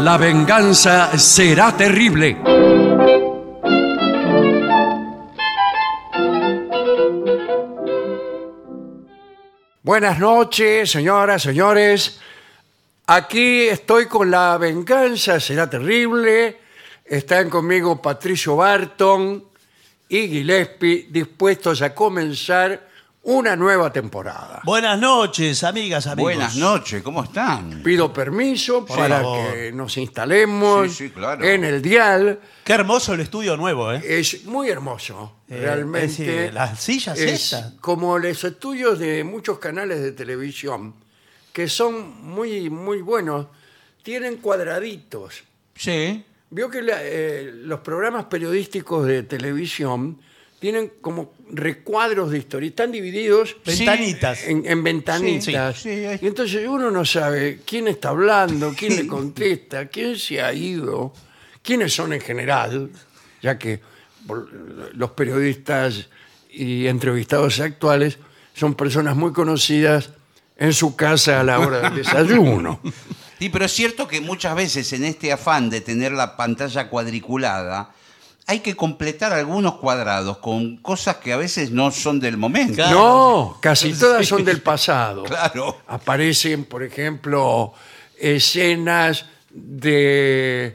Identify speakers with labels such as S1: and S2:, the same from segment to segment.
S1: La venganza será terrible.
S2: Buenas noches, señoras, señores. Aquí estoy con La Venganza, será terrible. Están conmigo Patricio Barton y Gillespie, dispuestos a comenzar una nueva temporada.
S3: Buenas noches, amigas, amigos.
S4: Buenas noches, ¿cómo están?
S2: Pido permiso para
S3: favor.
S2: que nos instalemos
S4: Sí, sí, claro.
S2: en el dial.
S3: Qué hermoso el estudio nuevo, ¿eh?
S2: Es muy hermoso,
S3: Eh,
S2: realmente.
S3: es decir, las sillas
S2: es
S3: estas.
S2: Como los estudios de muchos canales de televisión, que son muy, muy buenos, tienen cuadraditos.
S4: Sí.
S2: Vio que la- eh, los programas periodísticos de televisión tienen como recuadros de historia, están divididos
S3: Ventanitas.
S2: en, en ventanitas.
S4: Sí, sí, ahí-
S2: y entonces uno no sabe quién está hablando, quién le contesta, quién se ha ido, quiénes son en general, ya que por- los periodistas y entrevistados actuales son personas muy conocidas en su casa a la hora del desayuno.
S4: Sí, pero es cierto que muchas veces en este afán de tener la pantalla cuadriculada, hay que completar algunos cuadrados con cosas que a veces no son del momento.
S3: Claro.
S2: No, casi todas son del pasado.
S4: Claro.
S2: Aparecen, por ejemplo, escenas de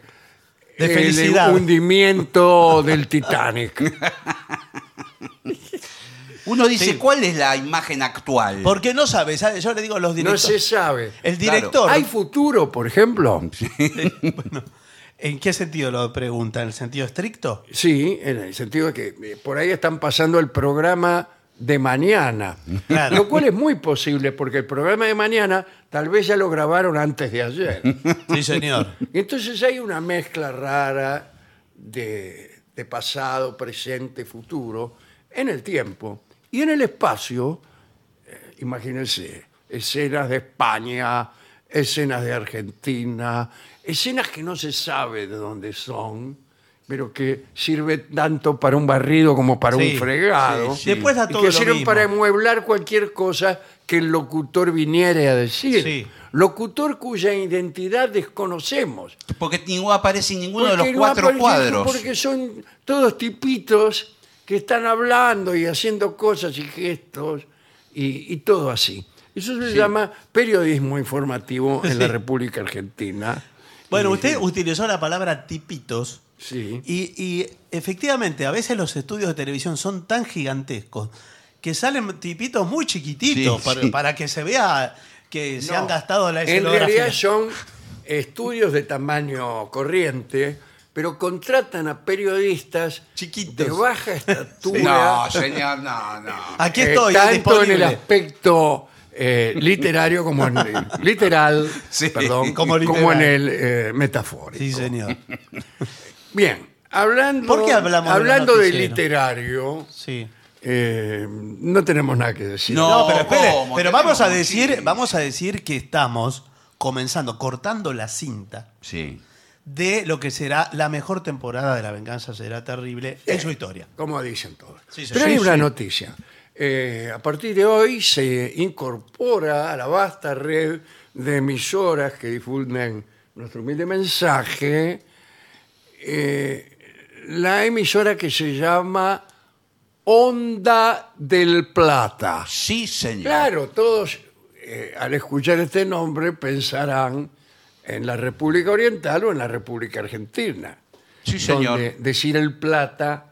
S3: De
S2: el
S3: felicidad.
S2: hundimiento del Titanic.
S4: Uno dice,
S3: Sí.
S4: ¿cuál es la imagen actual?
S3: Porque no sabe, ¿sabe? yo le digo a los
S2: No
S3: directores.
S2: se sabe.
S3: El
S4: Claro.
S3: director.
S2: ¿Hay futuro, por ejemplo?
S3: ¿En qué sentido lo pregunta? ¿En el sentido estricto?
S2: Sí, en el sentido de que eh, por ahí están pasando el programa de mañana.
S3: Claro.
S2: Lo cual es muy posible porque el programa de mañana tal vez ya lo grabaron antes de ayer.
S3: Sí, señor.
S2: Entonces hay una mezcla rara de, de pasado, presente, futuro, en el tiempo y en el espacio. eh, imagínense, escenas de España, escenas de Argentina, escenas que no se sabe de dónde son, pero que sirven tanto para un barrido como para
S3: Sí,
S2: un fregado.
S3: sí, sí. Después da
S2: y
S3: todo
S2: que
S3: lo
S2: sirven
S3: mismo.
S2: para mueblar cualquier cosa que el locutor viniere a decir.
S3: Sí.
S2: Locutor cuya identidad desconocemos.
S4: Porque ninguno aparece en ninguno de
S2: Porque
S4: los
S2: no
S4: cuatro
S2: aparece-
S4: cuadros.
S2: Porque son todos tipitos que están hablando y haciendo cosas y gestos y, y todo así. Eso se llama periodismo informativo en la
S3: Sí.
S2: República Argentina.
S3: Bueno, usted utilizó la palabra tipitos.
S2: Sí.
S3: Y, y efectivamente, a veces los estudios de televisión son tan gigantescos que salen tipitos muy chiquititos
S4: Sí,
S3: para,
S4: sí.
S3: para que se vea que se
S2: No.
S3: han gastado la
S2: En
S3: escenografía.
S2: realidad son estudios de tamaño corriente, pero contratan a periodistas
S3: Chiquitos.
S2: de baja estatura.
S4: No, señor, no, no.
S3: Aquí
S2: eh,
S3: estoy,
S2: tanto en el
S3: disponible.
S2: aspecto eh, literario como en el, literal,
S4: Sí,
S2: perdón,
S3: como
S2: como, en
S3: literal.
S2: el eh, metafórico.
S3: Sí, señor.
S2: Bien, hablando,
S3: ¿Por qué hablamos de los
S2: hablando de,
S3: noticieros?
S2: literario,
S3: Sí.
S2: eh, no tenemos nada que decir.
S4: No.
S3: No, pero espere,
S4: ¿cómo?
S3: pero
S4: Tenemos
S3: vamos a decir,
S4: muchísimos.
S3: vamos a decir que estamos comenzando, cortando la cinta
S4: Sí.
S3: de lo que será la mejor temporada de La Venganza Será Terrible en su historia.
S2: como dicen todos.
S3: Sí, sí,
S2: Pero hay
S3: sí,
S2: una
S3: sí.
S2: noticia. Eh, a partir de hoy se incorpora a la vasta red de emisoras que difunden nuestro humilde mensaje eh, la emisora que se llama Onda del Plata.
S4: Sí, señor.
S2: Claro, todos eh, al escuchar este nombre pensarán en la República Oriental o en la República Argentina.
S4: Sí, señor.
S2: Donde decir el plata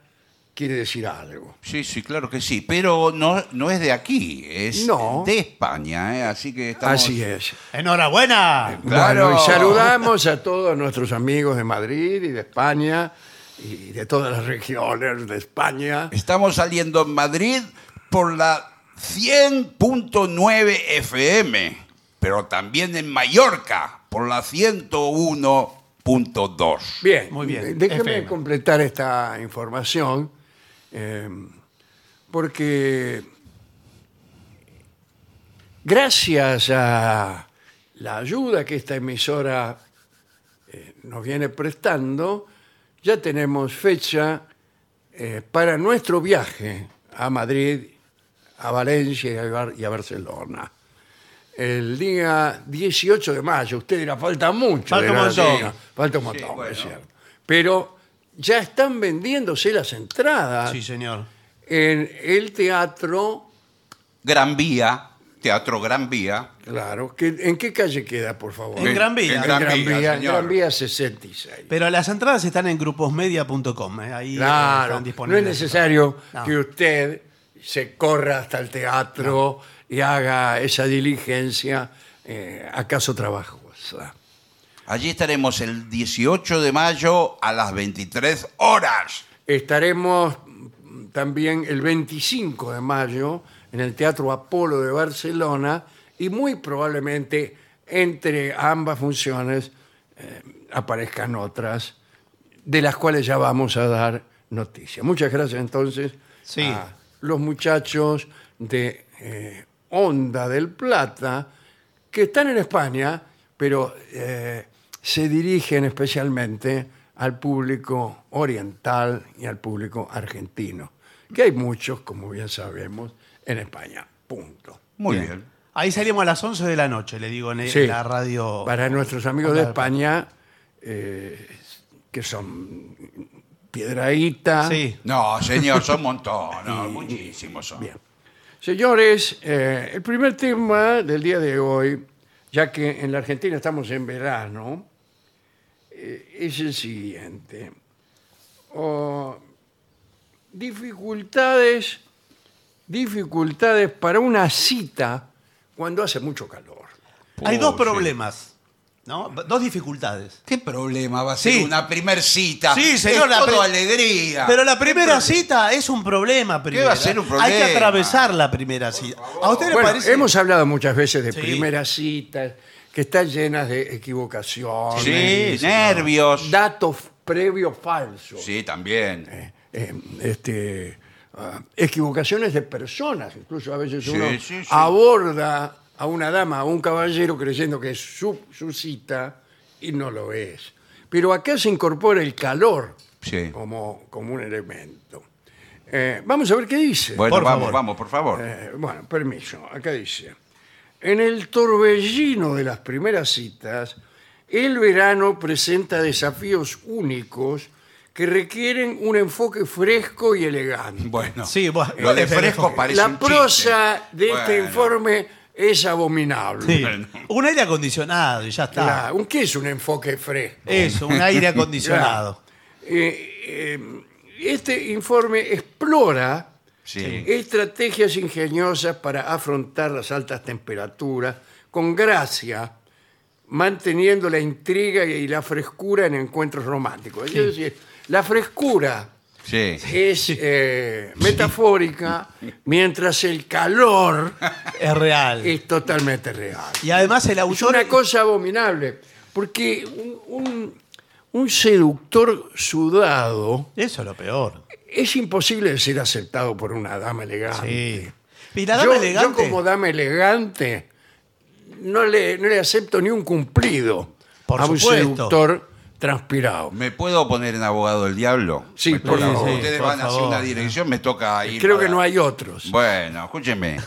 S2: quiere decir algo.
S4: Sí, sí, claro que sí. Pero no, no es de aquí, es
S2: No.
S4: de España, ¿eh? así que estamos...
S2: Así es.
S3: ¡Enhorabuena!
S4: Claro.
S2: Bueno, y saludamos a todos nuestros amigos de Madrid y de España y de todas las regiones de España.
S4: Estamos saliendo en Madrid por la 100.9 FM, pero también en Mallorca por la 101.2.
S2: Bien, eh,
S3: Muy bien,
S2: Déjeme
S3: FM.
S2: completar esta información eh, porque gracias a la ayuda que esta emisora eh, nos viene prestando, ya tenemos fecha eh, para nuestro viaje a Madrid, a Valencia y a Bar- y a Barcelona. el día 18 de mayo. Usted dirá, falta mucho.
S3: Falta un
S2: dirá,
S3: montón.
S2: sí, falta un montón,
S4: bueno.
S2: es cierto. Pero ya están vendiéndose las entradas
S3: Sí, señor.
S2: en el teatro,
S4: Gran Vía, Teatro Gran Vía.
S2: claro. que- ¿En qué calle queda, por favor?
S3: En Gran Vía.
S4: En Gran,
S2: Gran
S4: Vía,
S2: Vía,
S4: señor.
S2: Gran Vía 66.
S3: Pero las entradas están en gruposmedia.com. eh, Ahí eh,
S2: Claro,
S3: están
S2: no
S3: disponibles.
S2: es necesario
S3: No.
S2: que usted se corra hasta el teatro y haga esa diligencia eh, acaso trabajosa.
S4: Allí estaremos el 18 de mayo a las 23 horas.
S2: Estaremos mm, también el 25 de mayo en el Teatro Apolo de Barcelona y muy probablemente entre ambas funciones eh, aparezcan otras de las cuales ya vamos a dar noticia. Muchas gracias entonces
S3: Sí.
S2: a los muchachos de eh, Onda del Plata que están en España, pero eh, se dirigen especialmente al público oriental y al público argentino, que hay muchos, como bien sabemos, en España. Punto.
S4: Muy bien.
S3: Ahí salimos a las 11 de la noche, le digo, en el-
S2: Sí.
S3: la radio.
S2: Para nuestros amigos de
S3: Onda del Plata.
S2: España, eh, que son Piedraíta,
S3: Sí.
S4: No, señor, son un montón, no, muchísimos son.
S2: Bien. Señores, eh, el primer tema del día de hoy, ya que en la Argentina estamos en verano, eh, es el siguiente. O, dificultades, dificultades para una cita cuando hace mucho calor.
S3: Hay dos
S4: Oh, sí.
S3: problemas, ¿no? Dos dificultades.
S4: ¿Qué problema va a ser
S3: Sí.
S4: una primer cita?
S3: Sí, señor,
S4: Es
S3: la
S4: todo
S3: pri-
S4: alegría.
S3: Pero la primera cita es un problema primero.
S4: va a ser un
S3: Hay que
S4: problema?
S3: atravesar la primera cita. ¿A usted le
S2: Bueno,
S3: parece?
S2: hemos hablado muchas veces de
S3: Sí.
S2: primeras citas que están llenas de equivocaciones,
S4: Sí, nervios.
S2: datos previos falsos.
S4: Sí, también.
S2: eh, este, ah, equivocaciones de personas. Incluso a veces
S4: Sí,
S2: uno
S4: sí, sí.
S2: aborda a una dama, a un caballero, creyendo que es su, su cita y no lo es. Pero acá se incorpora el calor
S4: Sí.
S2: como, como un elemento. Eh, vamos a ver qué dice.
S4: Bueno,
S3: Por
S4: vamos,
S3: favor.
S4: vamos, por favor.
S2: Eh, bueno, permiso, acá dice. En el torbellino de las primeras citas, el verano presenta desafíos únicos que requieren un enfoque fresco y elegante.
S4: Bueno,
S3: Sí, bueno,
S4: lo de
S3: es el
S4: fresco
S3: enfoque.
S4: parece un
S2: La
S4: chiste.
S2: prosa de este
S4: Bueno,
S2: informe es abominable.
S3: Sí.
S4: Bueno.
S3: Un aire acondicionado y ya está.
S2: La- ¿un- ¿Qué es un enfoque fresco?
S3: Eso, un aire acondicionado.
S2: Eh, eh, este informe explora
S4: Sí.
S2: Estrategias ingeniosas para afrontar las altas temperaturas con gracia, manteniendo la intriga y la frescura en encuentros románticos. Es decir, la frescura
S4: Sí.
S2: es eh, metafórica, mientras el calor
S3: Es real.
S2: es totalmente real.
S3: Y además el
S2: Es
S3: autor.
S2: una cosa abominable, porque un- un- un seductor sudado
S3: Eso es lo peor.
S2: es imposible de ser aceptado por una dama elegante.
S3: Sí. Y la dama
S2: yo,
S3: elegante.
S2: yo como dama elegante no le, no le acepto ni un cumplido
S3: Por
S2: a un
S3: supuesto.
S2: seductor transpirado.
S4: ¿Me puedo poner en abogado del diablo?
S2: Sí,
S4: Me
S2: por
S4: toca-
S2: favor. Eh,
S4: Ustedes
S3: Sí, por
S4: van hacia
S3: favor.
S4: una dirección, me toca ir.
S2: Creo que
S4: para-
S2: no hay otros.
S4: Bueno, escúcheme.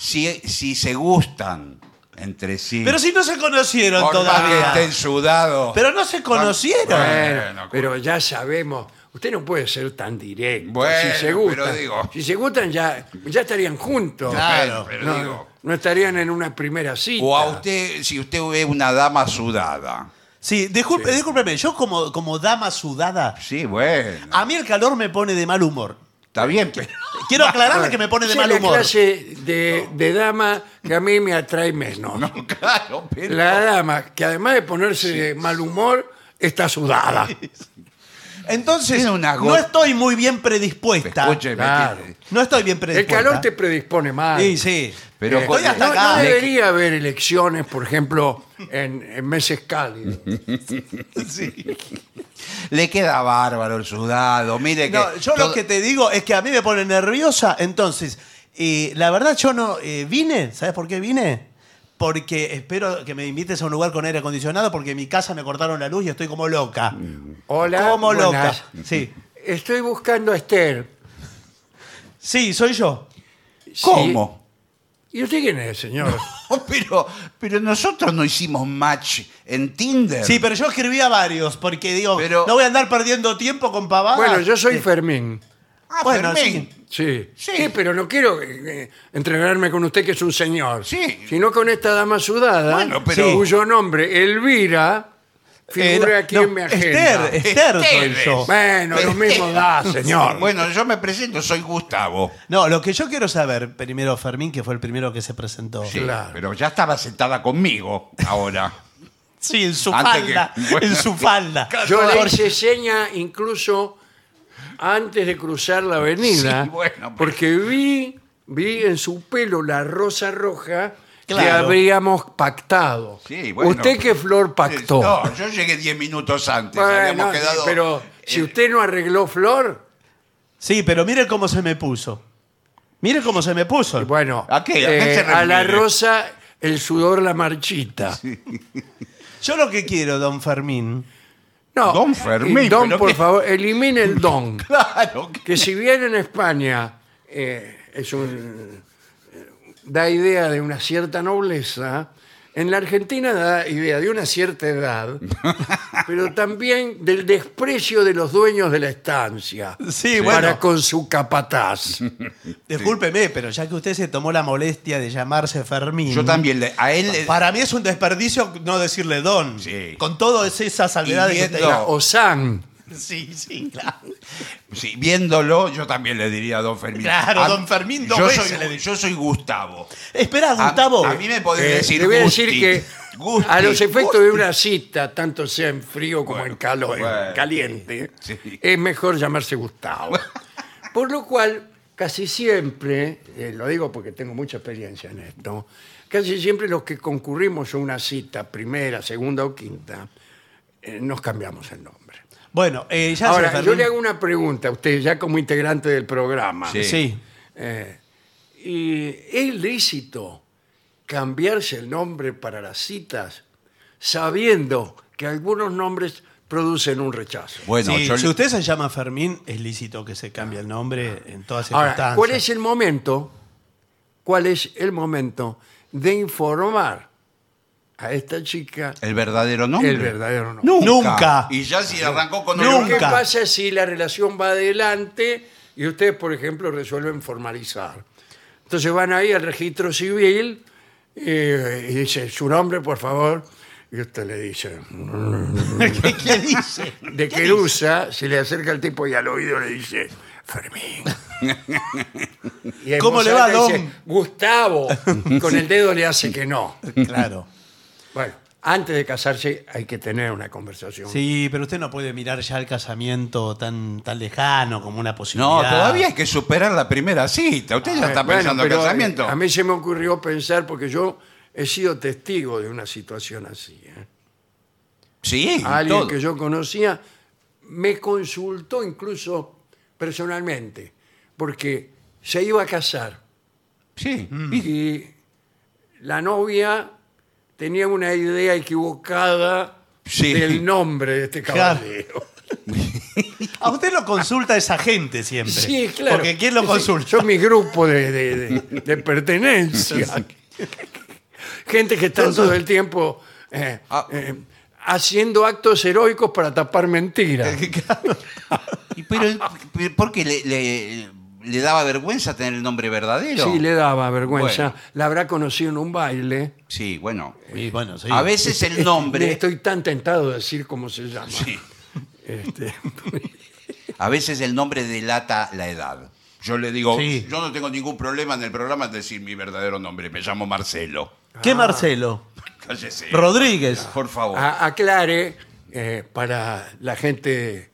S4: Si, si se gustan entre sí.
S3: Pero si no se conocieron
S4: por más que
S3: todavía.
S4: estén sudados.
S3: Pero no se conocieron.
S2: Bueno,
S4: Bueno,
S2: pero ya sabemos. Usted no puede ser tan directo.
S4: Bueno,
S2: si se gustan,
S4: pero digo-
S2: si se gustan ya, ya estarían juntos.
S4: Claro,
S3: Claro,
S4: pero
S2: No,
S4: digo.
S2: no estarían en una primera cita.
S4: O a usted, si usted ve una dama sudada.
S3: Sí, disculpe, discúlpeme, yo como, como dama sudada,
S4: Sí, bueno.
S3: a mí el calor me pone de mal humor.
S4: Está bien, pero.
S3: Quiero aclararle que me pone de
S2: Esa
S3: mal
S2: es la
S3: humor.
S2: clase de, de dama que a mí me atrae menos.
S4: No, claro, pero.
S2: La dama, que además de ponerse de mal humor, está sudada.
S3: Entonces,
S4: Tiene una
S3: no
S4: gota.
S3: estoy muy bien predispuesta.
S4: Escúcheme.
S2: Claro.
S4: tiene-
S3: No estoy bien
S2: El
S3: predispuesta.
S2: calor te predispone mal. Eh,
S3: Sí, sí.
S4: Pero
S3: Estoy
S4: con-
S3: hasta
S2: No,
S3: acá.
S2: no debería haber elecciones, por ejemplo, en, en meses cálidos.
S4: Le queda bárbaro el sudado. Mire que.
S3: No, yo
S4: todo-
S3: lo que te digo es que a mí me pone nerviosa. Entonces, eh, la verdad yo no eh, vine. ¿Sabes por qué vine? Porque espero que me invites a un lugar con aire acondicionado porque en mi casa me cortaron la luz y estoy como loca.
S2: Hola,
S3: Como loca.
S2: buenas.
S3: Sí.
S2: Estoy buscando a Esther.
S3: Sí, soy yo.
S2: Sí,
S4: ¿Cómo?
S2: ¿Y usted quién es, señor?
S4: Oh, pero, pero nosotros no hicimos match en Tinder.
S3: Sí, pero yo escribí a varios porque digo,
S4: Pero-
S3: no voy a andar perdiendo tiempo con pavadas. Eh,
S2: Bueno, yo soy Fermín.
S4: Ah,
S3: bueno,
S4: Fermín.
S2: Sí. sí. pero no quiero eh, entregarme con usted, que es un señor.
S4: Sí.
S2: Sino con esta dama sudada,
S4: Bueno, pero-
S2: cuyo nombre, Elvira,
S3: Eh,
S2: figura
S3: no,
S2: aquí
S3: no,
S2: en mi agenda.
S3: Esther, Eh, Esther soy
S4: Esther.
S3: yo.
S2: Bueno, lo mismo da, señor.
S4: Bueno, yo me presento, soy Gustavo.
S3: No, lo que yo quiero saber, primero Fermín, que fue el primero que se presentó.
S4: Sí,
S2: Claro.
S4: Pero ya estaba sentada conmigo ahora.
S3: Sí, en su
S4: Antes
S3: falda.
S4: que- bueno.
S3: En su falda.
S2: Yo le
S3: Por-
S2: hice seña incluso antes de cruzar la avenida,
S4: Sí, bueno, pues. pero-
S2: porque vi, vi en su pelo la rosa roja que
S3: Claro.
S2: habríamos pactado.
S4: Sí, bueno.
S2: ¿Usted qué flor pactó?
S4: No, yo llegué 10 minutos antes.
S2: Bueno,
S4: habíamos
S2: sí,
S4: quedado. eh,
S2: pero si usted no arregló flor,
S3: Sí, pero mire cómo se me puso. Mire cómo se me puso.
S2: bueno, eh,
S4: ¿A qué? ¿A qué se
S2: a la
S4: refiere?
S2: rosa el sudor la marchita.
S3: Yo lo que quiero, don Fermín.
S2: No,
S4: Don Fermín,
S2: Don,
S4: pero
S2: por
S4: qué-
S2: favor, elimine el don.
S4: Claro, que-
S2: que si bien en España eh, es un eh, da idea de una cierta nobleza, en la Argentina da idea de una cierta edad, pero también del desprecio de los dueños de la estancia
S3: Sí,
S2: para
S3: bueno.
S2: con su capataz.
S3: Discúlpeme, pero ya que usted se tomó la molestia de llamarse Fermín.
S4: yo también le- a él le-
S3: Para mí es un desperdicio no decirle don.
S4: Sí.
S3: Con todas esas salvedades que usted-
S4: viendo-
S2: O San.
S3: Sí, sí, claro.
S4: sí, viéndolo, yo también le diría a don Fermín.
S3: Claro,
S4: A-
S3: don Fermín dos
S4: yo
S3: veces
S4: soy,
S3: le dijo.
S4: Yo soy Gustavo.
S3: Espera,
S4: A-
S3: Gustavo.
S4: A, mí me podés
S2: Eh,
S4: decir
S2: le voy a
S4: Gusti.
S2: decir que
S4: Gusti,
S2: a los efectos
S4: Gusti.
S2: de una cita, tanto sea en frío como en calor, en
S4: bueno,
S2: caliente,
S4: sí.
S2: es mejor llamarse Gustavo. Por lo cual, casi siempre, eh, lo digo porque tengo mucha experiencia en esto, casi siempre los que concurrimos a una cita, primera, segunda o quinta, eh, nos cambiamos el nombre.
S3: Bueno, eh, ya se
S2: Ahora,
S3: Fermín.
S2: yo le hago una pregunta a usted, ya como integrante del programa.
S4: Sí.
S3: Sí.
S2: Eh, y es lícito cambiarse el nombre para las citas sabiendo que algunos nombres producen un rechazo.
S4: Bueno,
S3: Sí,
S4: yo
S3: si
S4: le-
S3: usted se llama Fermín, es lícito que se cambie el nombre en todas circunstancias.
S2: Ahora, ¿cuál es el momento? ¿Cuál es el momento de informar a esta chica
S4: el verdadero nombre.
S2: el verdadero nombre?
S3: Nunca.
S4: Y ya si arrancó con
S2: Pero,
S4: el
S2: ¿Qué
S3: nunca.
S2: pasa si la relación va adelante y ustedes, por ejemplo, resuelven formalizar? Entonces van ahí al registro civil eh, y dice, su nombre, por favor. Y usted le dice,
S3: ¿Qué, qué dice?
S2: de Querusa, se le acerca el tipo y al oído le dice, Fermín. Y en
S3: ¿Cómo
S2: voz
S3: le va,
S2: alta
S3: don?
S2: dice, Gustavo. Con el dedo le hace que no.
S3: Claro.
S2: Bueno, antes de casarse hay que tener una conversación.
S3: Sí, pero usted no puede mirar ya el casamiento tan, tan lejano como una
S4: No,
S3: posibilidad.
S4: todavía hay que superar la primera cita. Usted ya está
S2: Ah, Bueno,
S4: pensando en
S2: pero,
S4: casamiento.
S2: eh, A mí se me ocurrió pensar, porque yo he sido testigo de una situación así. ¿eh?
S4: Sí,
S2: Alguien
S4: todo.
S2: que yo conocía me consultó incluso personalmente, porque se iba a casar
S4: Sí.
S2: Mm. y la novia tenía una idea equivocada
S4: Sí.
S2: del nombre de este
S3: Claro.
S2: caballero.
S3: A usted lo consulta esa gente siempre.
S2: Sí, claro.
S3: Porque ¿quién lo
S2: Sí,
S3: consulta?
S2: Son mi grupo de, de, de- de pertenencia. Gente que está todo el tiempo eh,
S4: Ah.
S2: eh, haciendo actos heroicos para tapar mentiras.
S4: Y pero, pero ¿por qué le, le- le daba vergüenza tener el nombre verdadero?
S2: Sí, le daba vergüenza.
S4: Bueno.
S2: La habrá conocido en un baile.
S4: Sí, bueno.
S3: Y bueno, sí.
S4: A veces el
S2: Le
S4: nombre,
S2: Estoy tan tentado de decir cómo se llama. Este,
S4: a veces el nombre delata la edad. Yo le digo,
S3: Sí.
S4: yo no tengo ningún problema en el programa en decir mi verdadero nombre, me llamo Marcelo.
S3: ¿Qué Marcelo?
S4: Cállese.
S3: Rodríguez.
S4: Por favor.
S2: a- aclare eh, para la gente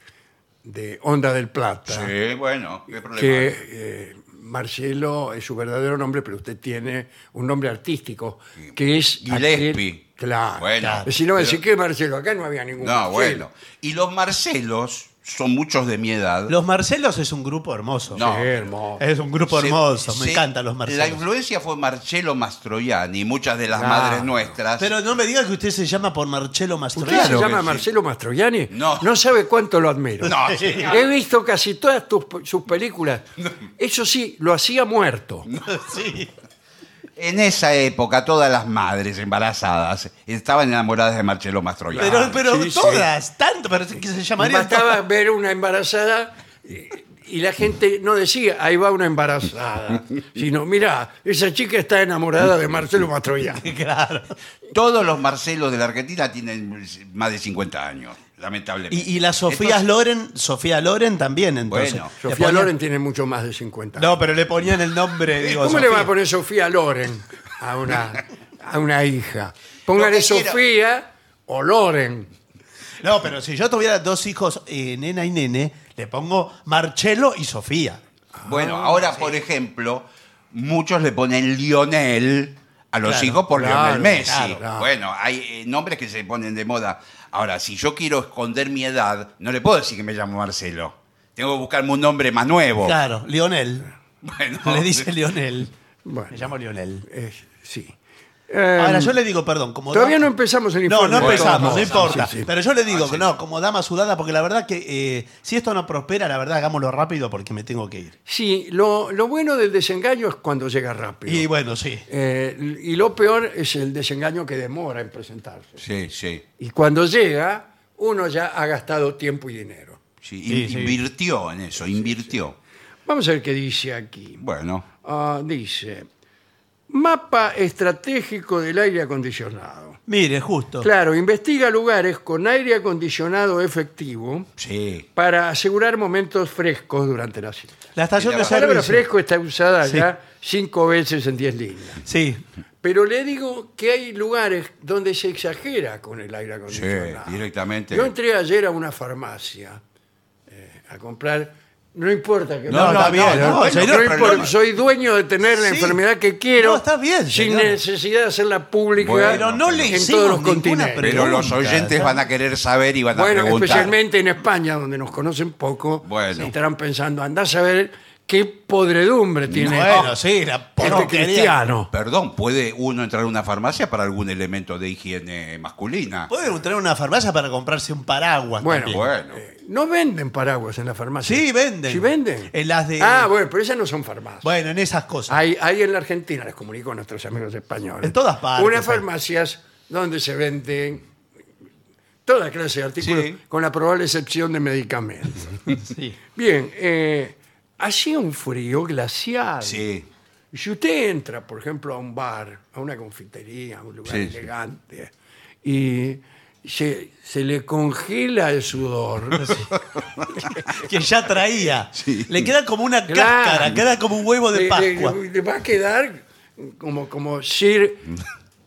S2: de Onda del Plata. ¿eh?
S4: Sí, bueno, qué problema.
S2: que eh, Marcelo es su verdadero nombre, pero usted tiene un nombre artístico que es
S4: Gillespie.
S2: aquel- claro.
S4: Bueno,
S2: Claro. Si no me
S4: pero-
S2: decís que Marcelo, acá no había ningún.
S4: No,
S2: Marcelo.
S4: bueno. Y los Marcelos son muchos de mi edad.
S3: Los Marcelos es un grupo hermoso.
S4: No.
S2: Qué hermoso.
S3: Es un grupo
S4: Se-
S3: hermoso.
S4: se-
S3: Me encantan los
S4: La
S3: Marcelos.
S4: influencia fue Marcelo Mastroianni, muchas de las
S2: Claro.
S4: madres nuestras.
S3: Pero no me diga que usted se llama por Marcelo
S2: ¿Usted
S3: Mastroianni.
S4: Claro
S2: se
S4: que
S2: llama
S4: sí.
S2: Marcelo Mastroianni?
S4: No.
S2: sabe cuánto lo admiro.
S4: No,
S2: He visto casi todas tus- sus películas. Eso sí, lo hacía muerto.
S3: Sí.
S4: En esa época, todas las madres embarazadas estaban enamoradas de Marcelo Mastroianni.
S3: Pero, pero
S2: sí, sí.
S3: todas, tanto, pero que se llamaría.
S2: Bastaba ver una embarazada eh, y la gente no decía, ahí va una embarazada, sino, mira, esa chica está enamorada de Marcelo Mastroianni.
S3: Claro.
S4: Todos los Marcelos de la Argentina tienen más de 50 años, lamentablemente.
S3: Y, y la Sofía
S4: Entonces,
S3: Loren, Sofía Loren también, entonces.
S4: Bueno,
S3: Le
S2: Sofía
S3: ponían-
S2: Loren tiene mucho más de 50 años.
S3: No, pero le ponían el nombre, digo.
S2: ¿Cómo le va a
S3: Sofía.
S2: poner Sofía Loren a una, a una hija? Póngale
S4: Lo que quiero-
S2: Sofía o Loren.
S3: No, pero si yo tuviera dos hijos, eh, nena y nene, le pongo Marcelo y Sofía.
S4: Bueno,
S3: Ah,
S4: ahora, por ejemplo, muchos le ponen Lionel a los
S3: Claro,
S4: hijos por
S2: claro,
S4: Lionel Messi.
S2: claro, claro.
S4: Bueno, hay eh, nombres que se ponen de moda. Ahora, si yo quiero esconder mi edad, no le puedo decir que me llamo Marcelo. Tengo que buscarme un nombre más nuevo.
S3: Claro, Lionel.
S4: Bueno,
S3: Le dice Lionel.
S2: Bueno.
S3: Me llamo Lionel.
S2: Eh, sí.
S3: Ahora,
S2: Em,
S3: yo le digo, perdón, como.
S2: Todavía no empezamos el
S3: No,
S2: informe.
S3: no empezamos,
S2: Bueno,
S3: no importa.
S2: sí, sí.
S3: Pero yo le digo
S4: Ah,
S3: que
S4: sí.
S3: no, como dama sudada, porque la verdad que eh, si esto no prospera, la verdad hagámoslo rápido porque me tengo que ir.
S2: Sí, lo, lo bueno del desengaño es cuando llega rápido.
S3: Y bueno, sí.
S2: Eh, y lo peor es el desengaño que demora en presentarse.
S4: Sí, sí.
S2: Y cuando llega, uno ya ha gastado tiempo y dinero.
S4: sí.
S3: Sí,
S4: in-
S3: sí.
S4: Invirtió en eso, invirtió.
S2: Vamos a ver qué dice aquí.
S4: Bueno,
S2: Ah, dice, mapa estratégico del aire acondicionado.
S3: Mire, justo.
S2: Claro, investiga lugares con aire acondicionado efectivo
S4: sí.
S2: para asegurar momentos frescos durante la cita.
S3: La estación
S4: La
S3: de
S2: La palabra
S3: servicio.
S2: fresco está usada
S3: Sí.
S2: ya cinco veces en diez líneas.
S3: Sí.
S2: Pero le digo que hay lugares donde se exagera con el aire
S4: Sí,
S2: acondicionado.
S4: directamente.
S2: Yo entré ayer a una farmacia eh, a comprar. No importa que
S3: No, está bien, no,
S2: bueno,
S3: señor,
S2: no
S3: pero
S2: importa,
S3: no-
S2: soy dueño de tener la
S3: Sí.
S2: enfermedad que quiero.
S3: No, está bien,
S2: Sin
S3: señor.
S2: necesidad de hacerla pública.
S4: Bueno,
S3: Pero no le
S2: en
S3: hicimos
S2: todos los
S3: ninguna
S2: continentes.
S4: Pero los
S3: Pregunta,
S4: oyentes
S3: ¿sabes?
S4: van a querer saber y van a
S2: Bueno,
S4: preguntar.
S2: especialmente en España, donde nos conocen poco,
S4: Bueno.
S2: estarán pensando, andá a saber qué podredumbre tiene Oh.
S3: Bueno, sí, la
S2: este
S3: porquería.
S2: cristiano.
S4: Perdón, ¿puede uno entrar a una farmacia para algún elemento de higiene masculina?
S3: Puede entrar a una farmacia para comprarse un paraguas.
S2: Bueno,
S3: también.
S4: Bueno.
S2: Eh, No venden paraguas en la farmacia.
S3: Sí, venden.
S2: Sí, venden.
S3: En las de-
S2: Ah, bueno, pero esas no son farmacias.
S3: Bueno, en esas cosas.
S2: Hay, hay en la Argentina, les comunico a nuestros amigos españoles.
S3: En todas partes,
S2: Unas
S3: hay.
S2: farmacias donde se venden toda clase de artículos,
S4: Sí.
S2: con la probable excepción de medicamentos.
S3: Sí.
S2: Bien, eh, hacía un frío glacial.
S4: Sí.
S2: Y si usted entra, por ejemplo, a un bar, a una confitería, a un lugar
S4: Sí, sí.
S2: elegante, y se, se le congela el sudor,
S3: Que ya traía. Le queda como una
S2: Claro.
S3: cáscara, queda como un huevo de
S2: le- le-
S3: Pascua.
S2: le va a quedar como, como Sir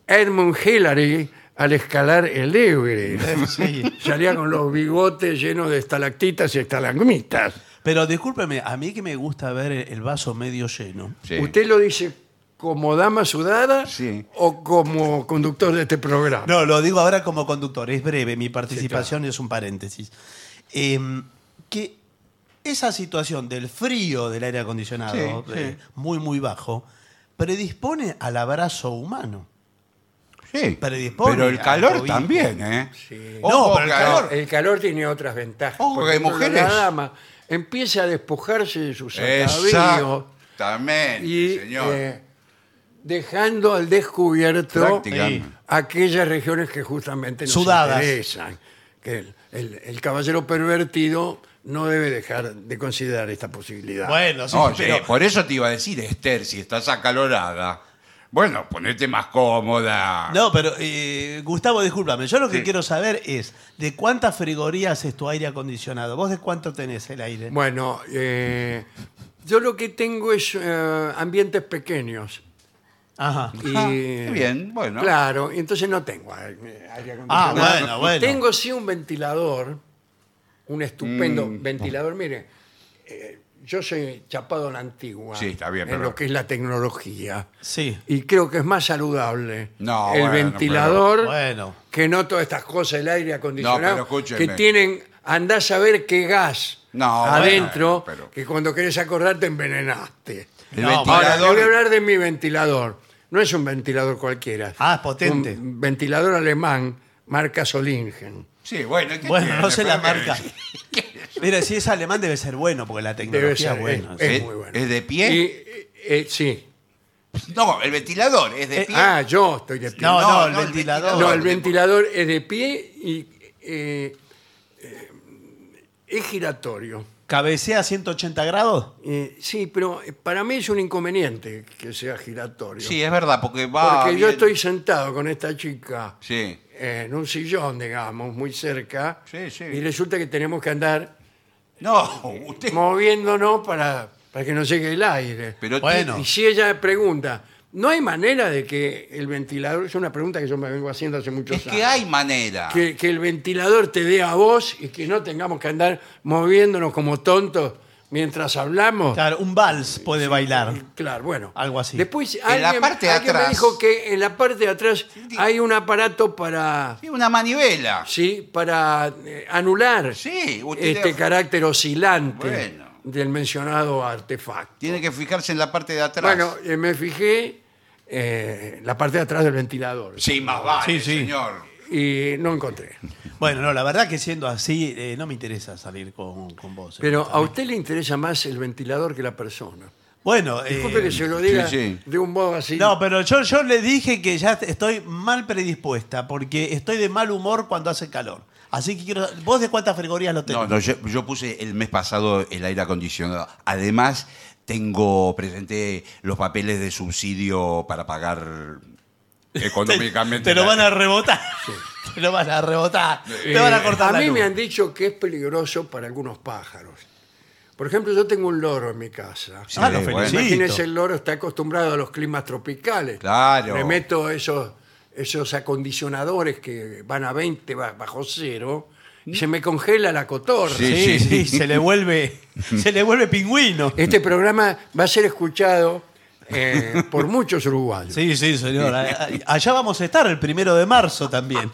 S2: Edmund Hillary al escalar el Everest.
S3: Sí.
S2: Salía con los bigotes llenos de estalactitas y estalagmitas.
S3: Pero discúlpeme, a mí que me gusta ver e-, el el vaso medio lleno.
S4: sí.
S2: ¿Usted lo dice como dama sudada
S4: Sí.
S2: o como conductor de este programa?
S3: No, lo digo ahora como conductor, es breve, mi participación es un paréntesis. Em, que esa situación del frío del aire acondicionado,
S4: Sí,
S3: eh, muy, muy bajo, predispone al abrazo humano.
S4: Sí.
S3: Predispone
S4: Pero el
S3: al
S4: calor
S3: COVID.
S4: también, ¿eh?
S2: Sí.
S3: No, pero el calor-
S2: El calor tiene otras ventajas.
S4: Ojo,
S2: Por
S4: que hay
S2: ejemplo,
S4: mujeres.
S2: La dama empieza a despojarse de sus atavíos
S4: Exactamente,
S2: y
S4: señor.
S2: eh, dejando al descubierto
S4: Prácticamente.
S3: Sí.
S2: aquellas regiones que justamente nos
S3: Sudadas.
S2: interesan. Que el, el- el caballero pervertido no debe dejar de considerar esta posibilidad.
S3: Bueno, sí,
S4: Oye,
S3: pero-
S4: por eso te iba a decir, Esther, si estás acalorada, bueno, ponete más cómoda.
S3: No, pero eh, Gustavo, discúlpame, yo lo que
S4: Ah. Sí.
S3: quiero saber es de cuántas frigorías es tu aire acondicionado. ¿Vos de cuánto tenés el aire?
S2: Bueno, eh, yo lo que tengo es eh, ambientes pequeños.
S3: Ajá.
S2: Y,
S4: Ah, qué bien, bueno.
S2: Claro, entonces no tengo aire aire acondicionado.
S3: Ah, bueno, bueno.
S2: Tengo sí un ventilador, un estupendo
S4: Mm.
S2: ventilador. Mire, eh, yo soy chapado a la antigua
S4: Sí, está bien,
S2: en
S4: pero-
S2: lo que es la tecnología.
S3: Sí.
S2: Y creo que es más saludable
S4: No,
S2: el
S4: bueno,
S2: ventilador
S3: Bueno.
S2: que no todas estas cosas, el aire acondicionado,
S4: No, pero escúcheme.
S2: que tienen, andás a ver qué gas
S4: No,
S2: adentro,
S4: bueno, pero-
S2: que cuando querés acordarte envenenaste.
S4: El
S3: No,
S2: Ahora, le
S4: ventilador.
S2: voy a hablar de mi ventilador. No es un ventilador cualquiera.
S3: Ah, es potente.
S2: Un ventilador alemán, marca Solingen.
S4: Sí, bueno, ¿qué
S3: Bueno,
S4: tiene?
S3: no sé la
S4: Pero-
S3: marca. Mira, si es alemán debe ser bueno, porque la
S2: Debe
S3: tecnología
S2: ser eh,
S3: es buena.
S2: es,
S4: sí.
S2: es muy bueno.
S4: ¿Es de pie?
S2: Y, eh, eh, sí.
S4: No, el ventilador es de
S3: Eh,
S4: pie.
S2: Ah, yo estoy de pie.
S3: No, no,
S4: No,
S3: el
S4: no, el
S3: ventilador.
S2: No, el ventilador es de pie y eh, eh, es giratorio.
S3: ¿Cabecea 180 grados?
S2: Eh, sí, pero para mí es un inconveniente que sea giratorio.
S4: Sí, es verdad, porque va.
S2: porque yo
S4: bien.
S2: estoy sentado con esta chica
S4: Sí.
S2: eh, en un sillón, digamos, muy cerca,
S4: Sí, sí.
S2: y resulta que tenemos que andar
S4: No, usted.
S2: moviéndonos para, para que nos llegue el aire.
S4: Pero
S3: Bueno.
S2: Y si ella pregunta, ¿no hay manera de que el ventilador, es una pregunta que yo me vengo haciendo hace muchos
S4: tiene- es
S2: años,
S4: que hay manera.
S2: que, que el ventilador te dé a vos y que no tengamos que andar moviéndonos como tontos mientras hablamos?
S3: Claro, un vals puede bailar.
S2: Claro, bueno.
S3: Algo así.
S2: Después
S4: En la
S2: alguien,
S4: parte de
S2: alguien me
S4: atrás.
S2: dijo que en la parte de atrás hay un aparato para
S4: Sí, una manivela.
S2: sí, para eh, anular
S4: Sí, usted
S2: este
S4: le-
S2: carácter oscilante
S4: Bueno.
S2: del mencionado artefacto.
S4: Tiene que fijarse en la parte de atrás.
S2: Bueno, eh, me fijé eh, la parte de atrás del ventilador
S4: sí, más vale,
S3: Sí, sí.
S4: señor.
S2: y no encontré.
S3: Bueno, no, la verdad que siendo así, eh, no me interesa salir con, con vos. eh.
S2: Pero a
S3: honestamente.
S2: usted le interesa más el ventilador que la persona.
S3: Bueno, eh,
S2: Disculpe que se lo diga
S4: sí, sí.
S2: de un modo así.
S3: no, pero yo, yo le dije que ya estoy mal predispuesta porque estoy de mal humor cuando hace calor. Así que quiero. ¿Vos de cuántas fregorías lo
S4: No,
S3: tenés?
S4: no, yo, yo puse el mes pasado el aire acondicionado. Además, tengo, presenté los papeles de subsidio para pagar económicamente.
S3: Te lo
S4: la-
S3: van a rebotar. Te lo van a rebotar.
S2: Eh,
S3: te van a cortar la
S2: mí
S3: luz.
S2: me han dicho que es peligroso para algunos pájaros. Por ejemplo, yo tengo un loro en mi casa.
S4: Sí,
S3: Ah, lo
S4: bueno.
S3: felicito.
S2: Imagínese, el loro está acostumbrado a los climas tropicales.
S4: Claro.
S2: Le meto esos, esos acondicionadores que van a 20 ba- bajo cero y se me congela la cotorra.
S3: Sí,
S4: Sí, sí.
S3: sí, se le vuelve, se le vuelve pingüino.
S2: Este programa va a ser escuchado eh, por muchos uruguayos.
S3: Sí, sí, señor. A- a- Allá vamos a estar el primero de marzo también.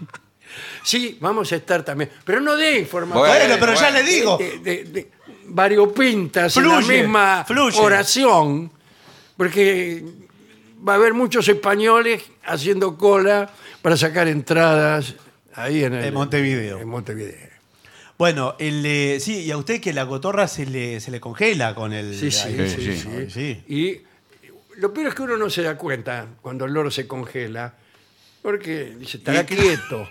S2: Sí, vamos a estar también. Pero no dé información.
S4: Bueno,
S3: Bueno, pero ya
S4: bueno.
S3: le digo.
S2: de, de- de variopintas en
S3: Fluye,
S2: la misma
S3: fluye.
S2: oración, porque va a haber muchos españoles haciendo cola para sacar entradas ahí en, el-
S3: En Montevideo.
S2: En Montevideo.
S3: Bueno, el, eh, sí, y a usted que la cotorra se le, se le congela con el.
S2: Sí, sí,
S3: aire.
S4: sí,
S2: sí,
S3: sí.
S2: sí. Y lo peor es que uno no se da cuenta cuando el loro se congela, porque dice, estará
S4: Y-
S2: quieto.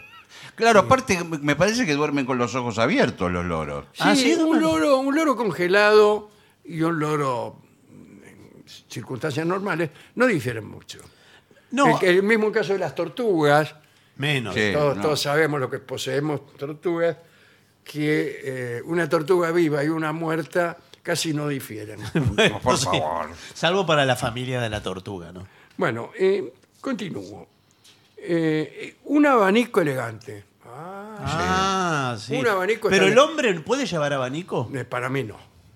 S4: Claro, aparte, me- me parece que duermen con los ojos abiertos los loros.
S2: Sí,
S3: Ah, sí,
S2: un,
S3: hermano.
S2: loro, un loro congelado y un loro en circunstancias normales no difieren mucho.
S3: No,
S2: El, el mismo caso de las tortugas,
S3: menos.
S4: Sí.
S2: todos,
S4: no.
S2: todos sabemos lo que poseemos tortugas, que eh, una tortuga viva y una muerta casi no difieren.
S4: No, por favor.
S3: Salvo para la familia de la tortuga, ¿no?
S2: bueno, eh, continúo. Eh, un abanico elegante. Ah,
S3: Ah, sí.
S2: Un abanico
S3: Pero
S2: está
S3: el
S2: bien.
S3: hombre puede llevar abanico.
S2: eh, para mí no.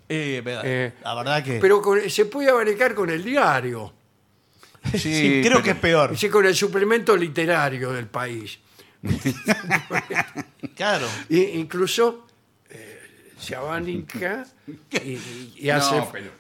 S3: Eh,
S2: Eh,
S3: la verdad que.
S2: Pero con- se puede abanicar con el diario.
S3: sí,
S4: sí,
S3: creo
S4: pero-
S3: que es peor.
S2: Sí, con el suplemento literario del país.
S3: Claro.
S2: I- incluso eh, se abanica y, y- y hace,
S4: No, pero-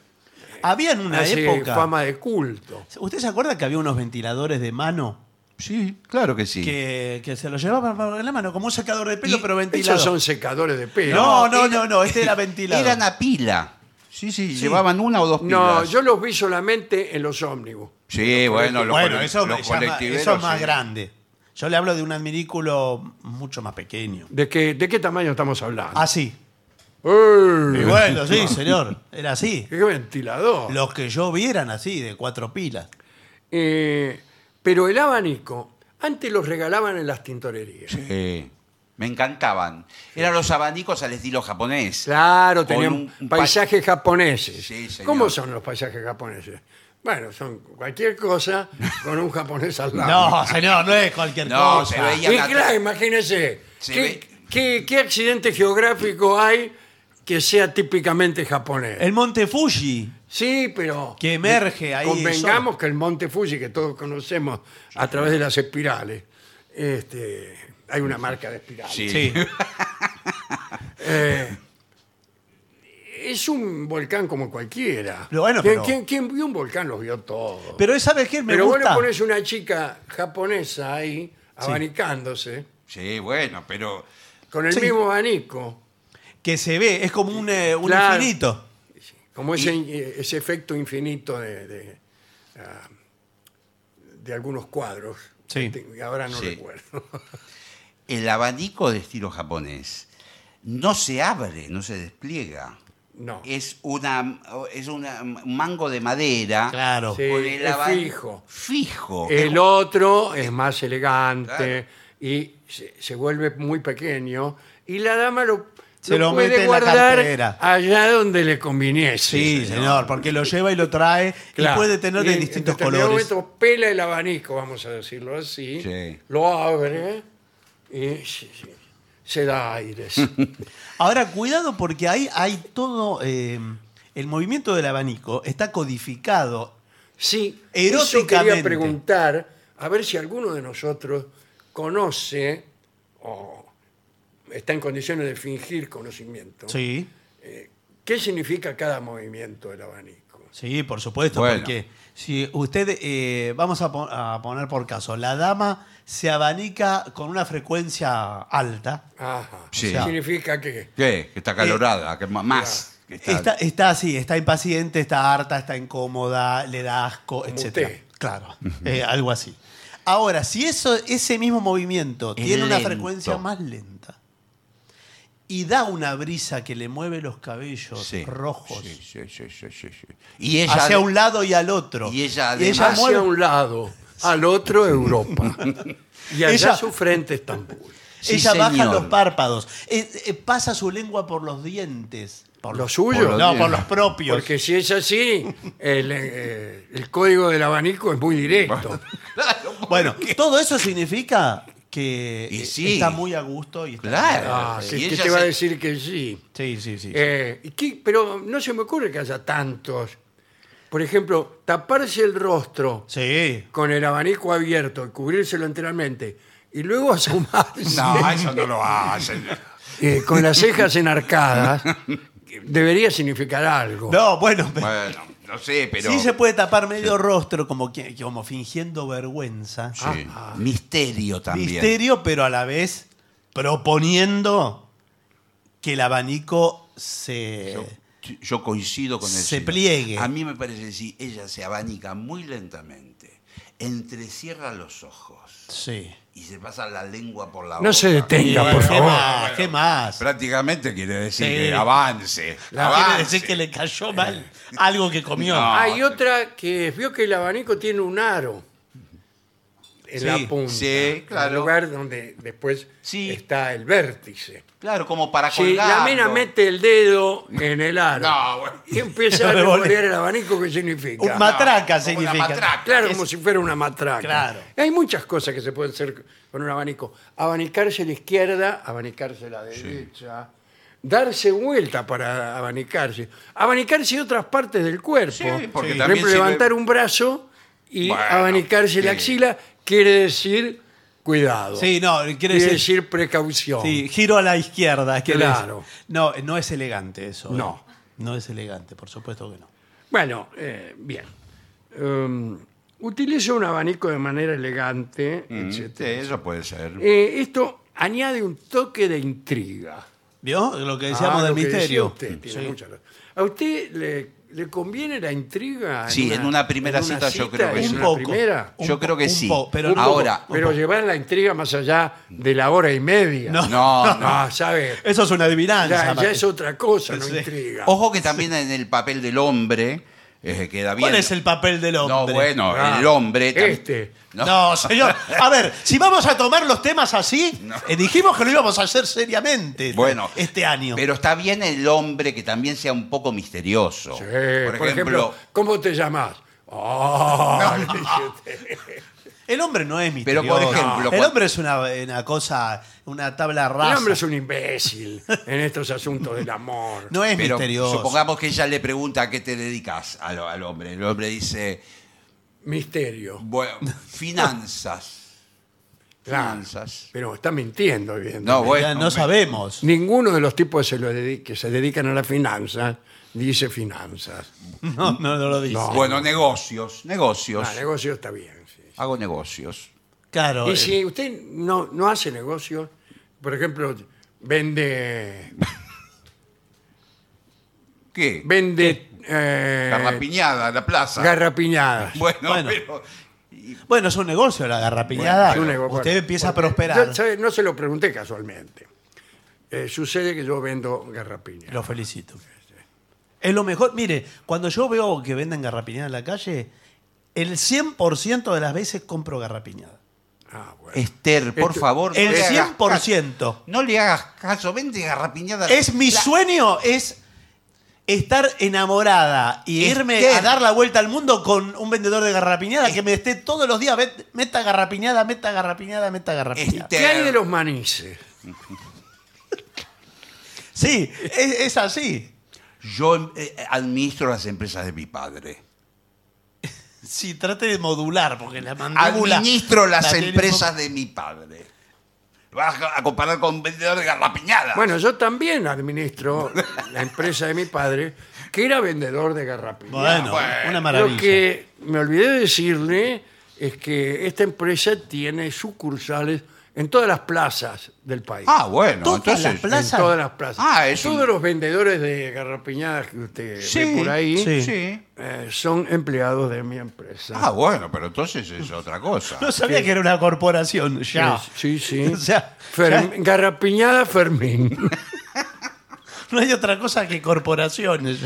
S3: Había en una
S2: hace
S3: época.
S2: Ah, fama de culto.
S3: ¿Usted se acuerda que había unos ventiladores de mano?
S4: Sí, claro que sí.
S3: Que, que se los llevaban para la mano, como un secador de pelo,
S4: Y
S3: pero ventilado.
S2: Esos son secadores de pelo.
S3: No, no, no, no, este era ventilado.
S4: Eran a pila. Sí, sí, llevaban una o dos pilas.
S2: No, yo los vi solamente en los ómnibus.
S4: Sí, bueno, los,
S3: bueno,
S4: cole-
S3: eso,
S4: los
S3: me llama-
S4: colectiveros.
S3: eso es más
S4: sí.
S3: grande. Yo le hablo de un adminículo mucho más pequeño.
S2: ¿De qué, de qué tamaño estamos hablando?
S3: Así.
S2: ¡Ey!
S3: Y bueno, sí, señor. Era así.
S2: ¡Qué ventilador!
S3: Los que yo vi eran así, de cuatro pilas.
S2: Eh, pero el abanico, antes los regalaban en las tintorerías.
S4: Sí. Me encantaban. Eran los abanicos al estilo japonés.
S2: Claro,
S4: Con
S2: tenían
S4: un- un pa-
S2: paisajes japoneses.
S4: Sí, señor.
S2: ¿Cómo son los paisajes japoneses? Bueno, son cualquier cosa con un japonés al lado.
S3: No, señor, no es cualquier
S4: No,
S3: cosa.
S4: se veía-
S2: Y
S4: veían atrás.
S2: claro, imagínese,
S4: Se
S2: ¿qué,
S4: ve-
S2: qué- qué accidente geográfico hay que sea típicamente japonés?
S3: El monte Fuji,
S2: Sí, pero...
S3: que emerge ahí.
S2: Convengamos que el monte Fuji, que todos conocemos a través de las espirales, este, hay una marca de espirales.
S4: Sí.
S3: solo. Sí.
S2: Eh, es un volcán como cualquiera.
S3: Lo bueno,
S2: ¿Quién,
S3: pero-
S2: quién- quién vio un volcán los vio todos.
S3: Pero ¿sabes qué? Me
S2: Pero vos le
S3: gusta.
S2: pones una chica japonesa ahí, abanicándose,
S4: Sí, bueno, pero.
S2: con el
S3: Sí.
S2: mismo abanico,
S3: Que se ve, es como un, eh, un
S2: Claro.
S3: infinito.
S2: eh, como ese, ese efecto infinito de, de, ah, de algunos cuadros.
S3: Sí.
S2: Te- Ahora no
S4: Sí.
S2: recuerdo.
S4: El abanico de estilo japonés no se abre, no se despliega.
S2: No.
S4: Es una es una- un mango de madera.
S3: Claro.
S2: Sí,
S4: con el
S2: es
S4: aban-
S2: fijo.
S4: Fijo.
S2: El otro es más elegante
S4: Claro.
S2: y se, se vuelve muy pequeño. Y la dama lo,
S3: Se lo
S2: puede
S3: mete en la
S2: guardar
S3: cartera.
S2: allá donde le conviniese.
S3: Sí, señor, porque lo lleva y lo trae
S2: Claro.
S3: y puede tener de
S2: en
S3: distintos
S2: determinado
S3: colores.
S2: momento pela el abanico, vamos a decirlo así.
S4: Sí.
S2: Lo abre y se, se- se da aires.
S3: Ahora, cuidado porque ahí hay todo. eh, el movimiento del abanico está codificado.
S2: Sí, eso quería
S3: Eróticamente.
S2: preguntar, a ver si alguno de nosotros conoce o está en condiciones de fingir conocimiento.
S3: Sí.
S2: ¿Qué significa cada movimiento del abanico?
S3: Sí, por supuesto,
S4: Bueno.
S3: porque si usted, eh, vamos a, po- a poner por caso, la dama se abanica con una frecuencia alta.
S2: Ajá.
S4: Sí.
S2: Significa que
S4: ¿Qué? Que está calorada,
S2: eh,
S4: que ma- más. que está-
S3: Está, está así, está impaciente, está harta, está incómoda, le da asco,
S2: Como
S3: etc.
S2: usted.
S3: Claro, eh, algo así. Ahora, si eso, ese mismo movimiento
S4: Es
S3: tiene una
S4: lento.
S3: frecuencia más lenta y da una brisa que le mueve los cabellos
S4: sí.
S3: rojos
S4: Sí, sí, sí, sí, sí, sí. Y ella
S3: hacia un lado y al otro,
S4: Y ella
S2: hacia
S4: además-
S3: mueve-
S2: un lado, al otro Europa. y allá
S3: Ella-
S2: su frente Estambul.
S4: Sí,
S3: Ella baja
S4: señor.
S3: los párpados, eh, eh, pasa su lengua por los dientes. Por
S2: ¿Los suyos?
S4: los
S3: no,
S4: dientes.
S3: por los propios.
S2: Porque si es así, el, eh, el código del abanico es muy directo.
S3: bueno, todo eso significa que
S4: Y
S3: eh,
S4: sí.
S3: está muy a gusto y está-
S4: Claro.
S2: Ah,
S4: Sí,
S2: que, que
S4: ella
S2: te va a
S4: se-
S2: decir que sí.
S3: Sí, sí, sí.
S2: Eh, ¿y qué? pero no se me ocurre que haya tantos. Por ejemplo, taparse el rostro
S3: sí.
S2: con el abanico abierto y cubrírselo enteramente y luego asomarse
S4: No, eso no lo hacen.
S2: eh, con las cejas enarcadas debería significar algo.
S3: No, bueno, pero
S4: Bueno, no sé, pero.
S3: sí se puede tapar medio rostro como, que- como fingiendo vergüenza. Ah,
S4: Sí. Misterio también.
S3: Misterio, pero a la vez proponiendo que el abanico se...
S4: Yo, yo coincido con el
S3: Se
S4: señor.
S3: pliegue.
S4: A mí me parece que si ella se abanica muy lentamente, entrecierra los ojos
S3: Sí.
S4: y se pasa la lengua por la boca.
S2: No se detenga, por
S3: ¿Qué
S2: favor.
S3: más? ¿Qué más?
S4: Prácticamente quiere decir
S3: Sí.
S4: que avance.
S3: Quiere
S4: avance.
S3: decir que le cayó mal algo que comió.
S4: Ah, No.
S2: Hay otra que vio que el abanico tiene un aro en
S3: Sí,
S2: la punta,
S4: sí,
S2: en
S4: claro.
S2: el lugar donde después
S4: Sí.
S2: está el vértice.
S4: Claro, como para
S2: Si la
S4: colgarlo.
S2: mina mete el dedo en el aro
S4: No, bueno.
S2: y empieza a
S3: Lo revolea.
S2: revolear el abanico, ¿qué significa?
S3: Un matraca
S4: como una
S3: significa.
S4: matraca.
S2: Claro, como si fuera una matraca.
S3: Claro.
S2: Hay muchas cosas que se pueden hacer con un abanico. Abanicarse a la izquierda, abanicarse a la derecha, darse vuelta para abanicarse, abanicarse otras partes del cuerpo.
S4: Sí, porque
S2: Por
S4: también
S2: ejemplo,
S4: sirve-
S2: levantar un brazo y
S4: Bueno,
S2: abanicarse la
S4: sí.
S2: axila quiere decir cuidado.
S3: Sí, no, quiere
S2: quiere decir,
S3: decir.
S2: precaución.
S3: Sí, giro a la izquierda. quiere
S2: Claro.
S3: decir. No, no es elegante eso. ¿eh?
S2: No.
S3: No es elegante, por supuesto que no.
S2: Bueno, eh, bien. Um, utiliza un abanico de manera elegante,
S4: Mm, sí,
S2: etcétera.
S4: eso puede ser.
S2: Eh, esto añade un toque de intriga.
S3: ¿Vio? Lo que decíamos
S2: Ah,
S3: del
S2: lo que decía
S3: misterio.
S2: usted, tiene
S3: Sí.
S2: mucha razón. ¿A usted le, le conviene la intriga?
S4: Sí, en una primera cita yo creo que
S2: en
S4: sí.
S2: una
S3: Un poco.
S2: primera?
S3: Un
S4: Yo creo que
S3: po- un
S4: sí.
S3: po- pero
S2: Un
S3: no-
S2: poco,
S4: Ahora,
S2: pero llevar la intriga más allá de la hora y media.
S3: No.
S4: no, no.
S2: no ¿sabe?
S3: Eso es una adivinanza.
S2: Ya, ya es otra cosa, no
S3: Sí.
S2: intriga.
S4: Ojo que también en el papel del hombre eh, queda bien.
S3: ¿Cuál es el papel del hombre?
S4: No, bueno,
S2: Ah,
S4: el hombre. tam-
S2: este.
S4: No.
S3: No. señor. A ver, si vamos a tomar los temas así, eh, dijimos que lo íbamos a hacer seriamente
S4: Bueno,
S3: este año.
S4: Pero está bien el hombre que también sea un poco misterioso.
S2: Sí, por, ejemplo, ¿cómo te llamas? Ah, dice usted.
S3: El hombre no es
S4: Pero,
S3: misterioso.
S4: por ejemplo,
S3: el
S4: cua-
S3: hombre es una, una cosa, una tabla rasa.
S2: El hombre es un imbécil en estos asuntos del amor.
S3: No es
S4: Pero
S3: misterioso.
S4: supongamos que ella le pregunta a qué te dedicas al, al hombre. El hombre dice,
S2: Misterio.
S4: bueno, finanzas.
S2: Claro.
S4: Finanzas.
S2: Pero está mintiendo, evidentemente.
S4: No, bueno.
S3: Ya no sabemos.
S2: Ninguno de los tipos que se, lo dedi- que se dedican a las finanzas dice finanzas.
S3: No, no, no lo dice.
S2: No.
S4: Bueno, negocios, negocios.
S2: Ah, negocio está bien. sí.
S4: Hago negocios.
S3: Claro.
S2: Y
S3: eh,
S2: si usted no, no hace negocios, por ejemplo, vende
S4: ¿Qué?
S2: vende eh,
S4: Carrapiñada, la plaza.
S2: garrapiñadas.
S4: Bueno,
S3: Bueno.
S4: pero... y-
S3: Bueno, es un negocio la garrapiñada.
S2: Es un negocio,
S3: Usted
S2: bueno,
S3: empieza a
S2: porque
S3: prosperar.
S2: yo, ¿sabe? no se lo pregunté casualmente. Eh, sucede que yo vendo garrapiña.
S3: Lo felicito. Es lo mejor. Mire, cuando yo veo que venden garrapiñada en la calle, el 100% de las veces compro garrapiñada.
S2: Ah, bueno.
S4: Esther, por
S2: Esto-
S4: favor. no
S3: Este, El
S4: le hagas
S3: 100%.
S4: caso. No le hagas caso, vente garrapiñada.
S3: Es mi
S4: La-
S3: sueño, es estar enamorada y
S4: Esther.
S3: irme a dar la vuelta al mundo con un vendedor de garrapiñada que me esté todos los días, "Vet- meta garrapiñada, meta garrapiñada, meta garrapiñada.
S4: Esther.
S2: ¿Qué hay de los manices?
S3: Sí, es, es así.
S4: Yo eh, administro las empresas de mi padre.
S3: Sí, trate de modular, porque la mandíbula...
S4: Administro las
S3: la tiene un poco-
S4: empresas de mi padre. Vas a comparar con un vendedor de garrapiñada.
S2: Bueno, yo también administro la empresa de mi padre, que era vendedor de garrapiña.
S3: Bueno,
S4: Bueno,
S3: una
S2: Lo
S3: maravilla.
S2: que me olvidé de decirle es que esta empresa tiene sucursales en todas las plazas del país.
S4: ah, bueno,
S3: Todas
S4: entonces.
S3: las
S2: en
S3: plazas.
S2: todas las plazas.
S4: Ah, es
S2: Todos
S4: un-
S2: los vendedores de garrapiñadas que usted
S4: Sí,
S2: ve por ahí
S4: Sí.
S3: Sí.
S2: eh, son empleados de mi empresa.
S4: Ah, bueno, pero entonces es otra cosa.
S3: No sabía que era una corporación, ya.
S2: Sí, sí.
S3: O sea,
S2: Ferm- Garrapiñada Fermín.
S3: no hay otra cosa que corporaciones.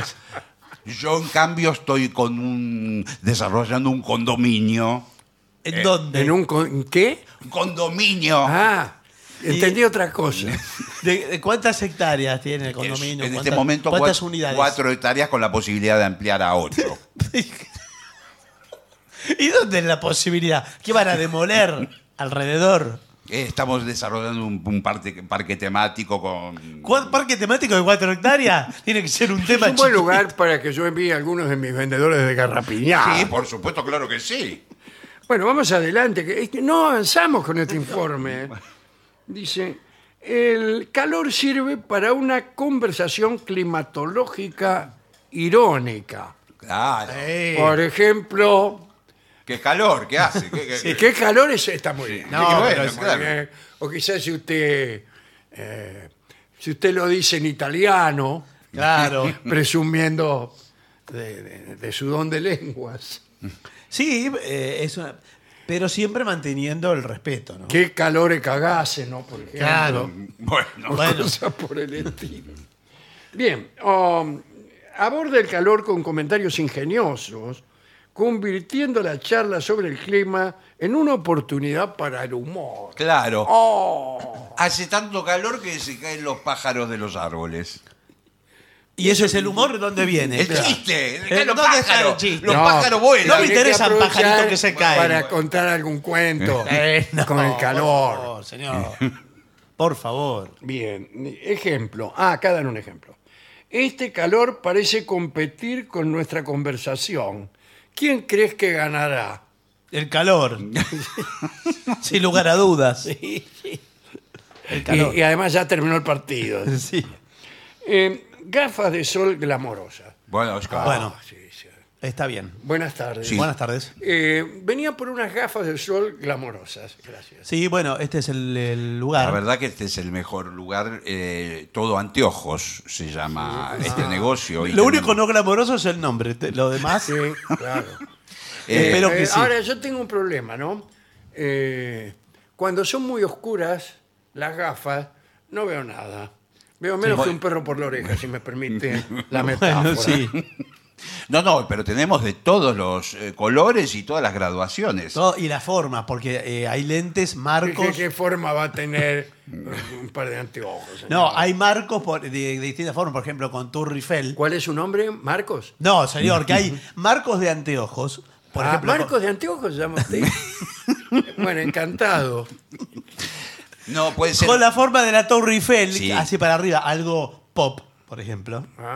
S4: Yo, en cambio, estoy con un. desarrollando un condominio.
S3: ¿En dónde?
S2: ¿En un con- qué?
S4: Un condominio.
S2: Ah, entendí otra cosa.
S3: ¿De, de cuántas hectáreas tiene el
S4: Es-
S3: condominio?
S4: en este
S3: ¿Cuántas-
S4: momento,
S3: ¿Cuántas
S4: cua-
S3: unidades?
S4: cuatro hectáreas con la posibilidad de ampliar a ocho.
S3: ¿Y dónde es la posibilidad? ¿Qué van a demoler alrededor?
S4: Eh, Estamos desarrollando un, un parque, parque temático con.
S3: ¿Cuál parque temático de cuatro hectáreas? Tiene que ser un tema
S2: Es un buen
S3: chiquito.
S2: lugar para que yo envíe a algunos de mis vendedores de
S3: Ah.
S2: garrapiñada.
S4: Sí, por supuesto, claro que sí.
S2: Bueno, vamos adelante. que- es que No avanzamos con este informe. Dice, el calor sirve para una conversación climatológica irónica.
S4: Claro.
S3: Eh,
S2: Por ejemplo,
S4: Qué calor, qué hace. qué- qué-
S2: ¿qué calor es? Está muy bien.
S4: No,
S2: Qué
S4: bueno,
S2: muy
S4: claro.
S2: bien. O quizás si usted, eh, si usted lo dice en italiano,
S3: Claro.
S2: presumiendo de, de- de su don de lenguas.
S3: Sí, eh, es una... Pero siempre manteniendo el respeto, ¿no?
S2: ¿Qué calor cagase, no? Por ejemplo.
S3: Claro.
S4: Bueno,
S3: Bueno,
S2: cosas por el estilo. Bien, um, aborda el calor con comentarios ingeniosos, convirtiendo la charla sobre el clima en una oportunidad para el humor.
S4: claro.
S2: ¡Oh!
S4: Hace tanto calor que se caen los pájaros de los árboles.
S3: y eso es el humor, ¿dónde viene?
S4: El chiste.
S3: Eh,
S4: caen los
S3: ¿dónde está el
S4: pájaros.
S3: chiste?
S4: Los
S2: No,
S4: pájaros
S3: no
S4: vuelan.
S3: me
S2: Habría
S3: interesa un
S2: aprovechar
S3: pajarito que se cae.
S2: Para contar algún cuento
S3: Eh, no,
S2: con el
S3: Por
S2: calor.
S3: favor, señor. Por favor.
S2: Bien, ejemplo. Ah, acá dan un ejemplo. Este calor parece competir con nuestra conversación. ¿Quién crees que ganará?
S3: El calor. Sin lugar a dudas. El calor.
S2: Y, y además ya terminó el partido.
S3: Sí.
S2: Eh, gafas de sol glamorosas.
S4: Bueno, Oscar.
S3: Bueno.
S2: Ah, sí, sí.
S3: Está bien.
S2: Buenas tardes.
S3: Buenas tardes.
S2: Eh, venía por unas gafas de sol glamorosas. Gracias.
S3: Sí, bueno, este es el, el lugar.
S4: La verdad que este es el mejor lugar. eh, todo anteojos se llama este negocio. y
S3: Lo
S4: tenemos-
S3: único no glamoroso es el nombre. te- Lo demás,
S2: Sí, claro.
S4: Eh,
S3: Espero que
S2: Eh,
S3: sí.
S2: Ahora, yo tengo un problema, ¿no? Eh, cuando son muy oscuras las gafas, no veo nada. Veo menos que un perro por la oreja, si me permite la metáfora.
S3: Bueno, sí.
S4: No, no, pero tenemos de todos los eh, colores y todas las graduaciones.
S3: Todo- y la forma, porque eh, hay lentes,
S2: ¿Qué,
S3: marcos.
S2: qué forma va a tener un par de anteojos? señor?
S3: No, hay marcos por- de, de distintas formas, por ejemplo, con Turrifel.
S2: ¿Cuál es su nombre, Marcos?
S3: No, señor, que hay marcos de anteojos. Por
S2: Ah,
S3: ejemplo, con-
S2: Marcos de Anteojos se llama usted. bueno, encantado.
S4: No, puede ser.
S3: con la forma de la Torre Eiffel,
S4: Sí.
S3: así para arriba, algo pop, por ejemplo.
S2: Ah,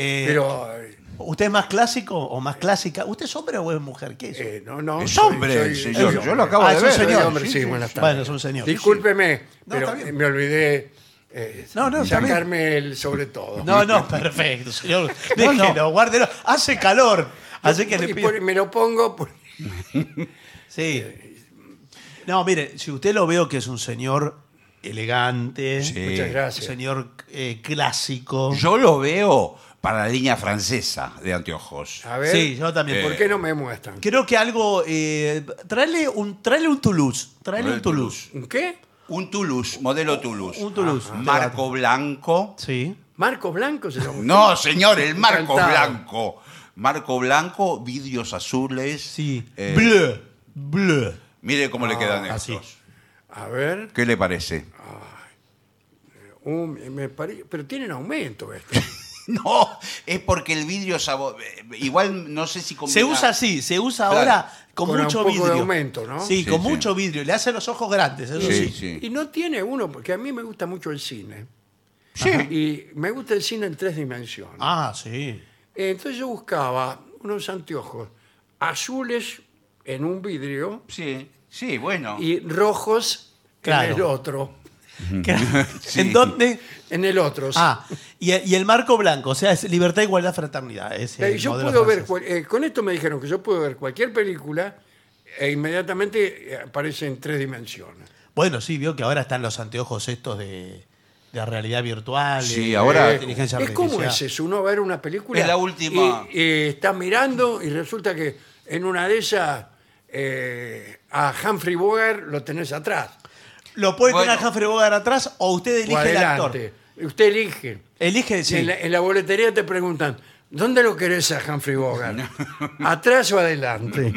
S3: Eh,
S2: Pero eh,
S3: ¿Usted es más clásico o más clásica? ¿Usted es hombre o es mujer? ¿Qué es?
S2: eh, no, no.
S4: Es
S2: soy-
S4: hombre,
S2: soy-
S4: señor,
S2: soy
S4: yo
S2: hombre.
S4: lo acabo
S3: Ah,
S4: de
S3: es un
S4: ver.
S2: Soy
S3: señor.
S2: hombre, sí,
S4: sí,
S2: buenas
S4: sí.
S2: tardes.
S3: Bueno, es un señor.
S2: Discúlpeme,
S3: No,
S2: pero
S3: está bien.
S2: me olvidé eh,
S3: No, no, está bien.
S2: sacarme el sobre todo.
S3: No, no, perfecto, señor. Déjelo, guárdelo. Hace calor. Así que
S2: Y
S3: le pido.
S2: por- me lo pongo por-
S3: Sí. No, mire, si usted lo veo que es un señor elegante,
S4: Sí.
S2: Muchas
S4: Eh,
S3: un
S2: gracias.
S3: señor eh, clásico.
S4: Yo lo veo para la línea francesa de anteojos.
S3: Ah,
S2: A ver.
S3: Sí, yo también.
S2: ¿Por
S4: Eh.
S2: qué no me muestran?
S3: Creo que algo. Eh, traele un, traele un Toulouse. Traele
S4: Traele
S3: un Toulouse.
S2: ¿Un qué?
S4: Un Toulouse, modelo Toulouse.
S3: Un Toulouse. Te va-
S4: Marco blanco.
S3: Sí.
S2: ¿Marco Blanco se llama?
S4: No, señor, el marco
S2: Encantado.
S4: blanco. Marco blanco, vidrios azules.
S3: Sí.
S4: Eh,
S3: Bleu. Bleu.
S4: mire cómo le quedan
S3: así.
S4: estos.
S2: A ver.
S4: ¿Qué le parece?
S2: un- me pare- Pero tienen aumento este. esto.
S4: No, es porque el vidrio sabo- eh, igual no sé si
S3: Se
S4: combina-
S3: usa así, se usa
S4: Claro.
S3: ahora con,
S2: Con un
S3: mucho
S2: poco de
S3: vidrio.
S2: aumento, ¿no?
S3: Sí,
S4: Sí,
S3: con
S4: sí.
S3: mucho vidrio. Le hace los ojos grandes, eso sí.
S4: Sí, sí.
S2: Y no tiene uno, porque a mí me gusta mucho el cine.
S4: Sí.
S2: Ajá. Y me gusta el cine en tres dimensiones.
S3: Ah, sí.
S2: Eh, Entonces yo buscaba unos anteojos azules en un vidrio
S4: Sí, sí, bueno.
S2: y rojos
S3: Claro.
S2: en el otro.
S4: Sí.
S3: ¿En dónde?
S2: En el otro. sí.
S3: Ah, y, y el marco blanco, o sea, es libertad, igualdad, fraternidad. es
S2: Eh,
S3: el
S2: yo
S3: modelo
S2: puedo ver,
S3: francés.
S2: cual- eh, con esto me dijeron que yo puedo ver cualquier película e inmediatamente eh, aparece en tres dimensiones.
S3: Bueno, sí, vio que ahora están los anteojos estos de, de realidad virtual.
S4: Sí,
S3: eh,
S4: ahora-
S3: de Inteligencia
S2: es como es
S3: artificial.
S2: eso, uno va a ver una película
S4: Es la última.
S2: y, y está mirando y resulta que en una de esas eh, a Humphrey Bogart lo tenés atrás
S3: Lo puede tener
S4: Bueno.
S3: Humphrey Bogart atrás o usted
S2: o
S3: elige el actor.
S2: adelante. Usted elige.
S3: Elige, sí.
S2: En, la, en la boletería te preguntan, ¿dónde lo querés a Humphrey Bogart? ¿Atrás o adelante?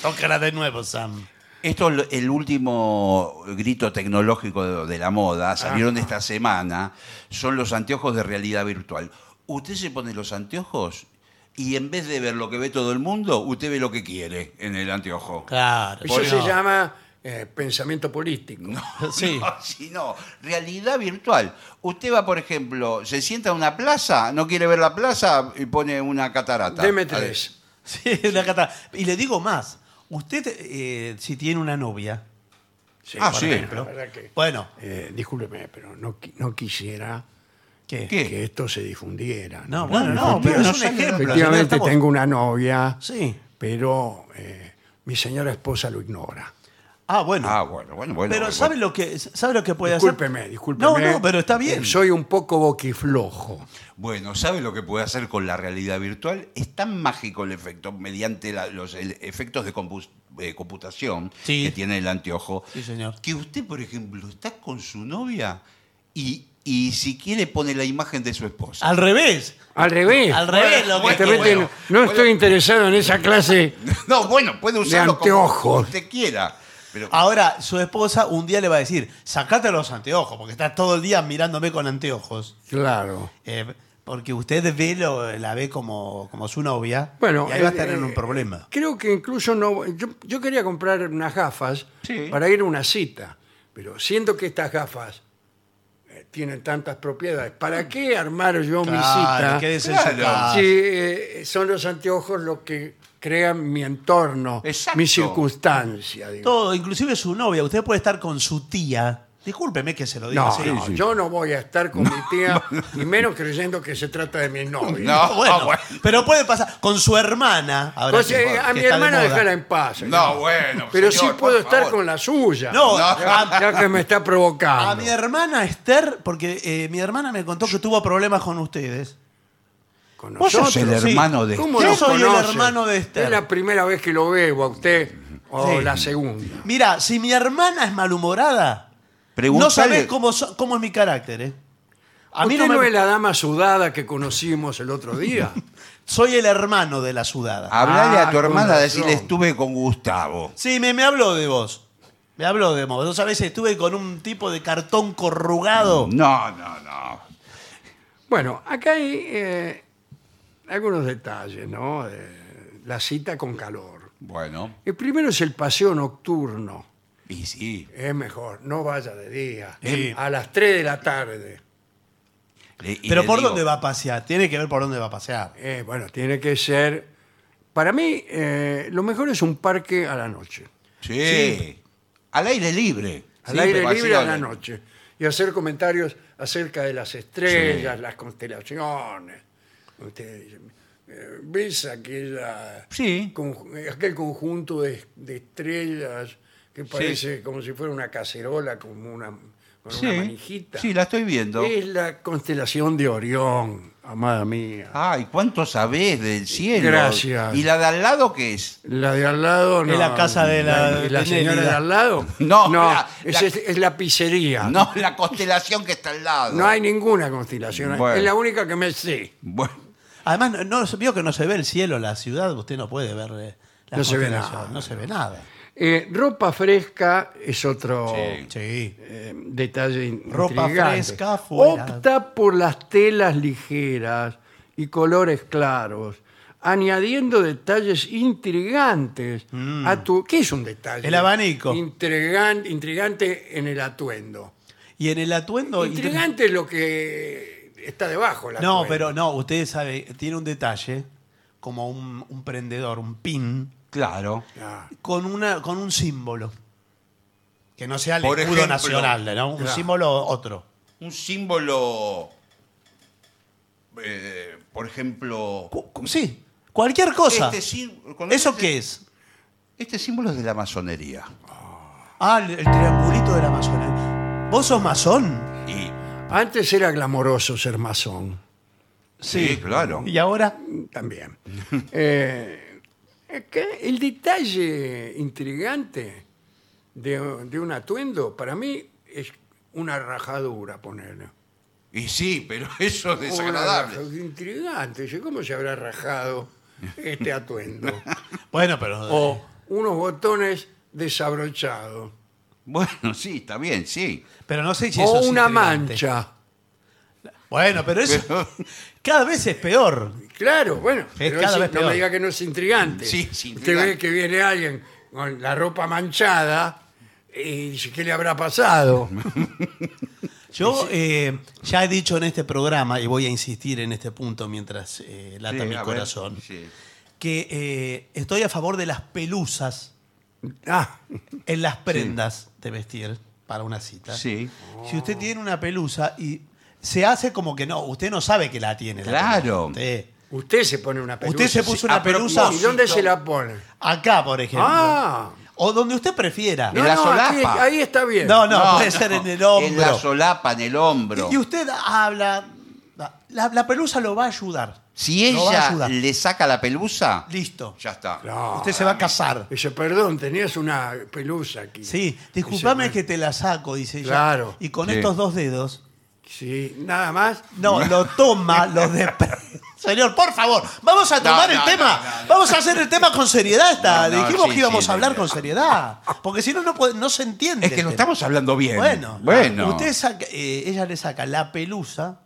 S3: Tócala de nuevo, Sam.
S4: Esto es lo- el último grito tecnológico de, de la
S3: Ah.
S4: moda, salieron esta semana, son los anteojos de realidad virtual. Usted se pone los anteojos y en vez de ver lo que ve todo el mundo, usted ve lo que quiere en el anteojo.
S3: Claro.
S2: Eso
S3: bueno.
S2: se llama eh, pensamiento político.
S3: Sí.
S4: No, sí, no. realidad virtual. Usted va, por ejemplo, se sienta en una plaza, no quiere ver la plaza y pone una catarata.
S2: Deme
S4: A ver.
S2: tres.
S3: Sí, una cata- Y le digo más. Usted, eh, si tiene una novia,
S4: Ah,
S3: por
S4: sí.
S3: ejemplo.
S2: La verdad que-
S3: Bueno,
S2: Eh, discúlpeme, pero no, qui- no quisiera
S3: ¿qué?
S4: ¿Qué?
S2: que esto se difundiera.
S3: No, bueno, no,
S2: Efectivamente-
S3: pero es
S4: no
S3: un
S4: sale-
S3: ejemplo.
S2: Efectivamente
S3: señor, estamos-
S2: tengo una novia,
S3: Sí.
S2: pero eh, mi señora esposa lo ignora.
S3: Ah, bueno.
S4: Ah, bueno, bueno, bueno.
S3: pero
S4: bueno.
S3: ¿sabe lo que sabe lo que puede
S2: Discúlpeme,
S3: hacer?
S2: discúlpeme.
S3: No, no, pero está bien.
S2: Eh, Soy un poco boquiflojo.
S4: Bueno, ¿sabe lo que puede hacer con la realidad virtual? Es tan mágico el efecto mediante la- los el- efectos de compus- eh, computación
S3: Sí.
S4: que tiene el anteojo.
S3: Sí, señor.
S4: Que usted, por ejemplo, está con su novia y, y si quiere pone la imagen de su esposa.
S3: Al revés.
S2: Al revés.
S3: Al revés, lo
S4: bueno,
S2: Justamente
S4: bueno.
S2: no- no estoy interesado en esa clase.
S4: No, bueno, puede usarlo como
S2: anteojos.
S4: usted quiera. Pero
S3: Ahora, su esposa un día le va a decir, sacate los anteojos, porque está todo el día mirándome con anteojos.
S2: Claro.
S3: Eh, porque usted ve lo- la ve como, como su novia.
S2: Bueno,
S3: y ahí va a
S2: eh,
S3: estar en
S2: eh,
S3: un problema.
S2: Creo que incluso no. Yo, yo quería comprar unas gafas
S4: Sí.
S2: para ir a una cita, pero siento que estas gafas eh, tienen tantas propiedades. ¿Para qué armar yo mi cita?
S3: Claro, quédese en su
S4: Claro.
S3: casa.
S2: si eh, son los anteojos los que crean mi entorno,
S4: Exacto.
S2: mi circunstancia. digo.
S3: Todo, inclusive su novia. Usted puede estar con su tía. Discúlpeme que se lo diga.
S2: No,
S3: así.
S2: no, yo no voy a estar con mi tía, y menos creyendo que se trata de mi novia.
S4: No,
S3: Ah, bueno,
S4: bueno.
S3: Pero puede pasar con su hermana. ahora
S2: Pues,
S3: que-
S2: eh, a
S3: que
S2: mi
S3: está de
S2: hermana
S3: moda.
S2: déjala en paz.
S4: No, bueno.
S2: Pero
S4: señor,
S2: sí puedo
S4: por
S2: estar
S4: favor.
S2: con la suya.
S3: No, a,
S2: ya que me está
S3: a
S2: provocando.
S3: mi hermana Esther, porque eh, mi hermana me contó que tuvo problemas con ustedes.
S2: Con
S3: Vos
S4: Sos
S3: Nosotros,
S4: el
S3: sí.
S4: hermano de
S2: ¿Cómo
S3: Yo
S2: no
S3: soy el
S2: conoce?
S3: hermano de Esther.
S2: Es la primera vez que lo veo a usted o
S3: Sí.
S2: la segunda.
S3: Mira, si mi hermana es malhumorada,
S4: Preguntale-
S3: no sabés cómo, so- cómo es mi carácter, ¿eh? A mí
S2: ¿Usted
S3: no
S2: no,
S3: me-
S2: es la dama sudada que conocimos el otro día?
S3: Soy el hermano de la sudada.
S4: Hablale a tu
S2: Ah, con
S4: hermana,
S2: razón.
S4: decirle estuve con Gustavo.
S3: Sí, me, me habló de vos. Me habló de vos. Dos veces estuve con un tipo de cartón corrugado.
S4: No, no, no.
S2: bueno, acá hay eh, algunos detalles, ¿no? Eh, la cita con calor.
S4: Bueno,
S2: El primero es el paseo nocturno.
S4: y sí.
S2: Es mejor, no vaya de día.
S3: Sí.
S2: A las 3 de la tarde.
S4: Le- y
S3: Pero
S4: le
S3: ¿por
S4: digo-
S3: dónde va a pasear? Tiene que ver por dónde va a pasear.
S2: Eh, bueno, tiene que ser... Para mí, eh, lo mejor es un parque a la noche.
S4: Sí. Al aire libre.
S2: al
S4: Sí,
S2: aire
S4: pero
S2: libre
S4: así
S2: a la
S4: no-
S2: noche y hacer comentarios acerca de las estrellas, las constelaciones. Usted dice, eh, ¿Ves aquella,
S4: Sí.
S2: conju- aquel conjunto de, de estrellas que parece como si fuera una cacerola, como una, con
S4: Sí.
S2: una manijita?
S4: Sí, la estoy viendo.
S2: Es la constelación de Orión. amada mía.
S4: Ay, ¿cuánto sabés del cielo?
S2: Gracias.
S4: ¿Y la de al lado qué es?
S2: La de al lado no.
S3: Es la casa de la-
S2: ¿Y la
S3: de
S2: señora
S3: Nélida.
S2: de al lado?
S4: No,
S2: no
S4: la-
S2: es,
S4: la-
S2: es la pizzería. No.
S4: No, la constelación que está al lado.
S2: Ah. hay ninguna constelación.
S4: Bueno.
S2: Es la única que me sé.
S4: Bueno,
S3: Además, no- no, vio que no se ve el cielo, la ciudad, usted no puede ver eh, las
S2: No se ve
S3: constelaciones,
S2: nada.
S3: No se ve nada.
S2: Eh, ropa fresca es otro
S3: Sí.
S2: eh, detalle in-
S3: Ropa
S2: intrigante.
S3: fresca fuera.
S2: Opta por las telas ligeras y colores claros, añadiendo detalles intrigantes a tu... ¿Qué es un detalle?
S3: Mm. El abanico.
S2: Intrigan- intrigante en el atuendo.
S3: Y en el atuendo.
S2: Intrigante es lo que está debajo. el
S3: No,
S2: atuendo.
S3: pero no, usted sabe, tiene un detalle, como un, un prendedor, un pin,
S4: claro.
S2: Ah,
S3: con, una, con un símbolo. Que no sea el
S4: Por
S3: escudo
S4: ejemplo,
S3: nacional, ¿no? Un
S2: claro.
S3: símbolo otro.
S4: Un símbolo, eh, por ejemplo...
S3: Cu- cu- Sí, cualquier cosa.
S4: Este sí- cuando
S3: ¿Eso
S4: este-
S3: qué es?
S4: Este símbolo es de la masonería.
S3: Ah, el, el triangulito de la masonería. ¿Vos sos masón?
S4: Y,
S2: Antes era glamoroso ser masón.
S4: sí, claro.
S3: ¿Y ahora?
S2: También. Eh, acá el detalle intrigante de, de un atuendo, para mí, es una rajadura, ponerlo.
S4: Y sí, pero eso es desagradable.
S2: Intrigante. Dice, ¿Cómo se habrá rajado este atuendo?
S3: Bueno, pero. eh,
S2: o unos botones desabrochados.
S4: Bueno, sí, está bien, sí.
S3: Pero no sé si eso
S2: O
S3: es
S2: una
S3: intrigante.
S2: mancha.
S3: Bueno, pero eso. Cada vez es peor.
S2: Claro, bueno. pero
S3: cada
S2: es-
S3: vez
S2: no
S3: peor.
S2: me diga que no es intrigante.
S4: Sí, es
S2: Usted
S4: intrigante.
S2: ve que viene alguien con la ropa manchada y dice, ¿qué le habrá pasado?
S3: Yo eh, ya he dicho en este programa, y voy a insistir en este punto mientras eh, lata
S4: Sí,
S3: mi
S4: a ver,
S3: corazón,
S4: sí.
S3: que eh, estoy a favor de las pelusas
S2: Ah,
S3: en las prendas de vestir para una cita.
S4: Sí.
S3: Si usted tiene una pelusa y se hace como que no, usted no sabe que la tiene. la pelusa.
S4: Claro.
S3: Usted-
S2: usted se pone una pelusa.
S3: usted se
S4: sí,
S3: puso
S4: a
S3: una pelusa
S2: ¿Y
S4: propósito.
S2: dónde se la pone?
S3: acá, por ejemplo.
S2: Ah.
S3: O donde usted prefiera.
S4: En la
S2: aquí-
S4: solapa.
S2: ahí está bien.
S3: No, no, puede ser en el hombro.
S4: En la solapa, en el hombro.
S3: Y- Y usted habla. La, la pelusa lo va a ayudar.
S4: si
S3: Lo va a
S4: ella
S3: ayudar.
S4: le saca la pelusa,
S3: Listo.
S4: ya Ah, está.
S2: No.
S3: usted se va a casar.
S2: Dice, perdón, tenías una pelusa aquí.
S3: Sí, disculpame
S2: Dice,
S3: que te la saco, dice ella.
S2: Claro.
S3: Y con
S4: Sí.
S3: estos dos dedos.
S2: Sí, nada más.
S3: No, lo toma, lo desprende. Señor, por favor, vamos a
S4: No,
S3: tomar el
S4: no,
S3: tema.
S4: no, no, no.
S3: Vamos a hacer el tema con seriedad. Esta.
S4: No, no,
S3: Dijimos
S4: sí,
S3: que íbamos
S4: sí,
S3: a hablar
S4: no,
S3: con
S4: no.
S3: seriedad. Porque si no, no, puede- no se entiende.
S4: Es que
S3: el
S4: lo
S3: tema.
S4: estamos hablando bien.
S3: Bueno,
S4: Bueno.
S3: Usted saca- eh, ella le saca la pelusa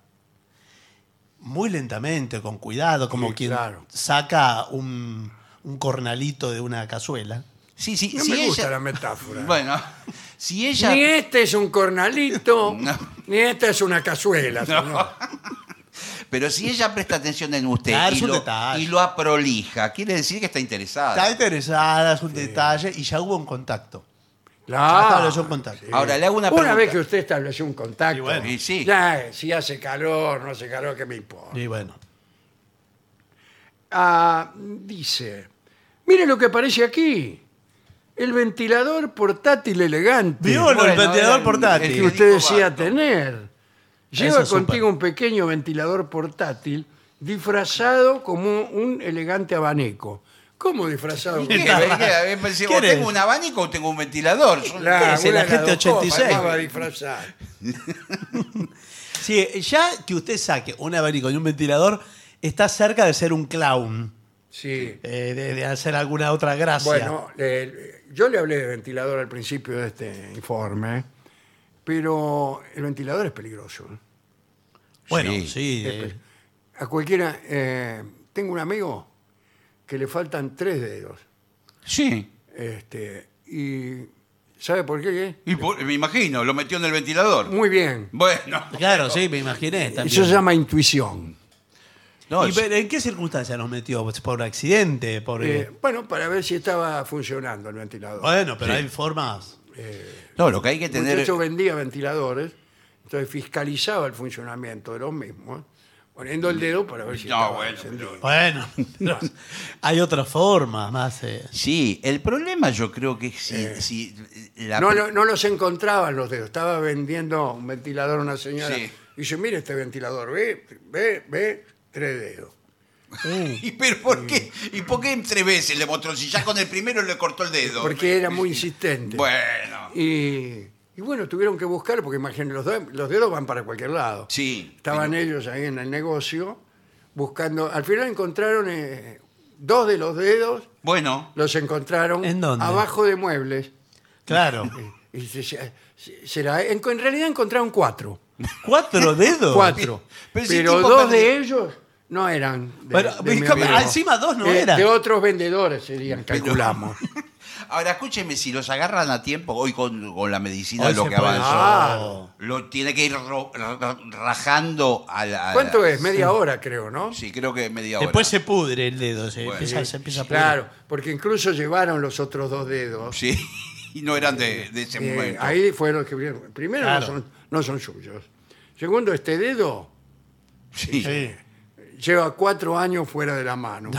S3: muy lentamente, con cuidado, como
S2: Sí,
S3: quien
S2: claro.
S3: saca un, un cornalito de una cazuela.
S4: Sí, sí,
S2: No
S4: si
S2: me gusta
S4: ella-
S2: la metáfora.
S4: Bueno, si ella.
S2: Ni este es un cornalito,
S4: No.
S2: ni esta es una cazuela, señor.
S4: Pero si ella presta atención en usted
S3: Claro,
S4: y,
S3: es un
S4: lo,
S3: detalle.
S4: y lo aprolija, quiere decir que está interesada.
S3: Está interesada, es un detalle, y ya hubo un contacto.
S2: Claro.
S3: Ya estableció un contacto.
S2: Ah.
S4: Ahora le hago una pregunta.
S2: vez que usted estableció un contacto,
S3: Y bueno.
S4: Y sí.
S2: ya, eh, si hace calor, no hace calor, ¿qué me importa?
S3: Y bueno,
S2: Ah, dice, mire lo que aparece aquí, el ventilador portátil elegante
S3: Vio Bueno, el ventilador
S4: era-
S3: portátil.
S4: el
S2: que usted
S4: dijo
S2: decía
S4: Barton.
S2: tener. Lleva
S3: es súper.
S2: contigo un pequeño ventilador portátil disfrazado como un elegante abanico. ¿Cómo disfrazado?
S4: ¿Qué? ¿Qué? Pensé, o
S3: ¿Quién es?
S4: tengo un abanico o tengo un ventilador. Son-
S2: Claro,
S3: es el
S2: una de las
S3: agente
S2: dos cosas,
S3: 86?
S2: ¿cómo va a disfrazar?
S3: sí, ya que usted saque un abanico y un ventilador, está cerca de ser un clown,
S2: Sí.
S3: eh, de, de hacer alguna otra gracia.
S2: Bueno, eh, yo le hablé de ventilador al principio de este informe, pero el ventilador es peligroso.
S3: Bueno,
S4: Sí.
S3: sí. eh,
S2: A cualquiera, eh, tengo un amigo que le faltan tres dedos.
S4: Sí.
S2: Este, y ¿sabe por qué?
S4: Y por- me imagino, lo metió en el ventilador.
S2: Muy bien.
S4: Bueno.
S3: claro, sí, me imaginé. También.
S2: Eso se llama intuición.
S4: No,
S3: ¿Y
S4: es-
S3: pero en qué circunstancias nos metió? ¿Por accidente? ¿Por,
S2: Eh, bueno, para ver si estaba funcionando el ventilador.
S3: bueno, pero hay formas.
S4: no, lo que hay que
S2: El
S4: tener.
S2: muchacho vendía ventiladores, entonces fiscalizaba el funcionamiento de los mismos. Poniendo el dedo para ver si.
S4: No,
S2: estaba
S4: bueno,
S2: encendido.
S3: Bueno, no, hay otra forma más. eh.
S4: Sí, el problema yo creo que es si, si la-
S2: Eh. No, lo- no los encontraban los dedos. Estaba vendiendo un ventilador a una señora.
S4: Sí.
S2: Y dice, mire este ventilador, ve, ve, ve, tres dedos.
S3: Mm.
S4: ¿Y pero por
S2: Eh.
S4: qué? ¿Y por qué en tres veces le mostró? Si ya con el primero le cortó el dedo.
S2: Porque era muy insistente.
S4: Bueno,
S2: Y, y bueno, tuvieron que buscar, porque imagínense, los, de- los dedos van para cualquier lado.
S4: sí.
S2: Estaban ellos ahí en el negocio buscando. Al final encontraron eh, dos de los dedos,
S4: Bueno,
S2: los encontraron
S3: ¿En dónde?
S2: abajo de muebles. Eh,
S3: Claro.
S2: Y se- se- se- será- en, en realidad encontraron cuatro.
S3: ¿Cuatro dedos?
S2: Cuatro.
S4: Pero
S2: Pero,
S4: ese tipo
S2: dos
S4: perdió.
S2: de ellos no eran. De,
S3: Pero,
S2: de mi
S3: disculpe,
S2: amigo.
S3: encima dos no
S2: Eh,
S3: eran.
S2: De otros vendedores serían, calculamos.
S4: ahora escúcheme, si los agarran a tiempo, hoy con, con la medicina
S3: Hoy
S4: lo
S3: se
S4: que
S3: puede- Ah.
S4: avanzó,
S2: Ah.
S3: Claro.
S4: lo tiene que ir ro- ra- ra- rajando a la...
S2: ¿Cuánto es? Media hora, creo, ¿no?
S4: Sí, creo que media hora.
S3: Después se pudre el dedo, se,
S4: Bueno.
S3: empieza, se empieza a pudrir.
S2: Claro, porque incluso llevaron los otros dos dedos.
S4: Sí, y no eran de, de ese
S2: Eh,
S4: momento.
S2: ahí fueron los que vieron. Primero
S3: Claro.
S2: no, son, no son suyos. Segundo, este dedo
S4: Sí.
S3: Sí.
S2: lleva cuatro años fuera de la mano.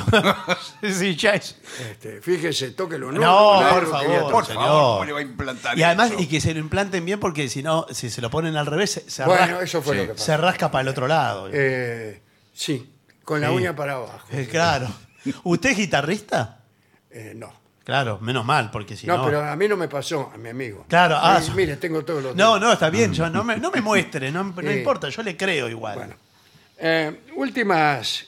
S3: Sí, ya es-
S2: Este, fíjese, tóquelo.
S3: No,
S2: largo
S3: por
S2: que le
S3: favor.
S4: Por
S2: atrae.
S3: señor.
S4: favor, ¿cómo le va a implantar
S3: Y además,
S4: eso?
S3: y que se lo implanten bien porque si no, si se lo ponen al revés, se, se
S2: Bueno,
S3: rasca,
S2: eso fue
S4: Sí.
S2: lo que pasó.
S3: se rasca para el otro lado.
S2: Eh, sí, con la
S3: Sí.
S2: uña para abajo.
S3: Eh, claro. ¿Usted es guitarrista?
S2: Eh, no.
S3: Claro, menos mal, porque si no...
S2: no. pero a mí no me pasó, a mi amigo.
S3: Claro, ah,
S2: Eh,
S3: so-
S2: Mire, tengo todos los
S3: No,
S2: dedos.
S3: no, está bien, yo no me, no me muestre, no, no
S2: Sí.
S3: importa, yo le creo igual.
S2: Bueno. Eh, últimas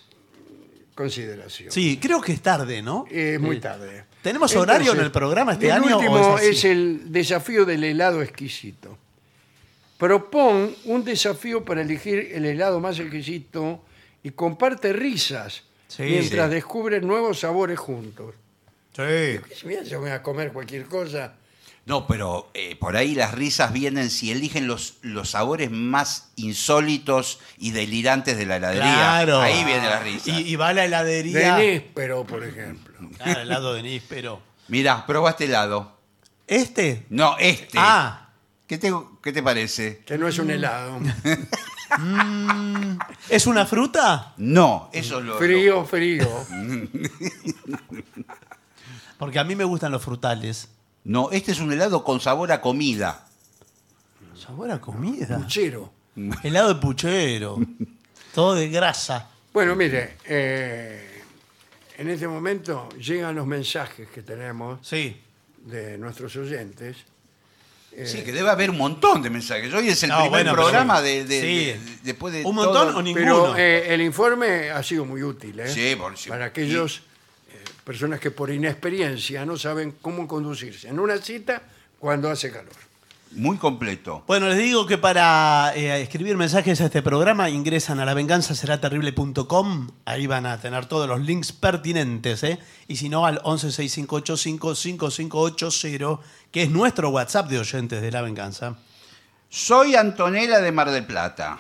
S2: consideraciones.
S3: Sí, creo que es tarde, ¿no?
S2: Eh, Es muy tarde.
S3: ¿Tenemos horario en el programa este
S2: el
S3: año o
S2: último
S3: es así?
S2: el desafío del helado exquisito. Propon un desafío para elegir el helado más exquisito y comparte risas
S3: Sí.
S2: mientras
S3: Sí.
S2: descubren nuevos sabores juntos.
S3: Sí.
S2: Si bien se van a comer cualquier cosa,
S4: No, pero eh, por ahí las risas vienen si eligen los, los sabores más insólitos y delirantes de la heladería.
S3: Claro.
S4: Ahí viene la risa.
S3: Y, y va a la heladería.
S2: de pero por ejemplo.
S3: Claro, el lado de níspero.
S4: Mirá, probá este helado.
S3: ¿Este?
S4: No, este.
S3: Ah,
S4: ¿Qué te, qué te parece?
S2: Que no es un helado.
S3: ¿es una fruta?
S4: No, eso es lo.
S2: Frío, frío.
S3: Porque a mí me gustan los frutales.
S4: No, este es un helado con sabor a comida.
S3: Sabor a comida.
S2: Chiro.
S3: Helado de puchero. Todo de grasa.
S2: Bueno, mire, eh, en este momento llegan los mensajes que tenemos
S3: Sí.
S2: de nuestros oyentes. Eh.
S4: Sí, que debe haber un montón de mensajes. Hoy es el
S3: No,
S4: primer
S3: bueno, pero
S4: programa
S3: sí.
S4: de, de-
S3: Sí.
S4: de- de- después de
S3: ¿Un montón
S4: todo-
S3: o ninguno?
S2: Pero eh, el informe ha sido muy útil ¿eh?
S4: Sí, por sí.
S2: para aquellos eh, personas que por inexperiencia no saben cómo conducirse en una cita cuando hace calor.
S4: Muy completo.
S3: Bueno, les digo que para eh, escribir mensajes a este programa ingresan a lavenganzaseraterrible.com. Ahí van a tener todos los links pertinentes. ¿eh? Y si no, al 1165855580, que es nuestro WhatsApp de oyentes de La Venganza.
S4: Soy Antonella de Mar del Plata.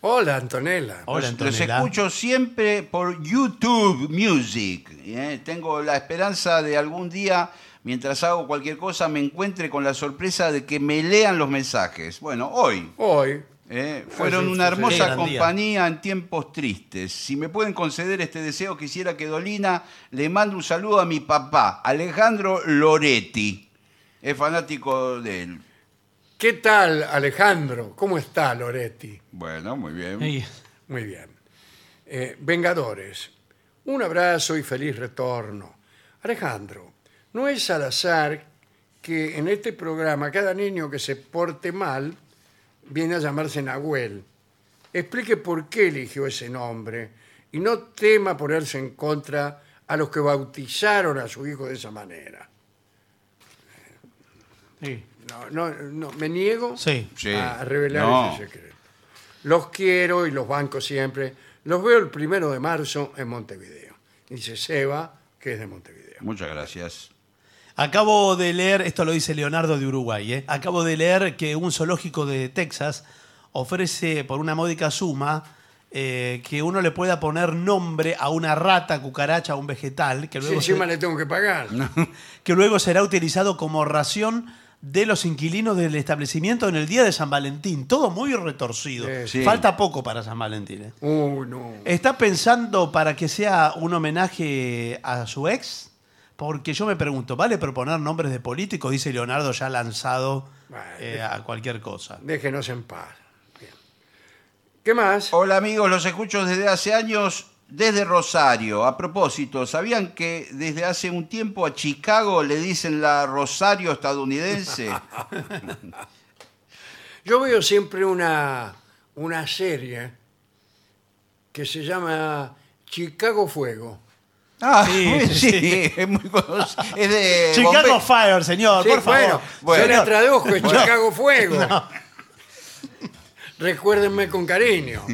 S2: Hola, Antonella.
S3: Hola,
S4: Los- los,
S3: Antonella.
S4: escucho siempre por YouTube Music. ¿eh? Tengo la esperanza de algún día, mientras hago cualquier cosa, me encuentre con la sorpresa de que me lean los mensajes. Bueno, hoy.
S2: Hoy,
S4: ¿eh?
S2: Sí,
S4: Fueron
S2: sí,
S4: una
S2: sí.
S3: Qué
S4: hermosa
S3: gran día.
S4: compañía en tiempos tristes. Si me pueden conceder este deseo, quisiera que Dolina le mande un saludo a mi papá, Alejandro Loretti. Es fanático de él.
S2: ¿qué tal, Alejandro? ¿Cómo está, Loretti?
S4: Bueno, muy bien.
S3: Sí.
S2: Muy bien. Eh, Vengadores, un abrazo y feliz retorno. Alejandro, no es al azar que en este programa cada niño que se porte mal viene a llamarse Nahuel. Explique por qué eligió ese nombre y no tema ponerse en contra a los que bautizaron a su hijo de esa manera.
S3: Sí.
S2: No, no, no, me niego
S3: Sí.
S4: Sí.
S2: a revelar
S4: No.
S2: ese secreto. Los quiero y los banco siempre. Los veo el primero de marzo en Montevideo. Dice Seba, que es de Montevideo.
S4: Muchas gracias.
S3: Acabo de leer, esto lo dice Leonardo de Uruguay, ¿eh? acabo de leer que un zoológico de Texas ofrece por una módica suma eh, que uno le pueda poner nombre a una rata, cucaracha, un vegetal, que
S2: Sí,
S3: luego,
S2: encima
S3: se-
S2: le tengo que pagar.
S3: que luego será utilizado como ración de los inquilinos del establecimiento en el día de San Valentín. Todo muy retorcido.
S4: Sí.
S3: Falta poco para San Valentín. ¿eh?
S2: Uh, no.
S3: ¿Está pensando para que sea un homenaje a su ex? Porque yo me pregunto, ¿vale proponer nombres de políticos? Dice Leonardo ya lanzado
S2: Bueno,
S3: eh, a cualquier cosa.
S2: Déjenos en paz. Bien. ¿Qué más?
S4: Hola amigos, los escucho desde hace años desde Rosario. A propósito, ¿sabían que desde hace un tiempo a Chicago le dicen la Rosario estadounidense?
S2: Yo veo siempre una, una serie que se llama Chicago Fuego.
S4: Ah,
S3: Sí,
S4: muy-
S3: sí,
S4: sí,
S3: sí.
S4: es muy conocido. Es de
S3: Chicago
S4: Bombay.
S3: Fire, señor,
S2: Sí,
S3: por favor.
S2: bueno,
S4: Eh, Bueno.
S2: yo la traduzco en
S4: No.
S2: Chicago Fuego. Recuérdenme con cariño.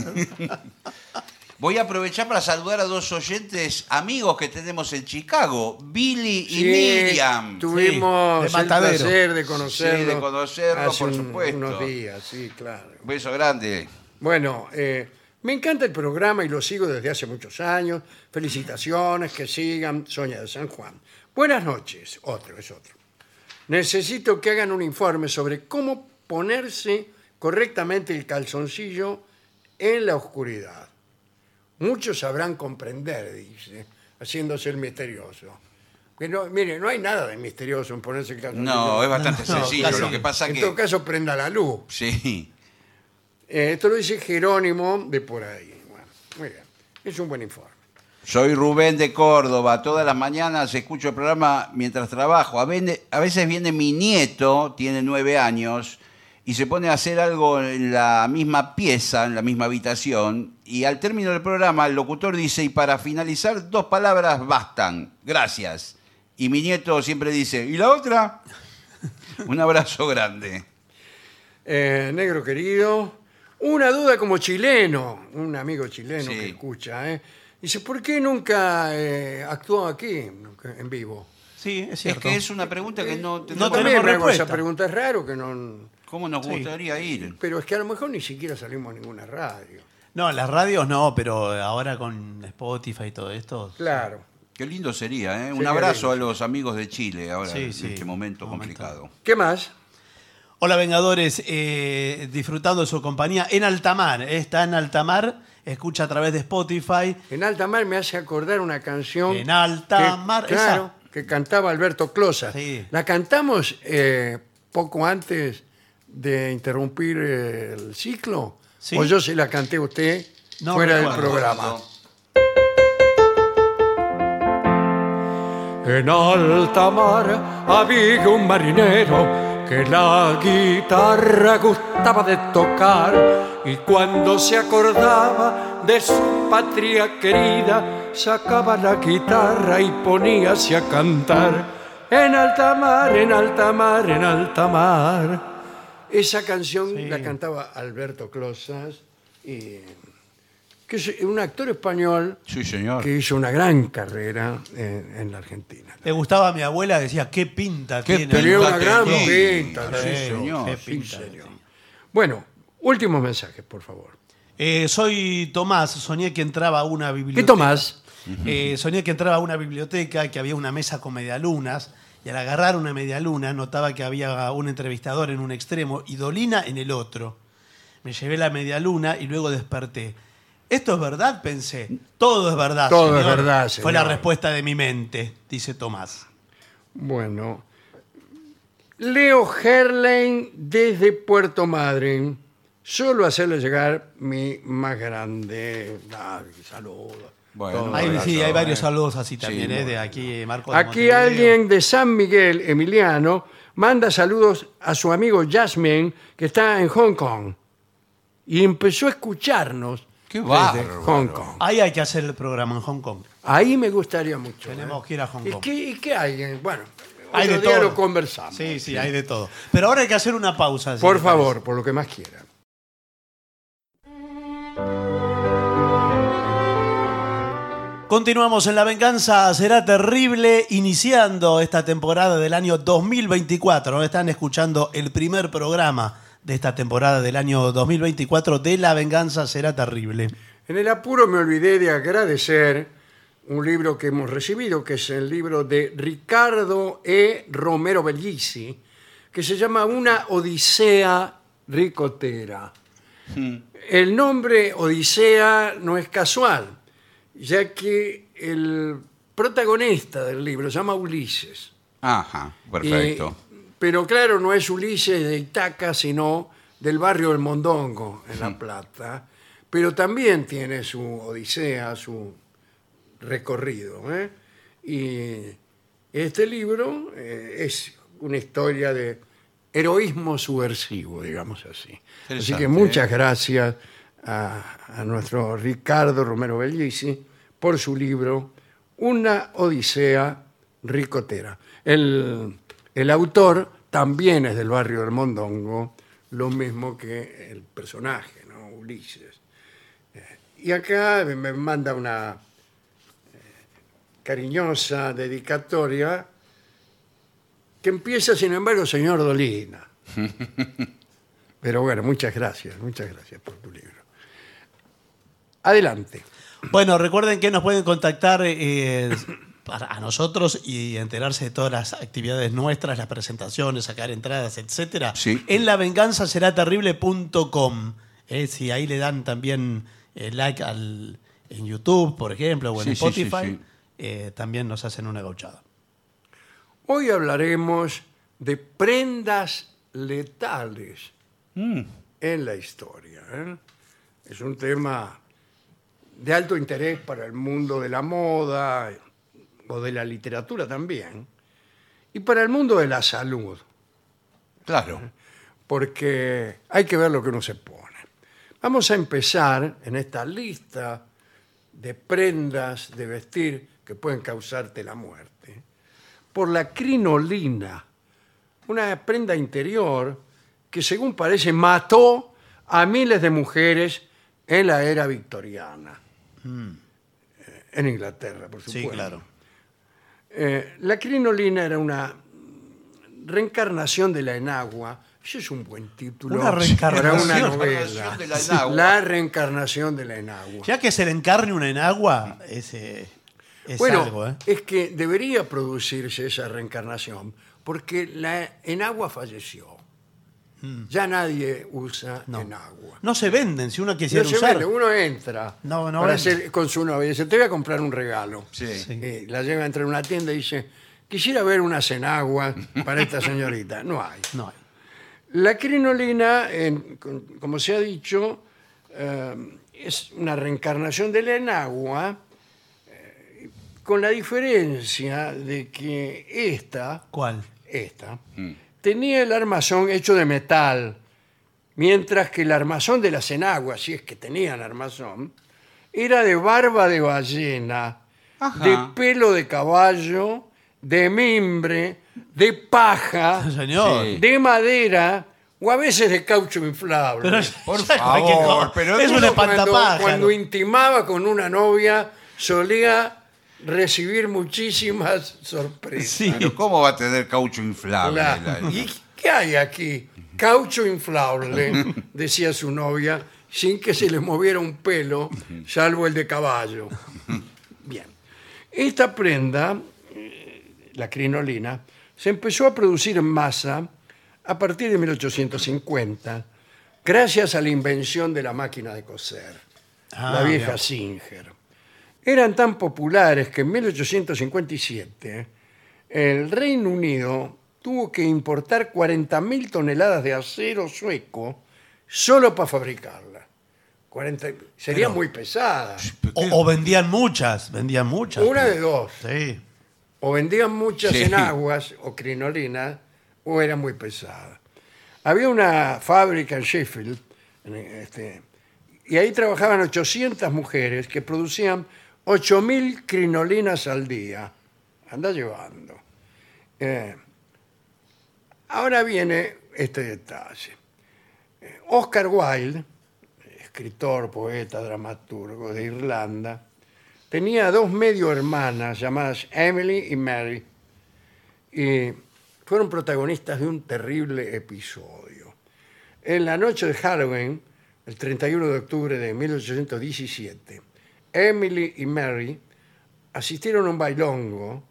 S4: Voy a aprovechar para saludar a dos oyentes amigos que tenemos en Chicago, Billy y
S2: Sí,
S4: Miriam.
S2: Tuvimos
S3: Sí, de
S2: el
S3: Matadero.
S2: placer de conocerlo.
S4: Sí, de conocerlo,
S2: hace
S4: por
S2: un-
S4: supuesto.
S2: Unos días, sí, claro.
S4: Beso grande.
S2: Bueno, eh, me encanta el programa y lo sigo desde hace muchos años. Felicitaciones, que sigan. Soña de San Juan. Buenas noches. Otro, es otro. Necesito que hagan un informe sobre cómo ponerse correctamente el calzoncillo en la oscuridad. Muchos sabrán comprender, dice, haciéndose el misterioso. Que no- mire, no hay nada de misterioso en ponerse el calzoncillo.
S4: No, es bastante
S3: No,
S4: sencillo.
S3: casi.
S4: Lo que pasa
S2: en
S4: que.
S2: todo caso, prenda la luz.
S4: Sí.
S2: Eh, esto lo dice Jerónimo de por ahí. Bueno, muy bien. Es un buen informe.
S4: Soy Rubén de Córdoba. Todas las mañanas escucho el programa mientras trabajo. A vene- a veces viene mi nieto, tiene nueve años, y se pone a hacer algo en la misma pieza, en la misma habitación. Y al término del programa, el locutor dice: Y para finalizar, dos palabras bastan. Gracias. Y mi nieto siempre dice: ¿Y la otra? Un abrazo grande.
S2: Eh, negro querido, una duda como chileno, un amigo chileno
S4: Sí.
S2: que escucha, ¿eh? Dice, ¿por qué nunca eh, actuó aquí nunca en vivo?
S3: Sí, es
S4: Es
S3: cierto. Eh,
S4: que es una pregunta que no
S2: Yo
S4: tenemos.
S2: también
S3: tenemos
S2: me hago
S3: respuesta.
S2: Esa pregunta es raro que no...
S4: ¿Cómo nos
S3: Sí.
S4: gustaría ir?
S2: Pero es que a lo mejor ni siquiera salimos a ninguna radio.
S3: No, las radios no, pero ahora con Spotify y todo esto.
S2: Claro.
S4: Qué lindo sería, ¿eh? Un
S2: Sería
S4: abrazo
S2: lindo.
S4: a los amigos de Chile ahora,
S3: Sí,
S4: en
S3: sí,
S4: este momento
S3: momento.
S4: complicado.
S2: ¿Qué más?
S3: Hola Vengadores, eh, disfrutando de su compañía en Altamar. eh, Está en Altamar, escucha a través de Spotify.
S2: En alta mar me hace acordar una canción.
S3: En alta
S2: que-
S3: mar,
S2: Claro, que cantaba Alberto Closa.
S3: Sí.
S2: La cantamos eh, poco antes de interrumpir eh, el ciclo.
S3: Sí.
S2: O yo se la canté a usted
S3: No
S2: fuera del
S3: recuerdo.
S2: programa. En alta mar había un marinero que la guitarra gustaba de tocar y cuando se acordaba de su patria querida sacaba la guitarra y poníase a cantar en alta mar, en alta mar, en alta mar. Esa canción la cantaba Alberto Closas, y- que es un actor español
S4: Sí, señor.
S2: que hizo una gran carrera en, en la Argentina.
S3: Le gustaba a mi abuela, decía, qué pinta tiene.
S2: Tenía
S4: pinta
S2: una gran
S4: tenía.
S2: pinta,
S4: Sí,
S2: sí,
S4: señor.
S3: qué
S2: sí,
S3: pinta
S2: señor.
S3: tenía.
S2: Bueno, últimos mensajes, por favor.
S3: Eh, soy Tomás, soñé que entraba a una biblioteca.
S2: ¿Qué tomás?
S3: Eh, soñé que entraba a una biblioteca, que había una mesa con medialunas, y al agarrar una medialuna notaba que había un entrevistador en un extremo y Dolina en el otro. Me llevé la medialuna y luego desperté. ¿Esto es verdad? Pensé. Todo es verdad.
S2: Todo
S3: señor.
S2: es verdad,
S3: Fue la
S2: señor.
S3: respuesta de mi mente, dice Tomás.
S2: Bueno, Leo Herlein desde Puerto Madryn. Solo hacerle llegar mi más grande ah, saludo.
S4: Bueno,
S2: Todo.
S4: Un
S3: Hay, sí,
S4: abrazo,
S3: hay varios
S4: eh.
S3: saludos así
S4: Sí,
S3: también, eh,
S4: bueno.
S3: de aquí, eh, Marco. de
S2: Aquí
S3: Montevideo.
S2: alguien de San Miguel, Emiliano, manda saludos a su amigo Jasmine, que está en Hong Kong. Y empezó a escucharnos
S4: Qué
S2: desde
S4: bárbaro.
S2: Hong Kong.
S3: Ahí hay que hacer el programa en Hong Kong.
S2: Ahí me gustaría mucho.
S3: Tenemos
S2: ¿eh?
S3: que ir a Hong
S2: ¿Y
S3: Kong.
S2: qué, y qué hay? en- Bueno,
S3: Hay
S2: otro
S3: de
S2: día
S3: todo.
S2: lo conversamos.
S3: Sí, sí, hay de todo. Pero ahora hay que hacer una pausa. si
S2: Por
S3: le parece.
S2: favor, por lo que más quiera.
S3: Continuamos en La Venganza Será Terrible, iniciando esta temporada del año 2024. Están escuchando el primer programa de esta temporada del año 2024 de La Venganza Será Terrible.
S2: En el apuro me olvidé de agradecer un libro que hemos recibido, que es el libro de Ricardo E. Romero Bellisi, que se llama Una Odisea Ricotera.
S4: Mm.
S2: El nombre Odisea no es casual, ya que el protagonista del libro se llama Ulises.
S4: Ajá, perfecto.
S2: Y- Eh, pero claro, no es Ulises de Itaca, sino del barrio del Mondongo, en La Plata. Pero también tiene su odisea, su recorrido. ¿eh? Y este libro eh, es una historia de heroísmo subversivo, digamos así. Así
S4: Interesante,
S2: que muchas gracias a, a nuestro Ricardo Romero Bellisi por su libro Una Odisea Ricotera. El, el autor también es del barrio del Mondongo, lo mismo que el personaje, ¿no? Ulises. Eh, Y acá me- me manda una eh, cariñosa dedicatoria que empieza, sin embargo, señor Dolina. Pero bueno, muchas gracias, muchas gracias por tu libro. Adelante.
S3: Bueno, recuerden que nos pueden contactar eh, para- a nosotros y enterarse de todas las actividades nuestras, las presentaciones, sacar entradas, etcétera.
S4: Sí.
S3: En lavenganzaseraterrible.com. Eh, si ahí le dan también eh, like al, en YouTube, por ejemplo, o en
S4: Sí, sí, sí,
S3: Spotify,
S4: sí.
S3: eh, también nos hacen una gauchada.
S2: Hoy hablaremos de prendas letales en la historia. ¿eh? Es un tema de alto interés para el mundo de la moda o de la literatura también, y para el mundo de la salud.
S4: Claro.
S2: porque hay que ver lo que uno se pone. Vamos a empezar en esta lista de prendas de vestir que pueden causarte la muerte por la crinolina, una prenda interior que según parece mató a miles de mujeres en la era victoriana. Eh, En Inglaterra, por
S3: Mm. Sí,
S2: supuesto.
S3: claro.
S2: Eh, la crinolina era una reencarnación de la enagua. Ese es un buen título
S3: Una reencarnación.
S2: para una
S4: Reencarnación
S2: novela.
S4: de la enagua.
S2: La reencarnación de la enagua.
S3: Ya que se le encarne una enagua, es, eh, es
S2: bueno,
S3: algo, ¿eh?
S2: es que debería producirse esa reencarnación, porque la enagua falleció. Ya nadie usa enagua.
S3: Mm. No se venden, si uno quisiera
S2: No se
S3: usar.
S2: vende, uno entra
S3: No, no
S2: para
S3: vende.
S2: hacer con su novia y dice, te voy a comprar un regalo.
S4: Sí.
S3: Sí.
S2: Eh, la lleva a entrar en una tienda y dice, quisiera ver unas enaguas para esta señorita. No hay.
S3: No hay.
S2: La crinolina, en- con- como se ha dicho, eh, es una reencarnación de la enagua, eh, con la diferencia de que esta,
S3: ¿Cuál?
S2: esta, tenía el armazón hecho de metal, mientras que el armazón de las enaguas, si es que tenían armazón, era de barba de ballena,
S4: Ajá.
S2: de pelo de caballo, de mimbre, de paja
S3: Señor.
S4: Sí.
S2: de madera o a veces de caucho inflable.
S3: Pero-
S4: Por
S3: ¿Qué
S4: favor,
S3: cosa?
S4: pero
S3: es
S4: tú
S3: un
S4: no-
S2: cuando,
S3: espantapájaro.
S2: cuando intimaba con una novia solía recibir muchísimas sorpresas.
S3: Sí.
S4: Pero ¿cómo va a tener caucho inflable?
S2: La-
S4: la-
S2: ¿Y qué hay aquí? Caucho inflable, decía su novia, sin que se le moviera un pelo, salvo el de caballo. Bien. Esta prenda, eh, la crinolina, se empezó a producir en masa a partir de 1850, gracias a la invención de la máquina de coser,
S3: Ah,
S2: la vieja
S3: bien.
S2: Singer. Eran tan populares que en 1857 el Reino Unido tuvo que importar 40.000 toneladas de acero sueco solo para fabricarla. 40 sería
S3: Pero-
S2: muy pesada.
S3: O, o vendían muchas, vendían muchas.
S2: Una de dos.
S3: Sí.
S2: O vendían muchas
S4: Sí.
S2: enaguas o crinolinas o era muy pesada. Había una fábrica en Sheffield en, este, y ahí trabajaban 800 mujeres que producían 8.000 crinolinas al día. Anda llevando. Eh, ahora viene este detalle. Eh, Oscar Wilde, escritor, poeta, dramaturgo de Irlanda, tenía dos medio hermanas llamadas Emily y Mary, y fueron protagonistas de un terrible episodio. En la noche de Halloween, el 31 de octubre de 1817, Emily y Mary asistieron a un bailongo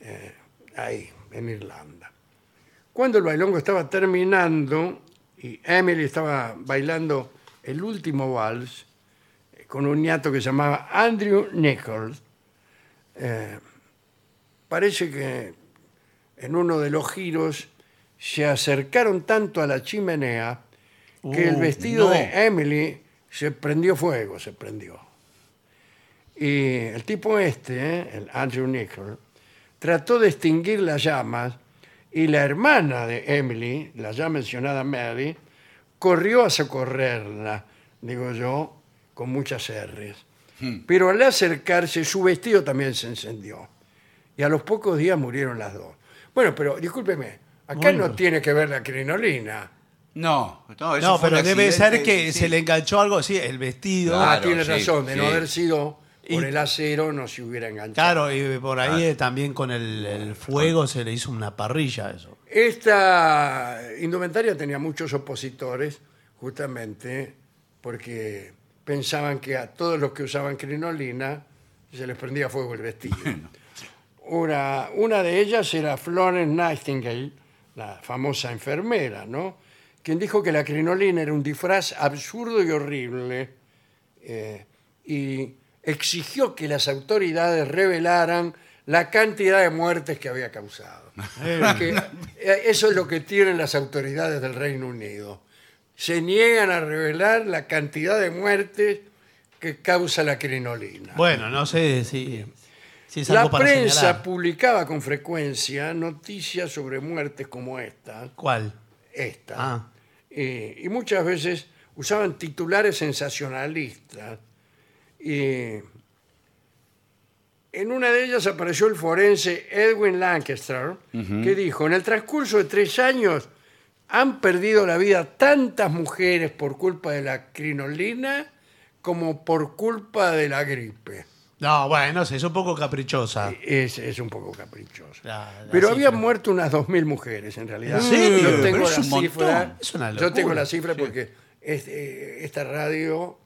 S2: eh, ahí, en Irlanda. Cuando el bailongo estaba terminando y Emily estaba bailando el último vals eh, con un niato que se llamaba Andrew Nichols, eh, parece que en uno de los giros se acercaron tanto a la chimenea que el
S3: Uh,
S2: vestido
S3: no.
S2: de Emily se prendió fuego, se prendió. Y el tipo este, eh, el Andrew Nichol, trató de extinguir las llamas y la hermana de Emily, la ya mencionada Mary, corrió a socorrerla, digo yo, con muchas R's. Pero al acercarse, su vestido también se encendió. Y a los pocos días murieron las dos. Bueno, pero discúlpeme, acá
S3: Bueno.
S2: no tiene que ver la crinolina.
S4: No, no, eso
S3: No,
S4: fue un
S3: pero debe ser
S4: accidente,
S3: que
S4: sí.
S3: se le enganchó algo, sí, el vestido.
S4: Claro.
S2: ah, tiene
S4: sí,
S2: razón, de no
S4: sí.
S2: haber sido por
S3: Y-
S2: el acero no se hubiera enganchado.
S3: Claro, y por ahí eh, también con el, el fuego se le hizo una parrilla a eso.
S2: Esta indumentaria tenía muchos opositores, justamente porque pensaban que a todos los que usaban crinolina se les prendía fuego el vestido. Una, una de ellas era Florence Nightingale, la famosa enfermera, ¿no? Quien dijo que la crinolina era un disfraz absurdo y horrible eh, y exigió que las autoridades revelaran la cantidad de muertes que había causado. Porque, eh, eso es lo que tienen las autoridades del Reino Unido. Se niegan a revelar la cantidad de muertes que causa la crinolina.
S3: Bueno, no sé si, si es
S2: La
S3: algo para
S2: prensa
S3: señalar.
S2: publicaba con frecuencia noticias sobre muertes como esta,
S3: ¿Cuál?
S2: esta
S3: Ah.
S2: eh, y muchas veces usaban titulares sensacionalistas. Y en una de ellas apareció el forense Edwin Lancaster, que dijo, en el transcurso de tres años han perdido la vida tantas mujeres por culpa de la crinolina como por culpa de la gripe.
S3: No, bueno, no sé, es un poco caprichosa.
S2: Es, es un poco caprichoso.
S3: La- la
S2: pero
S3: cifra.
S2: había muerto unas 2.000 mujeres en realidad.
S3: ¿En serio?
S2: Yo tengo
S4: Pero es
S2: la
S4: un montón.
S2: cifra.
S3: Es una
S2: yo tengo
S3: locura.
S2: la cifra porque es- eh, esta radio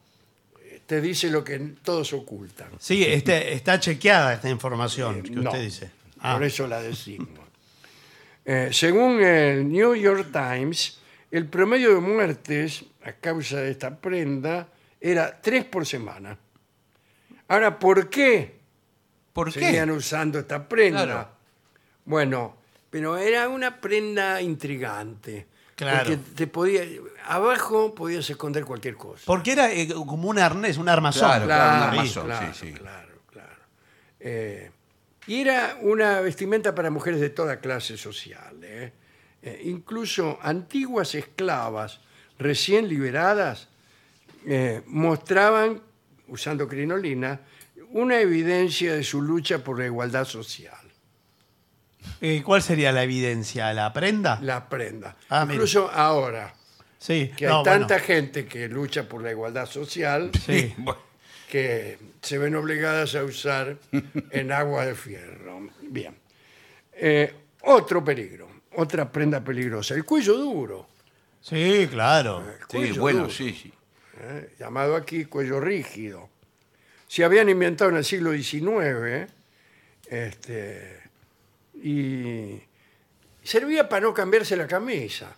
S2: eh, te dice lo que todos ocultan.
S3: Sí, este- está chequeada esta información que
S2: No,
S3: usted dice. Ah.
S2: Por eso la decimos. Eh, según el New York Times, el promedio de muertes a causa de esta prenda era tres por semana. Ahora, ¿por qué?
S4: ¿Por
S2: seguían
S4: qué?
S2: usando esta prenda.
S4: Claro.
S2: Bueno, pero era una prenda intrigante.
S3: Claro.
S2: Porque te podía, abajo podías esconder cualquier cosa.
S3: Porque era eh, como un arnés, un armazón.
S4: Claro, claro,
S2: Claro,
S4: un armazón,
S2: claro,
S4: sí, sí.
S2: claro, claro. Eh, y era una vestimenta para mujeres de toda clase social. ¿eh? Eh, incluso antiguas esclavas recién liberadas eh, mostraban, usando crinolina, una evidencia de su lucha por la igualdad social.
S3: Eh, ¿Cuál sería la evidencia? ¿La prenda?
S2: La prenda.
S3: Ah, mira.
S2: incluso ahora,
S3: Sí,
S2: que
S3: no,
S2: hay tanta
S3: bueno,
S2: gente que lucha por la igualdad social.
S3: sí.
S4: Bueno,
S2: que se ven obligadas a usar en agua de fierro. Bien. Eh, otro peligro, otra prenda peligrosa, el cuello duro,
S3: Sí, claro.
S4: Sí,
S2: Cuello
S4: bueno,
S2: duro.
S4: sí, sí.
S2: eh, llamado aquí cuello rígido. Se habían inventado en el siglo XIX este, y servía para no cambiarse la camisa,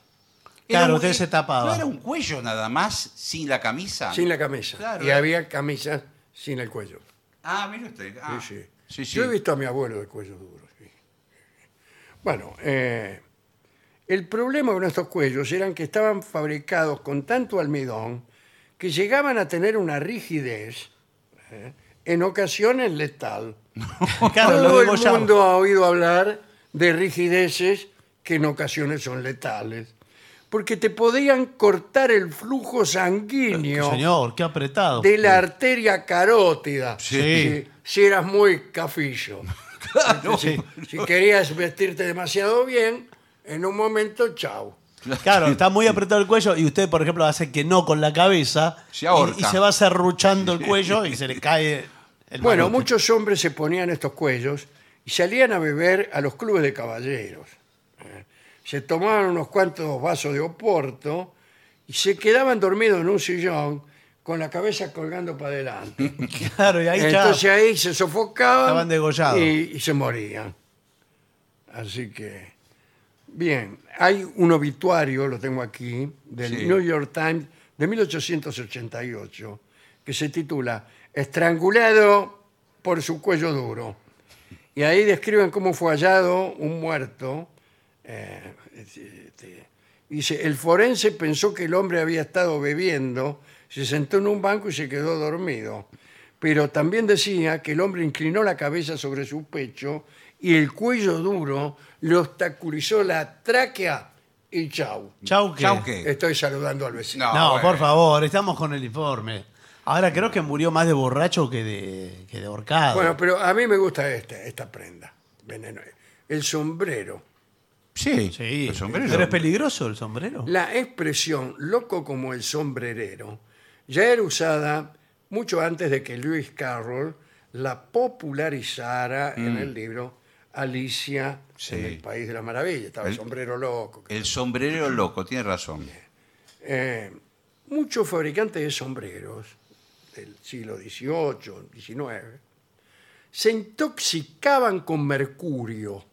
S3: Claro,
S4: un-
S3: usted se tapaba.
S4: ¿No era un cuello nada más sin la camisa?
S2: sin la camisa.
S4: Ah. Claro. eh.
S2: y había camisas sin el cuello.
S4: Ah, mire usted. ah.
S2: Sí, sí.
S4: Sí, sí.
S2: Yo he visto a mi abuelo de cuello duro. sí. Bueno, eh, el problema con estos cuellos eran que estaban fabricados con tanto almidón que llegaban a tener una rigidez, eh, en ocasiones letal.
S3: Claro, lo
S2: Todo el
S3: degollaba.
S2: mundo ha oído hablar de rigideces que en ocasiones son letales, porque te podían cortar el flujo sanguíneo
S3: Señor, qué apretado.
S2: de la arteria carótida.
S3: Sí.
S2: Si, si eras muy cafillo.
S4: Claro.
S2: Si, si querías vestirte demasiado bien, en un momento, chau.
S3: Claro, está muy apretado el cuello y usted, por ejemplo, hace que no con la cabeza
S4: Se
S3: y,
S4: ahorca.
S3: y se va serruchando el cuello y se le cae el
S2: Bueno,
S3: manote.
S2: muchos hombres se ponían estos cuellos y salían a beber a los clubes de caballeros. ¿eh? Se tomaban unos cuantos vasos de oporto y se quedaban dormidos en un sillón con la cabeza colgando para adelante.
S3: Claro, y ahí ya-
S2: Entonces ahí se sofocaban.
S3: Estaban degollados.
S2: Y, y se morían. Así que Bien, hay un obituario, lo tengo aquí, del
S4: Sí.
S2: New York Times de 1888, que se titula Estrangulado por su cuello duro. Y ahí describen cómo fue hallado un muerto. eh, este, dice, el forense pensó que el hombre había estado bebiendo, se sentó en un banco y se quedó dormido. Pero también decía que el hombre inclinó la cabeza sobre su pecho y el cuello duro le obstaculizó la tráquea y chau.
S3: Chauque.
S4: Chauque.
S2: Estoy saludando al vecino.
S4: No,
S3: No,
S4: Ah, bueno.
S3: por favor, estamos con el informe. Ahora creo que murió más de borracho que de, que de ahorcado.
S2: Bueno, pero a mí me gusta esta, esta prenda. Veneno. El sombrero.
S4: Sí,
S3: sí.
S4: el sombrero.
S3: Pero es peligroso el sombrero.
S2: La expresión loco como el sombrerero ya era usada mucho antes de que Lewis Carroll la popularizara en el libro Alicia
S4: Mm. Sí.
S2: en el País de las Maravillas. Estaba el,
S4: El-
S2: sombrero loco.
S4: El sombrero loco, tiene razón.
S2: Eh, muchos fabricantes de sombreros del siglo XVIII, XIX, se intoxicaban con mercurio.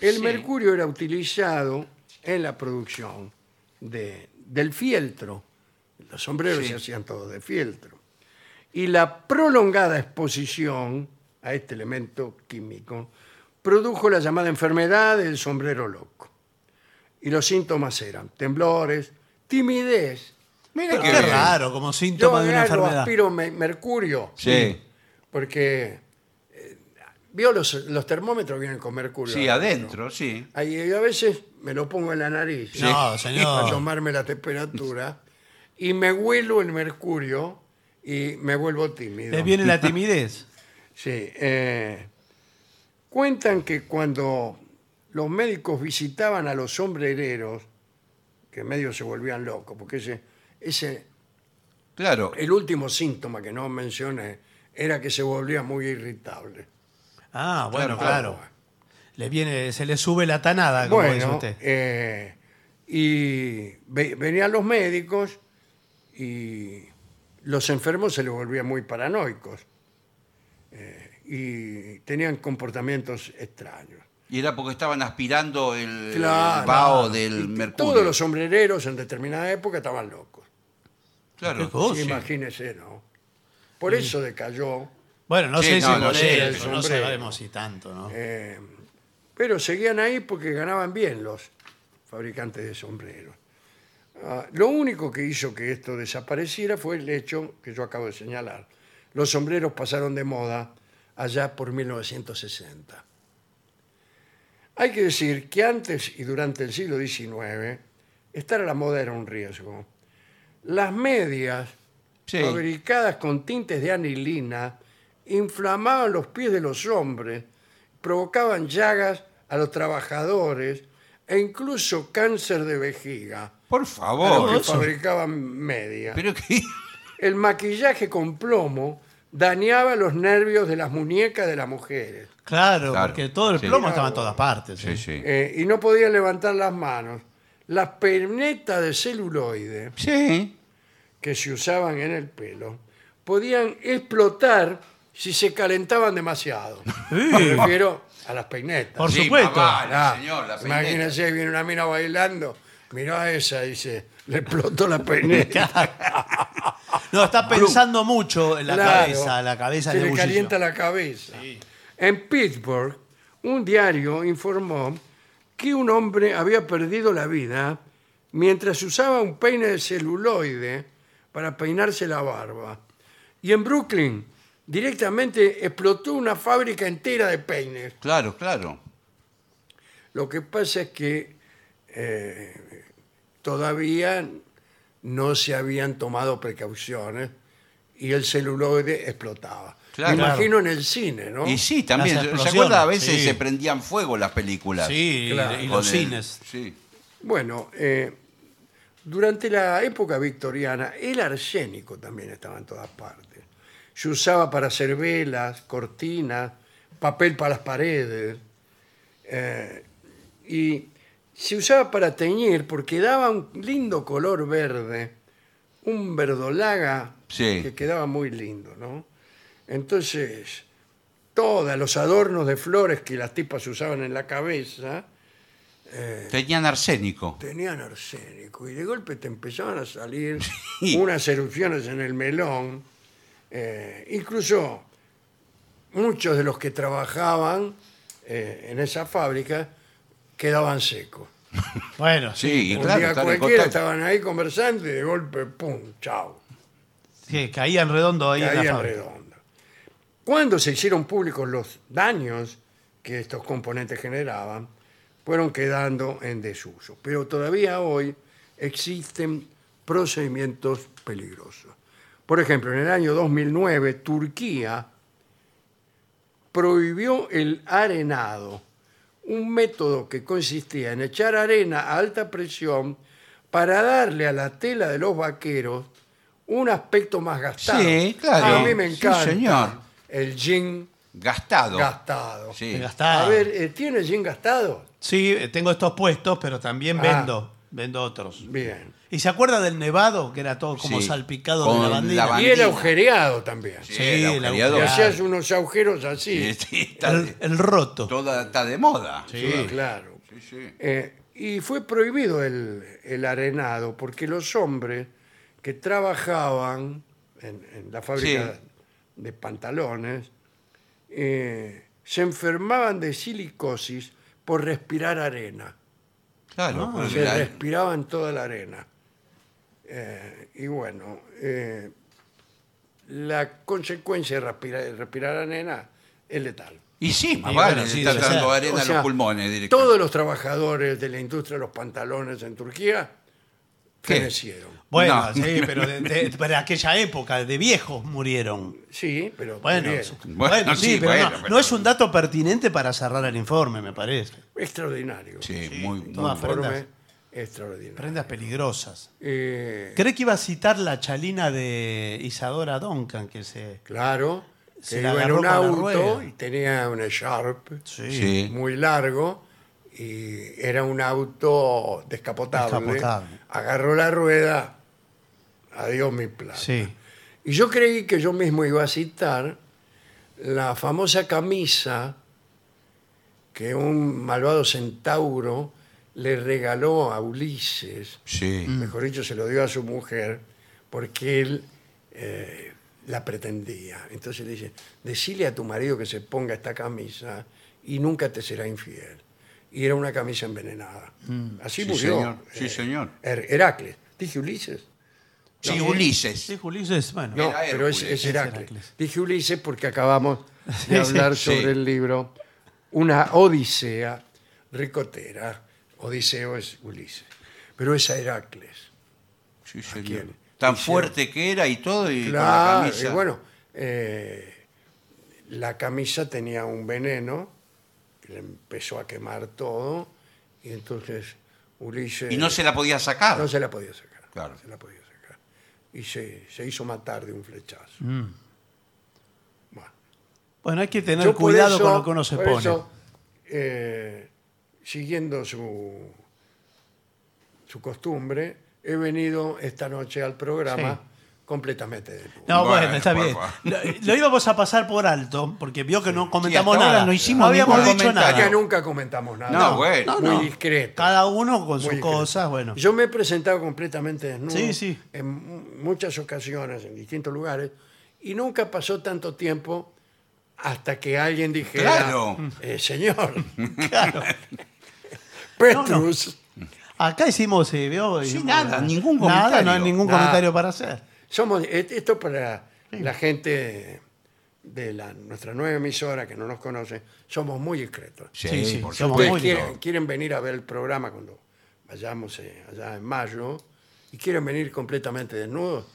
S2: El mercurio era utilizado en la producción de- del fieltro. Los sombreros se hacían todos de fieltro. Y la prolongada exposición a este elemento químico produjo la llamada enfermedad del sombrero loco. Y los síntomas eran temblores, timidez.
S3: Pero qué
S4: qué bien.
S3: raro, como
S2: Yo
S3: síntoma de una
S2: agarro
S3: enfermedad.
S2: aspiro me- mercurio.
S4: Sí.
S2: Porque eh, vio los, los termómetros vienen con mercurio.
S4: Sí, adentro, sí.
S2: Ahí y a veces me lo pongo en la nariz.
S3: No,
S2: Para
S3: señor.
S2: tomarme la temperatura. Y me huelo el mercurio y me vuelvo tímido.
S3: ¿Te viene la timidez?
S2: Sí. eh, cuentan que cuando los médicos visitaban a los sombrereros, que medio se volvían locos, porque ese, ese
S4: Claro.
S2: el último síntoma que no mencioné era que se volvía muy irritable.
S3: Ah, bueno,
S2: Claro,
S3: claro. Le viene, se le sube la tanada, como Ah, dice
S2: Bueno,
S3: usted.
S2: eh, y ve- venían los médicos y los enfermos se les volvían muy paranoicos eh, y tenían comportamientos extraños.
S4: Y era porque estaban aspirando el,
S2: Claro.
S4: el vaho
S2: Y
S4: del
S2: t-
S4: mercurio.
S2: Todos los sombrereros en determinada época estaban locos.
S4: Claro.
S3: Qué cosa. Oh, sí. Mm.
S2: Imagínese, ¿no? Por eso decayó.
S3: Bueno, no
S4: Sí,
S3: sé
S4: no,
S3: si
S4: no
S3: por
S4: sé,
S3: eso,
S2: el
S3: no
S2: sombrero.
S3: sabemos si tanto, ¿no?
S2: Eh, pero seguían ahí porque ganaban bien los fabricantes de sombreros. Ah, lo único que hizo que esto desapareciera fue el hecho que yo acabo de señalar. Los sombreros pasaron de moda allá por 1960. Hay que decir que antes y durante el siglo XIX, estar a la moda era un riesgo. Las medias
S4: Sí.
S2: fabricadas con tintes de anilina, inflamaban los pies de los hombres, provocaban llagas a los trabajadores e incluso cáncer de vejiga.
S4: Por
S2: a los
S4: favor.
S2: que fabricaban media.
S4: Oh, Pero que.
S2: El maquillaje con plomo dañaba los nervios de las muñecas de las mujeres
S3: Claro,
S4: Claro,
S3: porque todo el
S4: sí.
S3: plomo estaba en todas partes. ¿sí?
S4: Sí, sí.
S2: eh, y no podían levantar las manos. Las pernetas de celuloide
S4: Sí.
S2: que se usaban en el pelo podían explotar si se calentaban demasiado. Me refiero a las peinetas.
S3: Por
S4: Sí,
S3: supuesto.
S4: más vale,
S2: Ah,
S4: señor, la peineta.
S2: imagínense, viene una mina bailando, mirá a esa, dice, le explotó la peineta.
S3: Ah, No, está pensando mucho en la
S2: Claro.
S3: cabeza, la cabeza
S2: Se
S3: de
S2: le
S3: bullicio.
S2: calienta la cabeza. En Pittsburgh, un diario informó que un hombre había perdido la vida mientras usaba un peine de celuloide para peinarse la barba. Y en Brooklyn, directamente explotó una fábrica entera de peines.
S4: Claro, claro.
S2: Lo que pasa es que eh, todavía no se habían tomado precauciones y el celuloide explotaba.
S4: Claro.
S2: Me imagino en el cine, ¿no?
S4: Y sí, también.
S3: Las
S4: ¿Se
S3: explosiones,
S4: acuerda? A veces
S3: sí.
S4: se prendían fuego las películas.
S3: Sí,
S2: Claro.
S3: y
S4: Con
S3: los
S4: el-
S3: cines.
S4: Sí.
S2: Bueno, eh, durante la época victoriana, el arsénico también estaba en todas partes. Se usaba para hacer velas, cortinas, papel para las paredes. eh, y se usaba para teñir porque daba un lindo color verde, un verdolaga
S4: Sí.
S2: que quedaba muy lindo, ¿no? Entonces, todos los adornos de flores que las tipas usaban en la cabeza
S4: Tenían arsénico.
S2: tenían arsénico y de golpe te empezaban a salir
S4: Sí.
S2: unas erupciones en el melón. Eh, incluso muchos de los que trabajaban eh, en esa fábrica quedaban secos.
S3: Bueno,
S4: Sí, y
S2: Un
S4: claro,
S2: día
S4: están en
S2: cualquiera
S4: contacto.
S2: estaban ahí conversando y de golpe, ¡pum! ¡Chao!
S3: sí, caían redondo ahí en la
S2: Caían
S3: fábrica.
S2: redondo. Cuando se hicieron públicos los daños que estos componentes generaban, fueron quedando en desuso. Pero todavía hoy existen procedimientos peligrosos. Por ejemplo, en el año 2009, Turquía prohibió el arenado, un método que consistía en echar arena a alta presión para darle a la tela de los vaqueros un aspecto más gastado.
S4: Sí, claro.
S2: A mí me
S4: Sí,
S2: encanta
S4: señor.
S2: el jean
S4: Gastado.
S2: gastado.
S4: Sí.
S3: Me gastaba.
S2: A ver, eh, ¿tiene jean gastado?
S3: Sí, eh, tengo estos puestos, pero también
S2: Ah.
S3: vendo. Vendo otros.
S2: Bien.
S3: ¿Y se acuerda del nevado? Que era todo como
S4: Sí,
S3: salpicado
S4: con
S3: de lavandina.
S4: lavan-
S2: Y el
S4: Bandina.
S2: agujereado también.
S4: Sí,
S3: Sí,
S4: el
S3: la
S4: agujereador.
S2: Y
S3: claro.
S2: hacías unos agujeros así.
S4: Sí, sí, está de-
S3: El, el roto.
S4: toda está de moda.
S2: Sí, Ah, claro.
S4: Sí, sí.
S2: Eh, y fue prohibido el, el arenado porque los hombres que trabajaban en, en la fábrica
S4: Sí.
S2: de pantalones eh, se enfermaban de silicosis por respirar arena.
S4: Claro, por
S2: Se
S4: el-
S2: respiraban toda la arena. Eh, y bueno, eh, la consecuencia de respira- de respirar arena es letal.
S4: y sí, más
S3: Y
S4: vale,
S3: bueno,
S4: le
S3: sí,
S4: está
S3: debe
S4: dando
S3: ser.
S4: arena
S2: O
S4: a
S2: sea,
S4: los pulmones directamente.
S2: Todos los trabajadores de la industria de los pantalones en Turquía
S4: ¿Qué?
S2: perecieron.
S3: Bueno,
S4: No.
S3: sí, pero de, de- para aquella época, de viejos murieron.
S2: Sí, pero
S3: Bueno,
S2: murieron.
S3: sí,
S4: Bueno,
S3: bueno, sí,
S4: sí,
S3: pero,
S4: bueno,
S3: no,
S4: pero-
S3: no es un dato pertinente para cerrar el informe, me parece.
S2: extraordinario.
S4: Sí,
S3: todas
S4: muy, muy
S2: Un
S4: bueno.
S2: informe
S3: Ah, prendas.
S2: extraordinario.
S3: Prendas peligrosas.
S2: Eh,
S3: ¿Cree que iba a citar la chalina de Isadora Duncan? Que se...
S2: claro,
S3: Se
S2: que
S3: la
S2: iba en
S3: agarró
S2: un
S3: con la
S2: auto
S3: rueda.
S2: y tenía una Sharp
S4: Sí.
S2: muy largo y era un auto descapotable.
S3: Descapotable.
S2: Agarró la rueda, adiós mi plata.
S3: Sí.
S2: Y yo creí que yo mismo iba a citar la famosa camisa que un malvado centauro le regaló a Ulises,
S4: Sí.
S2: mejor dicho, se lo dio a su mujer, porque él eh, la pretendía. Entonces le dice, decile a tu marido que se ponga esta camisa y nunca te será infiel. Y era una camisa envenenada. Así
S4: Sí,
S2: murió. eh,
S4: señor. Sí, señor.
S2: Her- Heracles. Dije Ulises.
S4: Sí, Ulises.
S3: Sí, Ulises, bueno.
S2: No,
S4: Era
S2: pero es,
S4: Hércules.
S2: es Heracles.
S3: Es Heracles.
S2: Dije Ulises porque acabamos de hablar
S4: Sí.
S2: sobre el libro Una Odisea ricotera. Odiseo es Ulises. Pero es a Heracles.
S4: Sí,
S2: quién?
S4: señor. Tan
S2: Hicieron-
S4: fuerte que era y todo, y con la
S2: Claro,
S4: camisa.
S2: y bueno, eh, la camisa tenía un veneno, que le empezó a quemar todo, y entonces Ulises
S4: Y no se la podía sacar.
S2: eh, no se la podía sacar.
S4: Claro.
S2: no se la podía sacar. Y se, se hizo matar de un flechazo. Bueno.
S3: Bueno, hay que tener
S2: Yo por
S3: cuidado
S2: eso-
S3: con lo que uno se
S2: por
S3: pone.
S2: eso, eh, siguiendo su, su costumbre, he venido esta noche al programa
S3: Sí.
S2: completamente desnudo.
S3: No, bueno,
S4: Bueno,
S3: está
S4: por
S3: bien.
S4: favor.
S3: Lo, lo íbamos a pasar por alto, porque vio que no comentamos
S4: hasta ahora
S3: nada.
S4: no hicimos
S3: habíamos
S4: ningún
S3: dicho
S4: comentario.
S2: Acá
S3: nada.
S2: nunca comentamos nada.
S4: No, bueno.
S3: No,
S2: Muy
S3: no.
S2: discreto.
S3: Cada uno con
S2: muy
S3: sus
S2: discreto.
S3: cosas, bueno.
S2: Yo me he presentado completamente desnudo
S3: Sí, sí.
S2: en mu- muchas ocasiones, en distintos lugares, y nunca pasó tanto tiempo hasta que alguien dijera,
S4: Claro.
S2: eh, señor,
S3: Claro.
S2: Petrus.
S3: Acá hicimos, eh, vio,
S4: Sí,
S3: hicimos-
S4: nada, ningún
S3: Nada, no hay
S4: comentario.
S3: ningún
S2: Nada.
S3: comentario para hacer.
S2: Somos, et- esto para la gente de la, nuestra nueva emisora que no nos conoce, somos muy discretos.
S4: Sí,
S3: Sí, sí,
S4: por
S3: somos
S2: Ustedes
S4: supuesto.
S3: muy
S2: quieren, quieren venir a ver el programa cuando vayamos eh, allá en mayo y quieren venir completamente desnudos.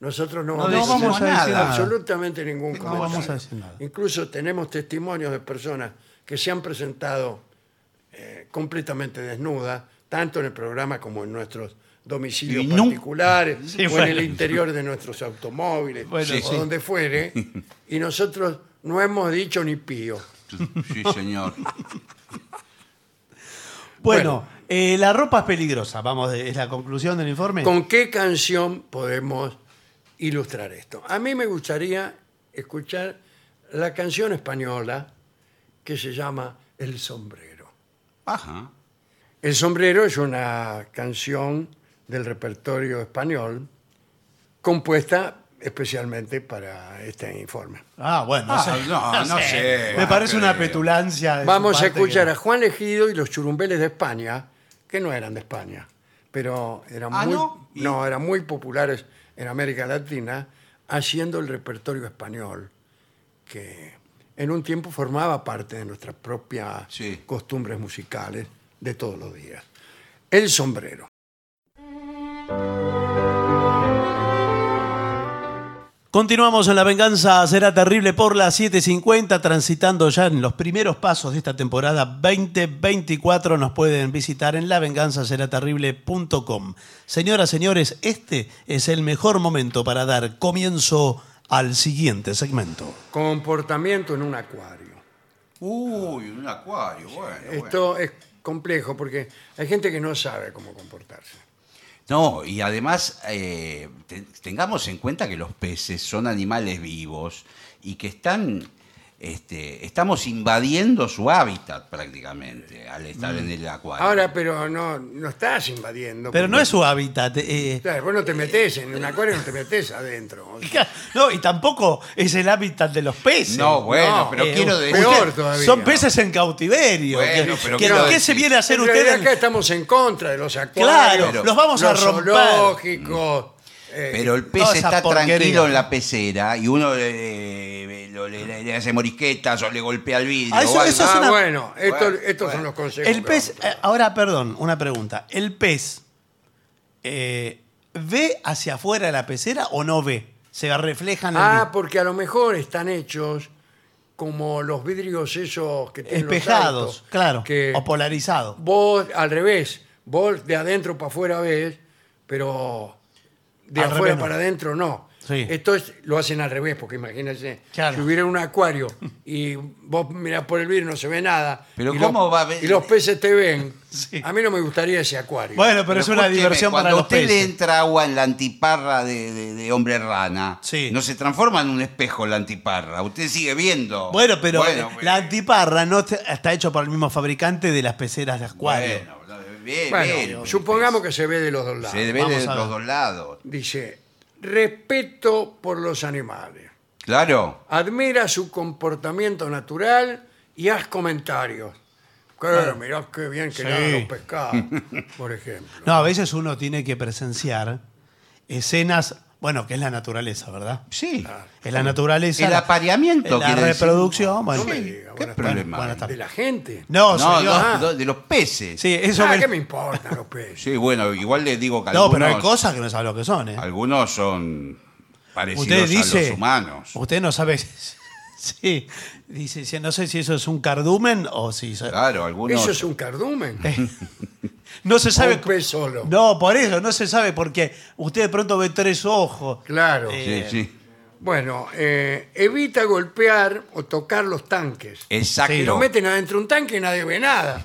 S2: Nosotros no,
S3: No
S2: vamos,
S4: decimos
S2: a hacer
S4: nada.
S2: absolutamente ningún comentario.
S3: vamos a decir nada.
S2: Incluso tenemos testimonios de personas que se han presentado eh, completamente desnudas, tanto en el programa como en nuestros domicilios
S4: Y nun-
S2: particulares
S3: Sí,
S2: o en
S3: bueno.
S2: el interior de nuestros automóviles
S3: Bueno,
S2: o
S3: sí.
S2: donde fuere y nosotros no hemos dicho ni pío.
S4: Sí, señor.
S3: Bueno, eh, la ropa es peligrosa, vamos, eh, es la conclusión del informe.
S2: ¿Con qué canción podemos ilustrar esto? A mí me gustaría escuchar la canción española que se llama El sombrero.
S4: Ajá.
S2: El sombrero es una canción del repertorio español compuesta especialmente para este informe.
S3: Ah, bueno, no
S4: Ah,
S3: sé.
S4: no, no sé.
S3: Me parece una
S4: Pero-
S3: petulancia. de su
S2: Vamos a
S3: parte
S2: escuchar
S3: que-
S2: a Juan Legido y los churumbeles de España, que no eran de España, pero eran,
S4: Ah,
S2: muy,
S4: ¿no? Y-
S2: no, eran muy populares en América Latina, haciendo el repertorio español, que en un tiempo formaba parte de nuestras propias
S4: Sí.
S2: costumbres musicales de todos los días. El sombrero.
S3: Continuamos en La Venganza Será Terrible por las 7.50, transitando ya en los primeros pasos de esta temporada 2024. Nos pueden visitar en lavenganzaseraterrible.com. Señoras, señores, este es el mejor momento para dar comienzo al siguiente segmento.
S2: Comportamiento en un acuario.
S4: Uy, un acuario, bueno. bueno.
S2: Esto es complejo porque hay gente que no sabe cómo comportarse.
S4: No, y además eh, te- tengamos en cuenta que los peces son animales vivos y que están, este, estamos invadiendo su hábitat prácticamente al estar
S3: Mm.
S4: en el acuario.
S2: Ahora, pero no, no estás invadiendo.
S3: Pero no
S2: porque-
S3: es su hábitat. eh,
S2: Claro, vos no te metés en un acuario, no te metés adentro. O sea,
S3: no, y tampoco es el hábitat de los peces.
S4: no, bueno,
S2: no,
S4: pero
S3: eh,
S4: quiero decir.
S2: peor todavía.
S3: Son peces en cautiverio.
S4: Bueno,
S3: que-
S4: pero
S3: que-
S4: quiero
S3: ¿Qué se
S4: decir-
S3: viene a hacer
S2: en realidad
S3: usted? en-
S2: acá estamos en contra de los acuarios.
S3: Claro,
S4: Pero-
S3: los vamos a
S2: los
S3: romper.
S2: zoológicos, eh,
S4: Pero el pez
S3: Toda esa
S4: está
S3: porquería.
S4: tranquilo en la pecera y uno le, lo- le- le- le hace morisquetas o le golpea el vidrio.
S3: Ah, eso-
S4: o algo.
S3: eso es
S2: ah,
S3: una-
S2: bueno, esto-
S4: Bueno,
S2: estos son
S4: bueno.
S2: los consejos.
S3: El
S2: que
S3: pez,
S2: vamos a dar.
S3: eh, ahora, perdón, una pregunta. ¿El pez eh, ve hacia afuera de la pecera o no ve? Se refleja en el
S2: Ah,
S3: vidrio.
S2: porque a lo mejor están hechos como los vidrios esos que tienen los
S3: espejados,
S2: autos,
S3: claro,
S2: que
S3: o polarizado.
S2: vos al revés, vos de adentro para afuera ves, pero de
S3: Al
S2: afuera
S3: revés no.
S2: para adentro no.
S3: Sí.
S2: Esto es- lo hacen al revés, porque imagínense,
S3: Claro.
S2: si hubiera un acuario y vos mirás por el vidrio y no se ve nada,
S4: Pero
S2: y,
S4: ¿cómo
S2: los,
S4: va a ver?
S2: y los peces te ven,
S3: Sí.
S2: a mí no me gustaría ese acuario.
S3: Bueno, pero, es una
S4: Ah, escúcheme,
S3: diversión para los
S4: Cuando usted le
S3: peces.
S4: entra agua en la antiparra de, de- de hombre rana,
S3: Sí.
S4: no se transforma en un espejo la antiparra. Usted sigue viendo.
S3: Bueno, pero eh,
S4: bueno,
S3: la antiparra no te- está hecho por el mismo fabricante de las peceras de acuario.
S4: bueno, bien,
S2: Bueno,
S4: bien.
S2: supongamos que se ve de los dos lados.
S4: se ve
S3: Vamos
S4: de
S3: a ver.
S4: los dos lados.
S2: Dice, respeto por los animales.
S4: Claro.
S2: admira su comportamiento natural y haz comentarios. Claro, mirá qué bien que
S3: Sí.
S2: nadan los pescados, por ejemplo.
S3: No, a veces uno tiene que presenciar escenas, bueno, que es la naturaleza, ¿verdad?
S4: Sí.
S3: Es la naturaleza.
S4: El
S3: la-
S4: apareamiento,
S3: La
S4: quiere decir.
S3: reproducción. bueno,
S2: me
S3: sí.
S2: diga,
S4: ¿Qué
S2: buenas
S4: problema?
S3: Buenas
S4: hay?
S3: tardes.
S2: De la gente.
S3: No,
S4: No,
S3: señor.
S4: no,
S2: Ah.
S4: no, de los peces.
S3: Sí, eso
S2: Ah,
S3: me-
S2: ¿Qué me importan los peces?
S4: Sí, bueno, igual le digo que
S3: No,
S4: algunos,
S3: pero hay cosas que no sabe lo que son, ¿eh?
S4: algunos son parecidos
S3: Usted
S4: a
S3: dice.
S4: los humanos.
S3: Usted no sabe. sí. Dice, sí, no sé si eso es un cardumen o si.
S4: Claro, algunos.
S2: Eso es un cardumen.
S3: No se Eh, sabe.
S2: un pez solo.
S3: No, por eso, no se sabe porque usted de pronto ve tres ojos.
S2: Claro.
S4: Sí, sí.
S2: Bueno, eh, evita golpear o tocar los tanques.
S4: Exacto.
S2: Si lo meten adentro de un tanque nadie ve nada.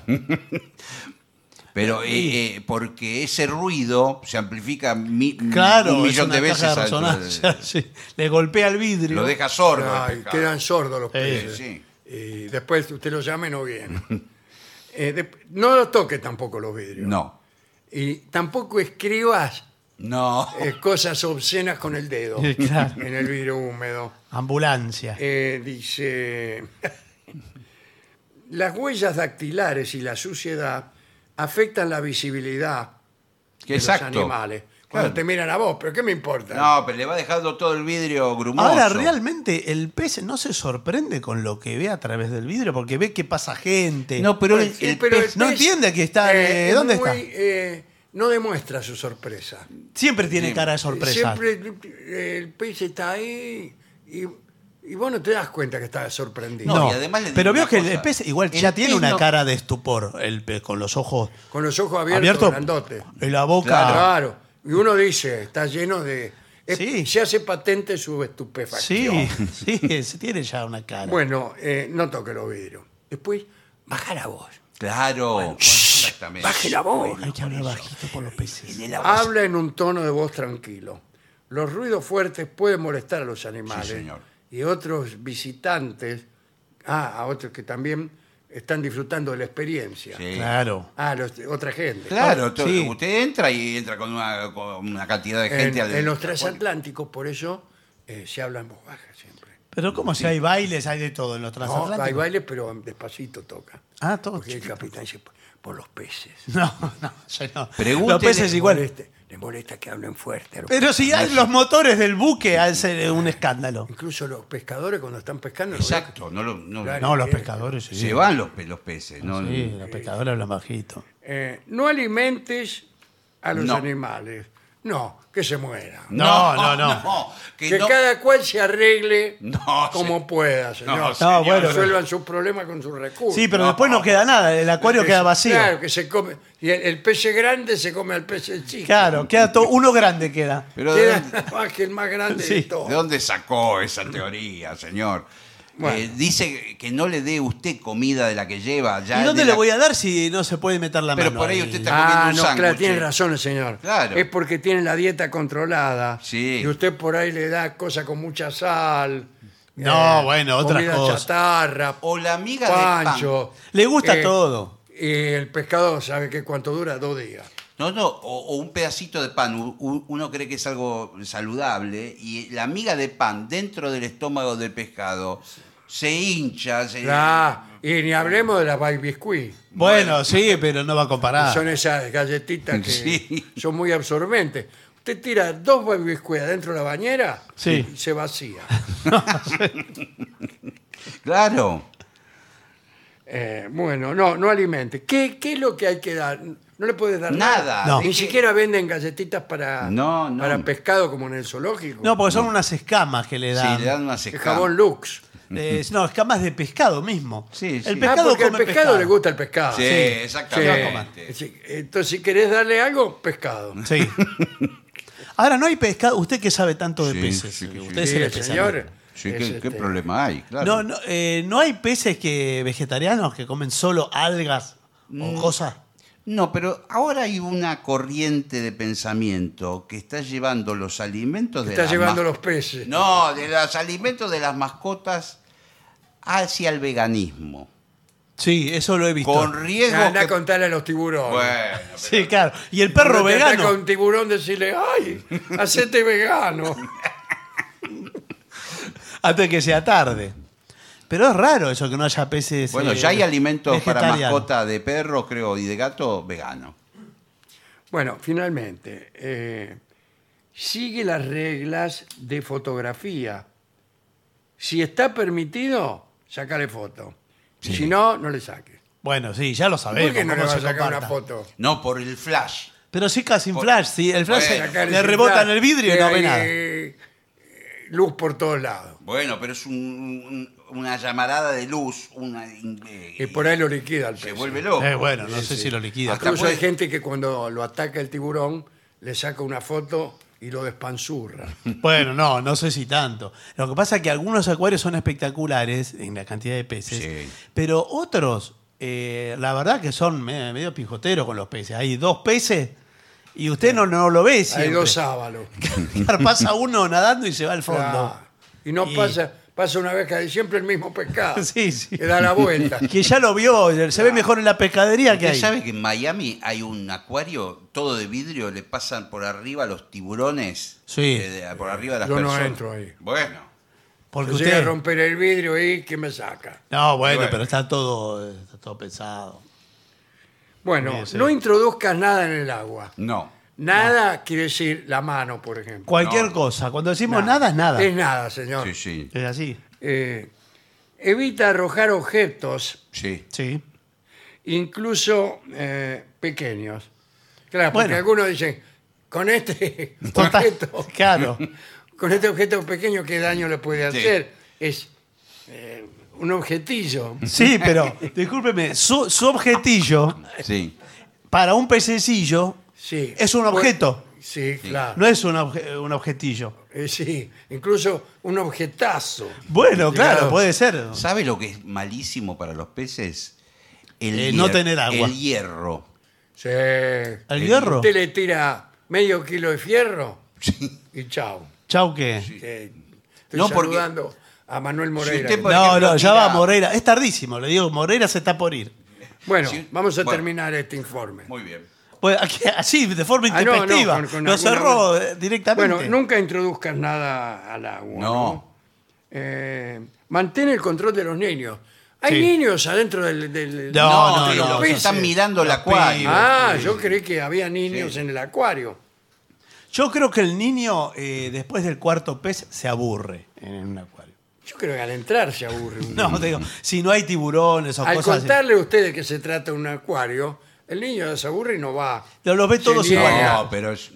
S4: Pero eh, eh, porque ese ruido se amplifica mi-
S3: Claro,
S4: un
S3: es
S4: millón
S3: una
S4: de veces.
S3: caja de
S4: al-
S3: resonancia, sí. Le golpea el vidrio.
S4: Lo deja sordo. el
S2: Ay,
S4: pescado.
S2: quedan sordos los peces.
S4: sí.
S2: Y después usted los llame y no vienen. Eh, de- no los toque tampoco los vidrios.
S4: No.
S2: Y tampoco escribas
S4: No.
S2: eh, cosas obscenas con el dedo
S3: Sí, claro.
S2: en el vidrio húmedo.
S3: Ambulancia.
S2: Eh, dice, las huellas dactilares y la suciedad afectan la visibilidad de los
S4: Exacto.
S2: animales. Cuando
S4: Claro.
S2: te miran a vos, pero ¿qué me importa?
S4: No, pero le va dejando todo el vidrio grumoso.
S3: Ahora, realmente, el pez no se sorprende con lo que ve a través del vidrio porque ve que pasa gente.
S4: No, pero el,
S2: Sí,
S4: el
S2: pero el
S4: pez-
S3: no
S2: pez,
S3: entiende que está, eh,
S2: es
S3: ¿dónde
S2: muy,
S3: está?
S2: eh, no demuestra su sorpresa.
S3: Siempre tiene
S4: Sí.
S3: cara de sorpresa.
S2: Siempre eh, el pez está ahí y, y vos no te das cuenta que está sorprendido.
S3: No,
S4: y además le digo
S3: pero
S4: una
S3: veo que el
S4: cosa.
S3: pez igual
S4: El
S3: ya tiene
S4: pez
S3: una
S4: no-
S3: cara de estupor, el pez con los ojos
S2: Con los ojos abiertos,
S3: abiertos
S2: grandote. Ah,
S3: y la boca.
S2: Claro. Y uno dice, está lleno de... es-
S3: Sí.
S2: Se hace patente su estupefacción.
S3: Sí, sí, se tiene ya una cara.
S2: Bueno, eh, no toque los vidrios. Después, baja la voz.
S4: Claro. exactamente. Ah,
S2: Baje la voz.
S3: Hay que hablar bajito por los peces.
S4: En el agua.
S2: Habla en un tono de voz tranquilo. Los ruidos fuertes pueden molestar a los animales
S4: Sí, señor.
S2: y otros visitantes, ah, a otros que también están disfrutando de la experiencia.
S4: Sí.
S3: Claro.
S2: Ah, los- otra gente.
S4: Claro, to-
S3: Sí.
S4: usted entra y entra con una, con una cantidad de
S2: En,
S4: gente. al-
S2: en los transatlánticos, por eso eh, se habla en voz baja siempre.
S3: Pero como si hay bailes, hay de todo en los
S2: No,
S3: transatlánticos.
S2: hay baile, pero despacito toca.
S3: Ah, todo
S2: Porque el
S3: chiquito.
S2: capitán dice, "Por- por los peces.
S3: No, no, yo no.
S4: Pregúntele-
S3: Los peces
S2: Les
S3: igual.
S2: molesta- les molesta que hablen fuerte. a los
S3: Pero si hay los motores del buque, hace un escándalo.
S2: Incluso los pescadores cuando están pescando. lo
S4: Exacto, no, lo- no-
S2: Claro. eh,
S3: No, los pescadores, sí.
S4: se van los, pe- los peces. No,
S3: Sí, los pescadores hablan bajito.
S2: ven. Eh, no alimentes a los
S4: No.
S2: animales. No, que se mueran.
S3: No, no, no.
S4: que
S2: Que
S4: no-
S2: cada cual se arregle
S4: No,
S2: como
S4: sí.
S2: pueda, señor.
S4: No,
S3: señor. bueno,
S2: Resuelvan sus problemas con sus recursos.
S3: Sí, pero después no queda nada, el acuario
S2: Que
S3: queda
S2: se-
S3: vacío.
S2: Claro, que se come. Y el, el pez grande se come al pez chico.
S3: Claro, queda todo, uno grande queda.
S4: Pero ¿de
S2: Queda
S4: dónde-
S2: nada más que el más grande de
S3: Sí.
S2: todos.
S4: ¿De dónde sacó esa teoría, señor?
S2: Bueno.
S4: Eh, dice que no le dé usted comida de la que lleva. Ya
S3: ¿Y dónde
S4: de
S3: le
S4: la-
S3: voy a dar si no se puede meter la
S4: Pero
S3: mano?
S4: por ahí usted está-
S2: Ah,
S4: comiendo un
S2: no, claro,
S4: sándwich.
S2: tiene razón el señor.
S4: Claro.
S2: Es porque tiene la dieta controlada.
S4: Sí.
S2: Y usted por ahí le da cosas con mucha sal. Eh,
S3: No, bueno, otras
S2: comida
S3: cosas.
S2: chatarra,
S4: O la miga de pan.
S2: pancho. Eh,
S3: Le gusta todo.
S2: Y el pescado sabe que cuánto dura, dos días.
S4: No, no, o, o un pedacito de pan. U- u- Uno cree que es algo saludable y la miga de pan dentro del estómago del pescado se hincha. se-
S2: La- y ni hablemos de las baby biscuit.
S3: Bueno, sí, pero no va a comparar.
S2: Son esas galletitas que
S4: Ah. Sí.
S2: son muy absorbentes. Usted tira dos baby biscuit adentro de la bañera
S3: Sí.
S2: y se vacía.
S4: Claro.
S2: Eh, bueno, no, no alimente. ¿Qué, qué es lo que hay que dar? No le puedes dar nada.
S4: Nada.
S3: No.
S2: Ni
S4: Es que-
S2: siquiera venden galletitas para,
S4: No, no.
S2: para pescado como en el zoológico.
S3: No, porque son unas escamas que le dan.
S4: Sí, le dan unas
S2: El
S4: escamas.
S2: jabón Lux.
S3: Eh, no, escamas de pescado mismo.
S4: Sí, sí.
S3: El
S2: Ah,
S3: pescado
S2: porque al
S3: come
S2: pescado, le gusta el pescado.
S4: Sí,
S2: Sí.
S4: exactamente.
S2: Sí. Entonces, si querés darle algo, pescado.
S3: Sí. Ahora no hay pescado. Usted que sabe tanto de
S4: Sí,
S3: peces.
S4: sí, sí.
S3: usted es
S2: Sí,
S3: el especialista.
S2: señor.
S4: Sí,
S2: Es,
S4: ¿qué, qué
S2: este,
S4: problema hay? Claro.
S3: No, no, eh, no hay peces que vegetarianos que comen solo algas
S4: Mm.
S3: o cosas.
S4: No, pero ahora hay una corriente de pensamiento que está llevando los alimentos de
S2: Está
S4: las
S2: llevando
S4: mas-
S2: los peces.
S4: No, de los alimentos de las mascotas hacia el veganismo.
S3: Sí, eso lo he visto.
S4: Con riesgo
S2: Anda
S4: que-
S2: a contarle a los tiburones.
S4: Bueno,
S3: Sí, claro. Y el perro
S2: Cuando te
S3: vegano.
S2: ataca un tiburón, decirle, ¡ay! ¡Hacete vegano!
S3: antes que sea tarde. Pero es raro eso que no haya peces.
S4: bueno,
S3: eh,
S4: ya hay alimentos para
S3: vegetarianos.
S4: mascota de perro, creo, y de gato vegano.
S2: Bueno, finalmente, eh, sigue las reglas de fotografía. Si está permitido, sacale foto. Si no, no le saques.
S3: Bueno, sí, ya lo sabemos.
S2: ¿Por qué no le
S3: cómo
S2: vas a
S3: se
S2: sacar
S3: comparta.
S2: una foto?
S4: No, por el flash.
S3: Pero sí, casi sin flash. Sí, el flash
S4: Bueno,
S3: se-
S2: Sacar
S3: Eh, le
S2: ese
S3: rebota en
S2: flash
S3: el vidrio y
S2: que
S3: no ve
S2: hay,
S3: nada.
S2: eh, Luz por todos lados.
S4: Bueno, pero es un- un- una llamarada de luz, una, eh,
S2: Y por ahí lo liquida el
S4: se
S2: pez.
S4: vuelve loco.
S3: Eh, bueno, no sé si lo liquida.
S4: Acá-
S2: Incluso hay
S4: puede-
S2: gente que cuando lo ataca el tiburón, le saca una foto y lo despanzurra.
S3: Bueno, no, no sé si tanto. Lo que pasa es que algunos acuarios son espectaculares en la cantidad de peces,
S4: Sí.
S3: pero otros, eh, la verdad que son me- medio pijoteros con los peces. Hay dos peces y usted no, no lo ve siempre.
S2: Hay dos sábalos.
S3: Pasa uno nadando y se va al fondo.
S2: Claro. Y no
S3: Y-
S2: pasa, pasa una vez cada siempre el mismo pescado.
S3: Sí, sí.
S2: Que da la vuelta.
S3: Que ya lo vio, se ve mejor en la pescadería que
S4: Usted
S3: ahí.
S4: sabe que en Miami hay un acuario todo de vidrio, le pasan por arriba los tiburones.
S3: Sí.
S4: eh, de- por arriba de las
S2: Yo no
S4: personas.
S2: entro ahí.
S4: Bueno.
S3: Porque
S2: Yo llegué a
S3: usted...
S2: romper el vidrio y que me saca.
S3: No, bueno,
S4: Bueno.
S3: pero está todo, está todo pensado.
S2: Bueno,
S3: Sí, sí.
S2: no introduzcas nada en el agua.
S4: No.
S2: Nada quiere decir la mano, por ejemplo.
S3: Cualquier
S4: No.
S3: cosa, cuando decimos nada, es nada.
S2: Es nada, señor.
S4: Sí, sí.
S3: Es así.
S2: Eh, evita arrojar objetos,
S4: Sí.
S3: Sí.
S2: incluso eh, pequeños. Claro, porque
S3: Bueno.
S2: algunos dicen, con este
S3: Total,
S2: objeto,
S3: claro.
S2: con este objeto pequeño, ¿qué daño le puede
S4: Sí.
S2: hacer? Es eh, un objetillo.
S4: Mm.
S3: Sí, pero discúlpeme, su, su objetillo
S4: Sí.
S3: para un pececillo
S2: Sí.
S3: es un objeto,
S2: Sí, claro.
S3: no es un, obje- un objetillo.
S2: Eh, sí, incluso un objetazo.
S3: Bueno, claro,
S2: Digamos,
S3: puede ser.
S4: ¿Sabe lo que es malísimo para los peces? El
S3: Eh, no
S4: hier-
S3: tener agua.
S4: El hierro.
S2: Sí.
S3: ¿El hierro?
S2: Usted le tira medio kilo de fierro y chao.
S3: Chau, ¿qué?
S2: Eh, Estoy
S4: No, porque-
S2: saludando a Manuel Moreira.
S4: usted por
S3: No,
S4: ejemplo,
S3: no, ya
S4: tira-
S3: va Moreira. Es tardísimo, le digo, Moreira se está por ir.
S2: Bueno,
S4: si-
S2: vamos a
S4: bueno.
S2: terminar este informe.
S4: Muy bien.
S3: Pues aquí, así, de forma
S2: Ah, no, no,
S3: intempestiva.
S2: con- con
S3: lo
S2: alguna-
S3: cerró eh, directamente.
S2: Bueno, nunca introduzcas nada al agua. No.
S4: No.
S2: Eh, mantén el control de los niños. Hay
S3: Sí.
S2: niños adentro del... del-
S3: No, no,
S4: pero
S3: no,
S4: los que
S3: no
S4: están
S3: sé.
S4: mirando el
S3: Los
S4: acuario.
S3: pibes.
S2: Ah, yo creí que había niños en el acuario.
S3: Yo creo que el niño, eh, después del cuarto pez, se aburre en un acuario.
S2: Yo creo que al entrar se aburre.
S4: Mm.
S2: un
S3: No,
S2: niño.
S3: te digo, si no hay tiburones o
S2: al
S3: cosas así.
S2: contarle a ustedes que se trata de un acuario, el niño se aburre y no va.
S3: Lo- Los ve
S2: Se
S3: todos
S2: niega.
S3: iguales.
S4: No, pero es-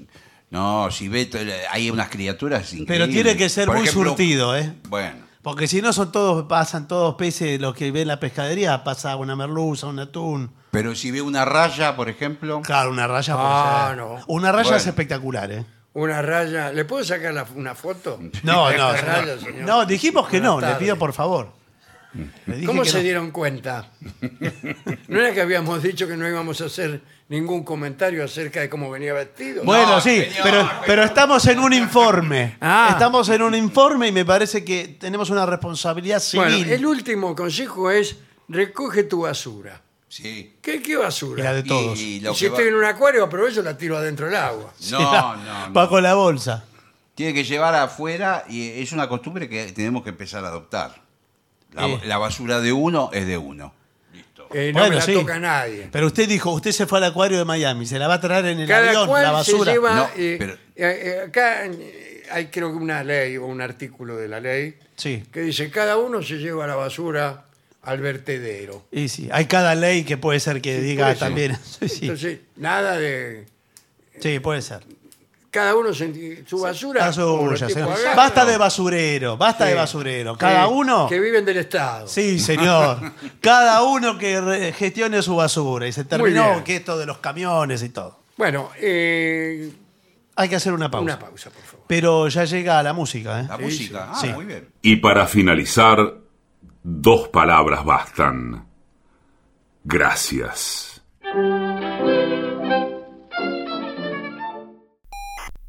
S4: no, si ve, to- hay unas criaturas increíbles.
S3: Pero tiene que ser
S4: Por
S3: muy
S4: ejemplo,
S3: surtido, ¿eh?
S4: Bueno,
S3: Porque si no son todos, pasan todos peces, los que ven la pescadería, pasa una merluza, un atún.
S4: pero si ve una raya, por ejemplo,
S3: Claro, una raya. puede
S2: Ah,
S3: ser.
S2: no.
S3: Una raya
S4: Bueno.
S3: es espectacular, ¿eh?
S2: Una raya. ¿Le puedo sacar la- una foto?
S3: No, no.
S2: Una raya,
S3: no.
S2: señor.
S3: No, dijimos que
S2: Buenas
S3: no, le
S2: tardes.
S3: pido por favor. Le dije
S2: ¿Cómo
S3: que
S2: se
S3: no.
S2: dieron cuenta? No era que habíamos dicho que no íbamos a hacer ningún comentario acerca de cómo venía vestido.
S3: Bueno,
S4: No,
S3: sí,
S4: señor,
S3: pero,
S4: pero-
S3: pero estamos en un informe.
S2: Ah.
S3: Estamos en un informe y me parece que tenemos una responsabilidad
S2: Bueno,
S3: civil.
S2: el último consejo es recoge tu basura.
S4: sí.
S2: ¿Qué, qué basura?
S3: La de todos.
S4: Y, y
S2: Y
S4: lo
S2: si
S4: que va-
S2: estoy en un acuario, aprovecho y la tiro adentro del agua.
S4: No, no, no.
S3: Va con la bolsa.
S4: Tiene que llevar afuera y es una costumbre que tenemos que empezar a adoptar. La,
S3: Eh.
S4: la basura de uno es de uno. Listo.
S2: Eh, no
S3: Bueno,
S2: me la
S3: sí.
S2: toca nadie.
S3: Pero usted dijo, usted se fue al acuario de Miami, se la va a traer en el
S2: Cada
S3: avión,
S2: cual
S3: la basura.
S2: se lleva...
S4: No,
S2: eh,
S4: pero-
S2: eh, eh, acá eh, hay creo que una ley o un artículo de la ley
S3: Sí.
S2: que dice cada uno se lleva la basura al vertedero.
S3: Y sí, hay cada ley que puede ser que diga
S2: puede ser.
S3: también. Sí, sí.
S2: Entonces, nada de...
S3: Sí, puede ser.
S2: cada uno se- su basura.
S3: Está
S2: como los
S3: suya,
S2: tipos
S3: señor.
S2: acá,
S3: Basta
S2: ¿no?
S3: de basurero, basta
S2: Sí.
S3: de basurero.
S2: Que-
S3: Cada uno.
S2: Que viven del Estado.
S3: Sí, señor. Cada uno que re- gestione su basura. Y se terminó
S2: bien.
S3: que esto de los camiones y todo.
S2: Bueno, eh,
S3: Hay que hacer una pausa.
S2: una pausa, por favor.
S3: Pero ya llega la música, ¿eh?
S4: La música. Ah,
S3: Sí.
S4: muy bien.
S5: Y para finalizar, dos palabras bastan. Gracias.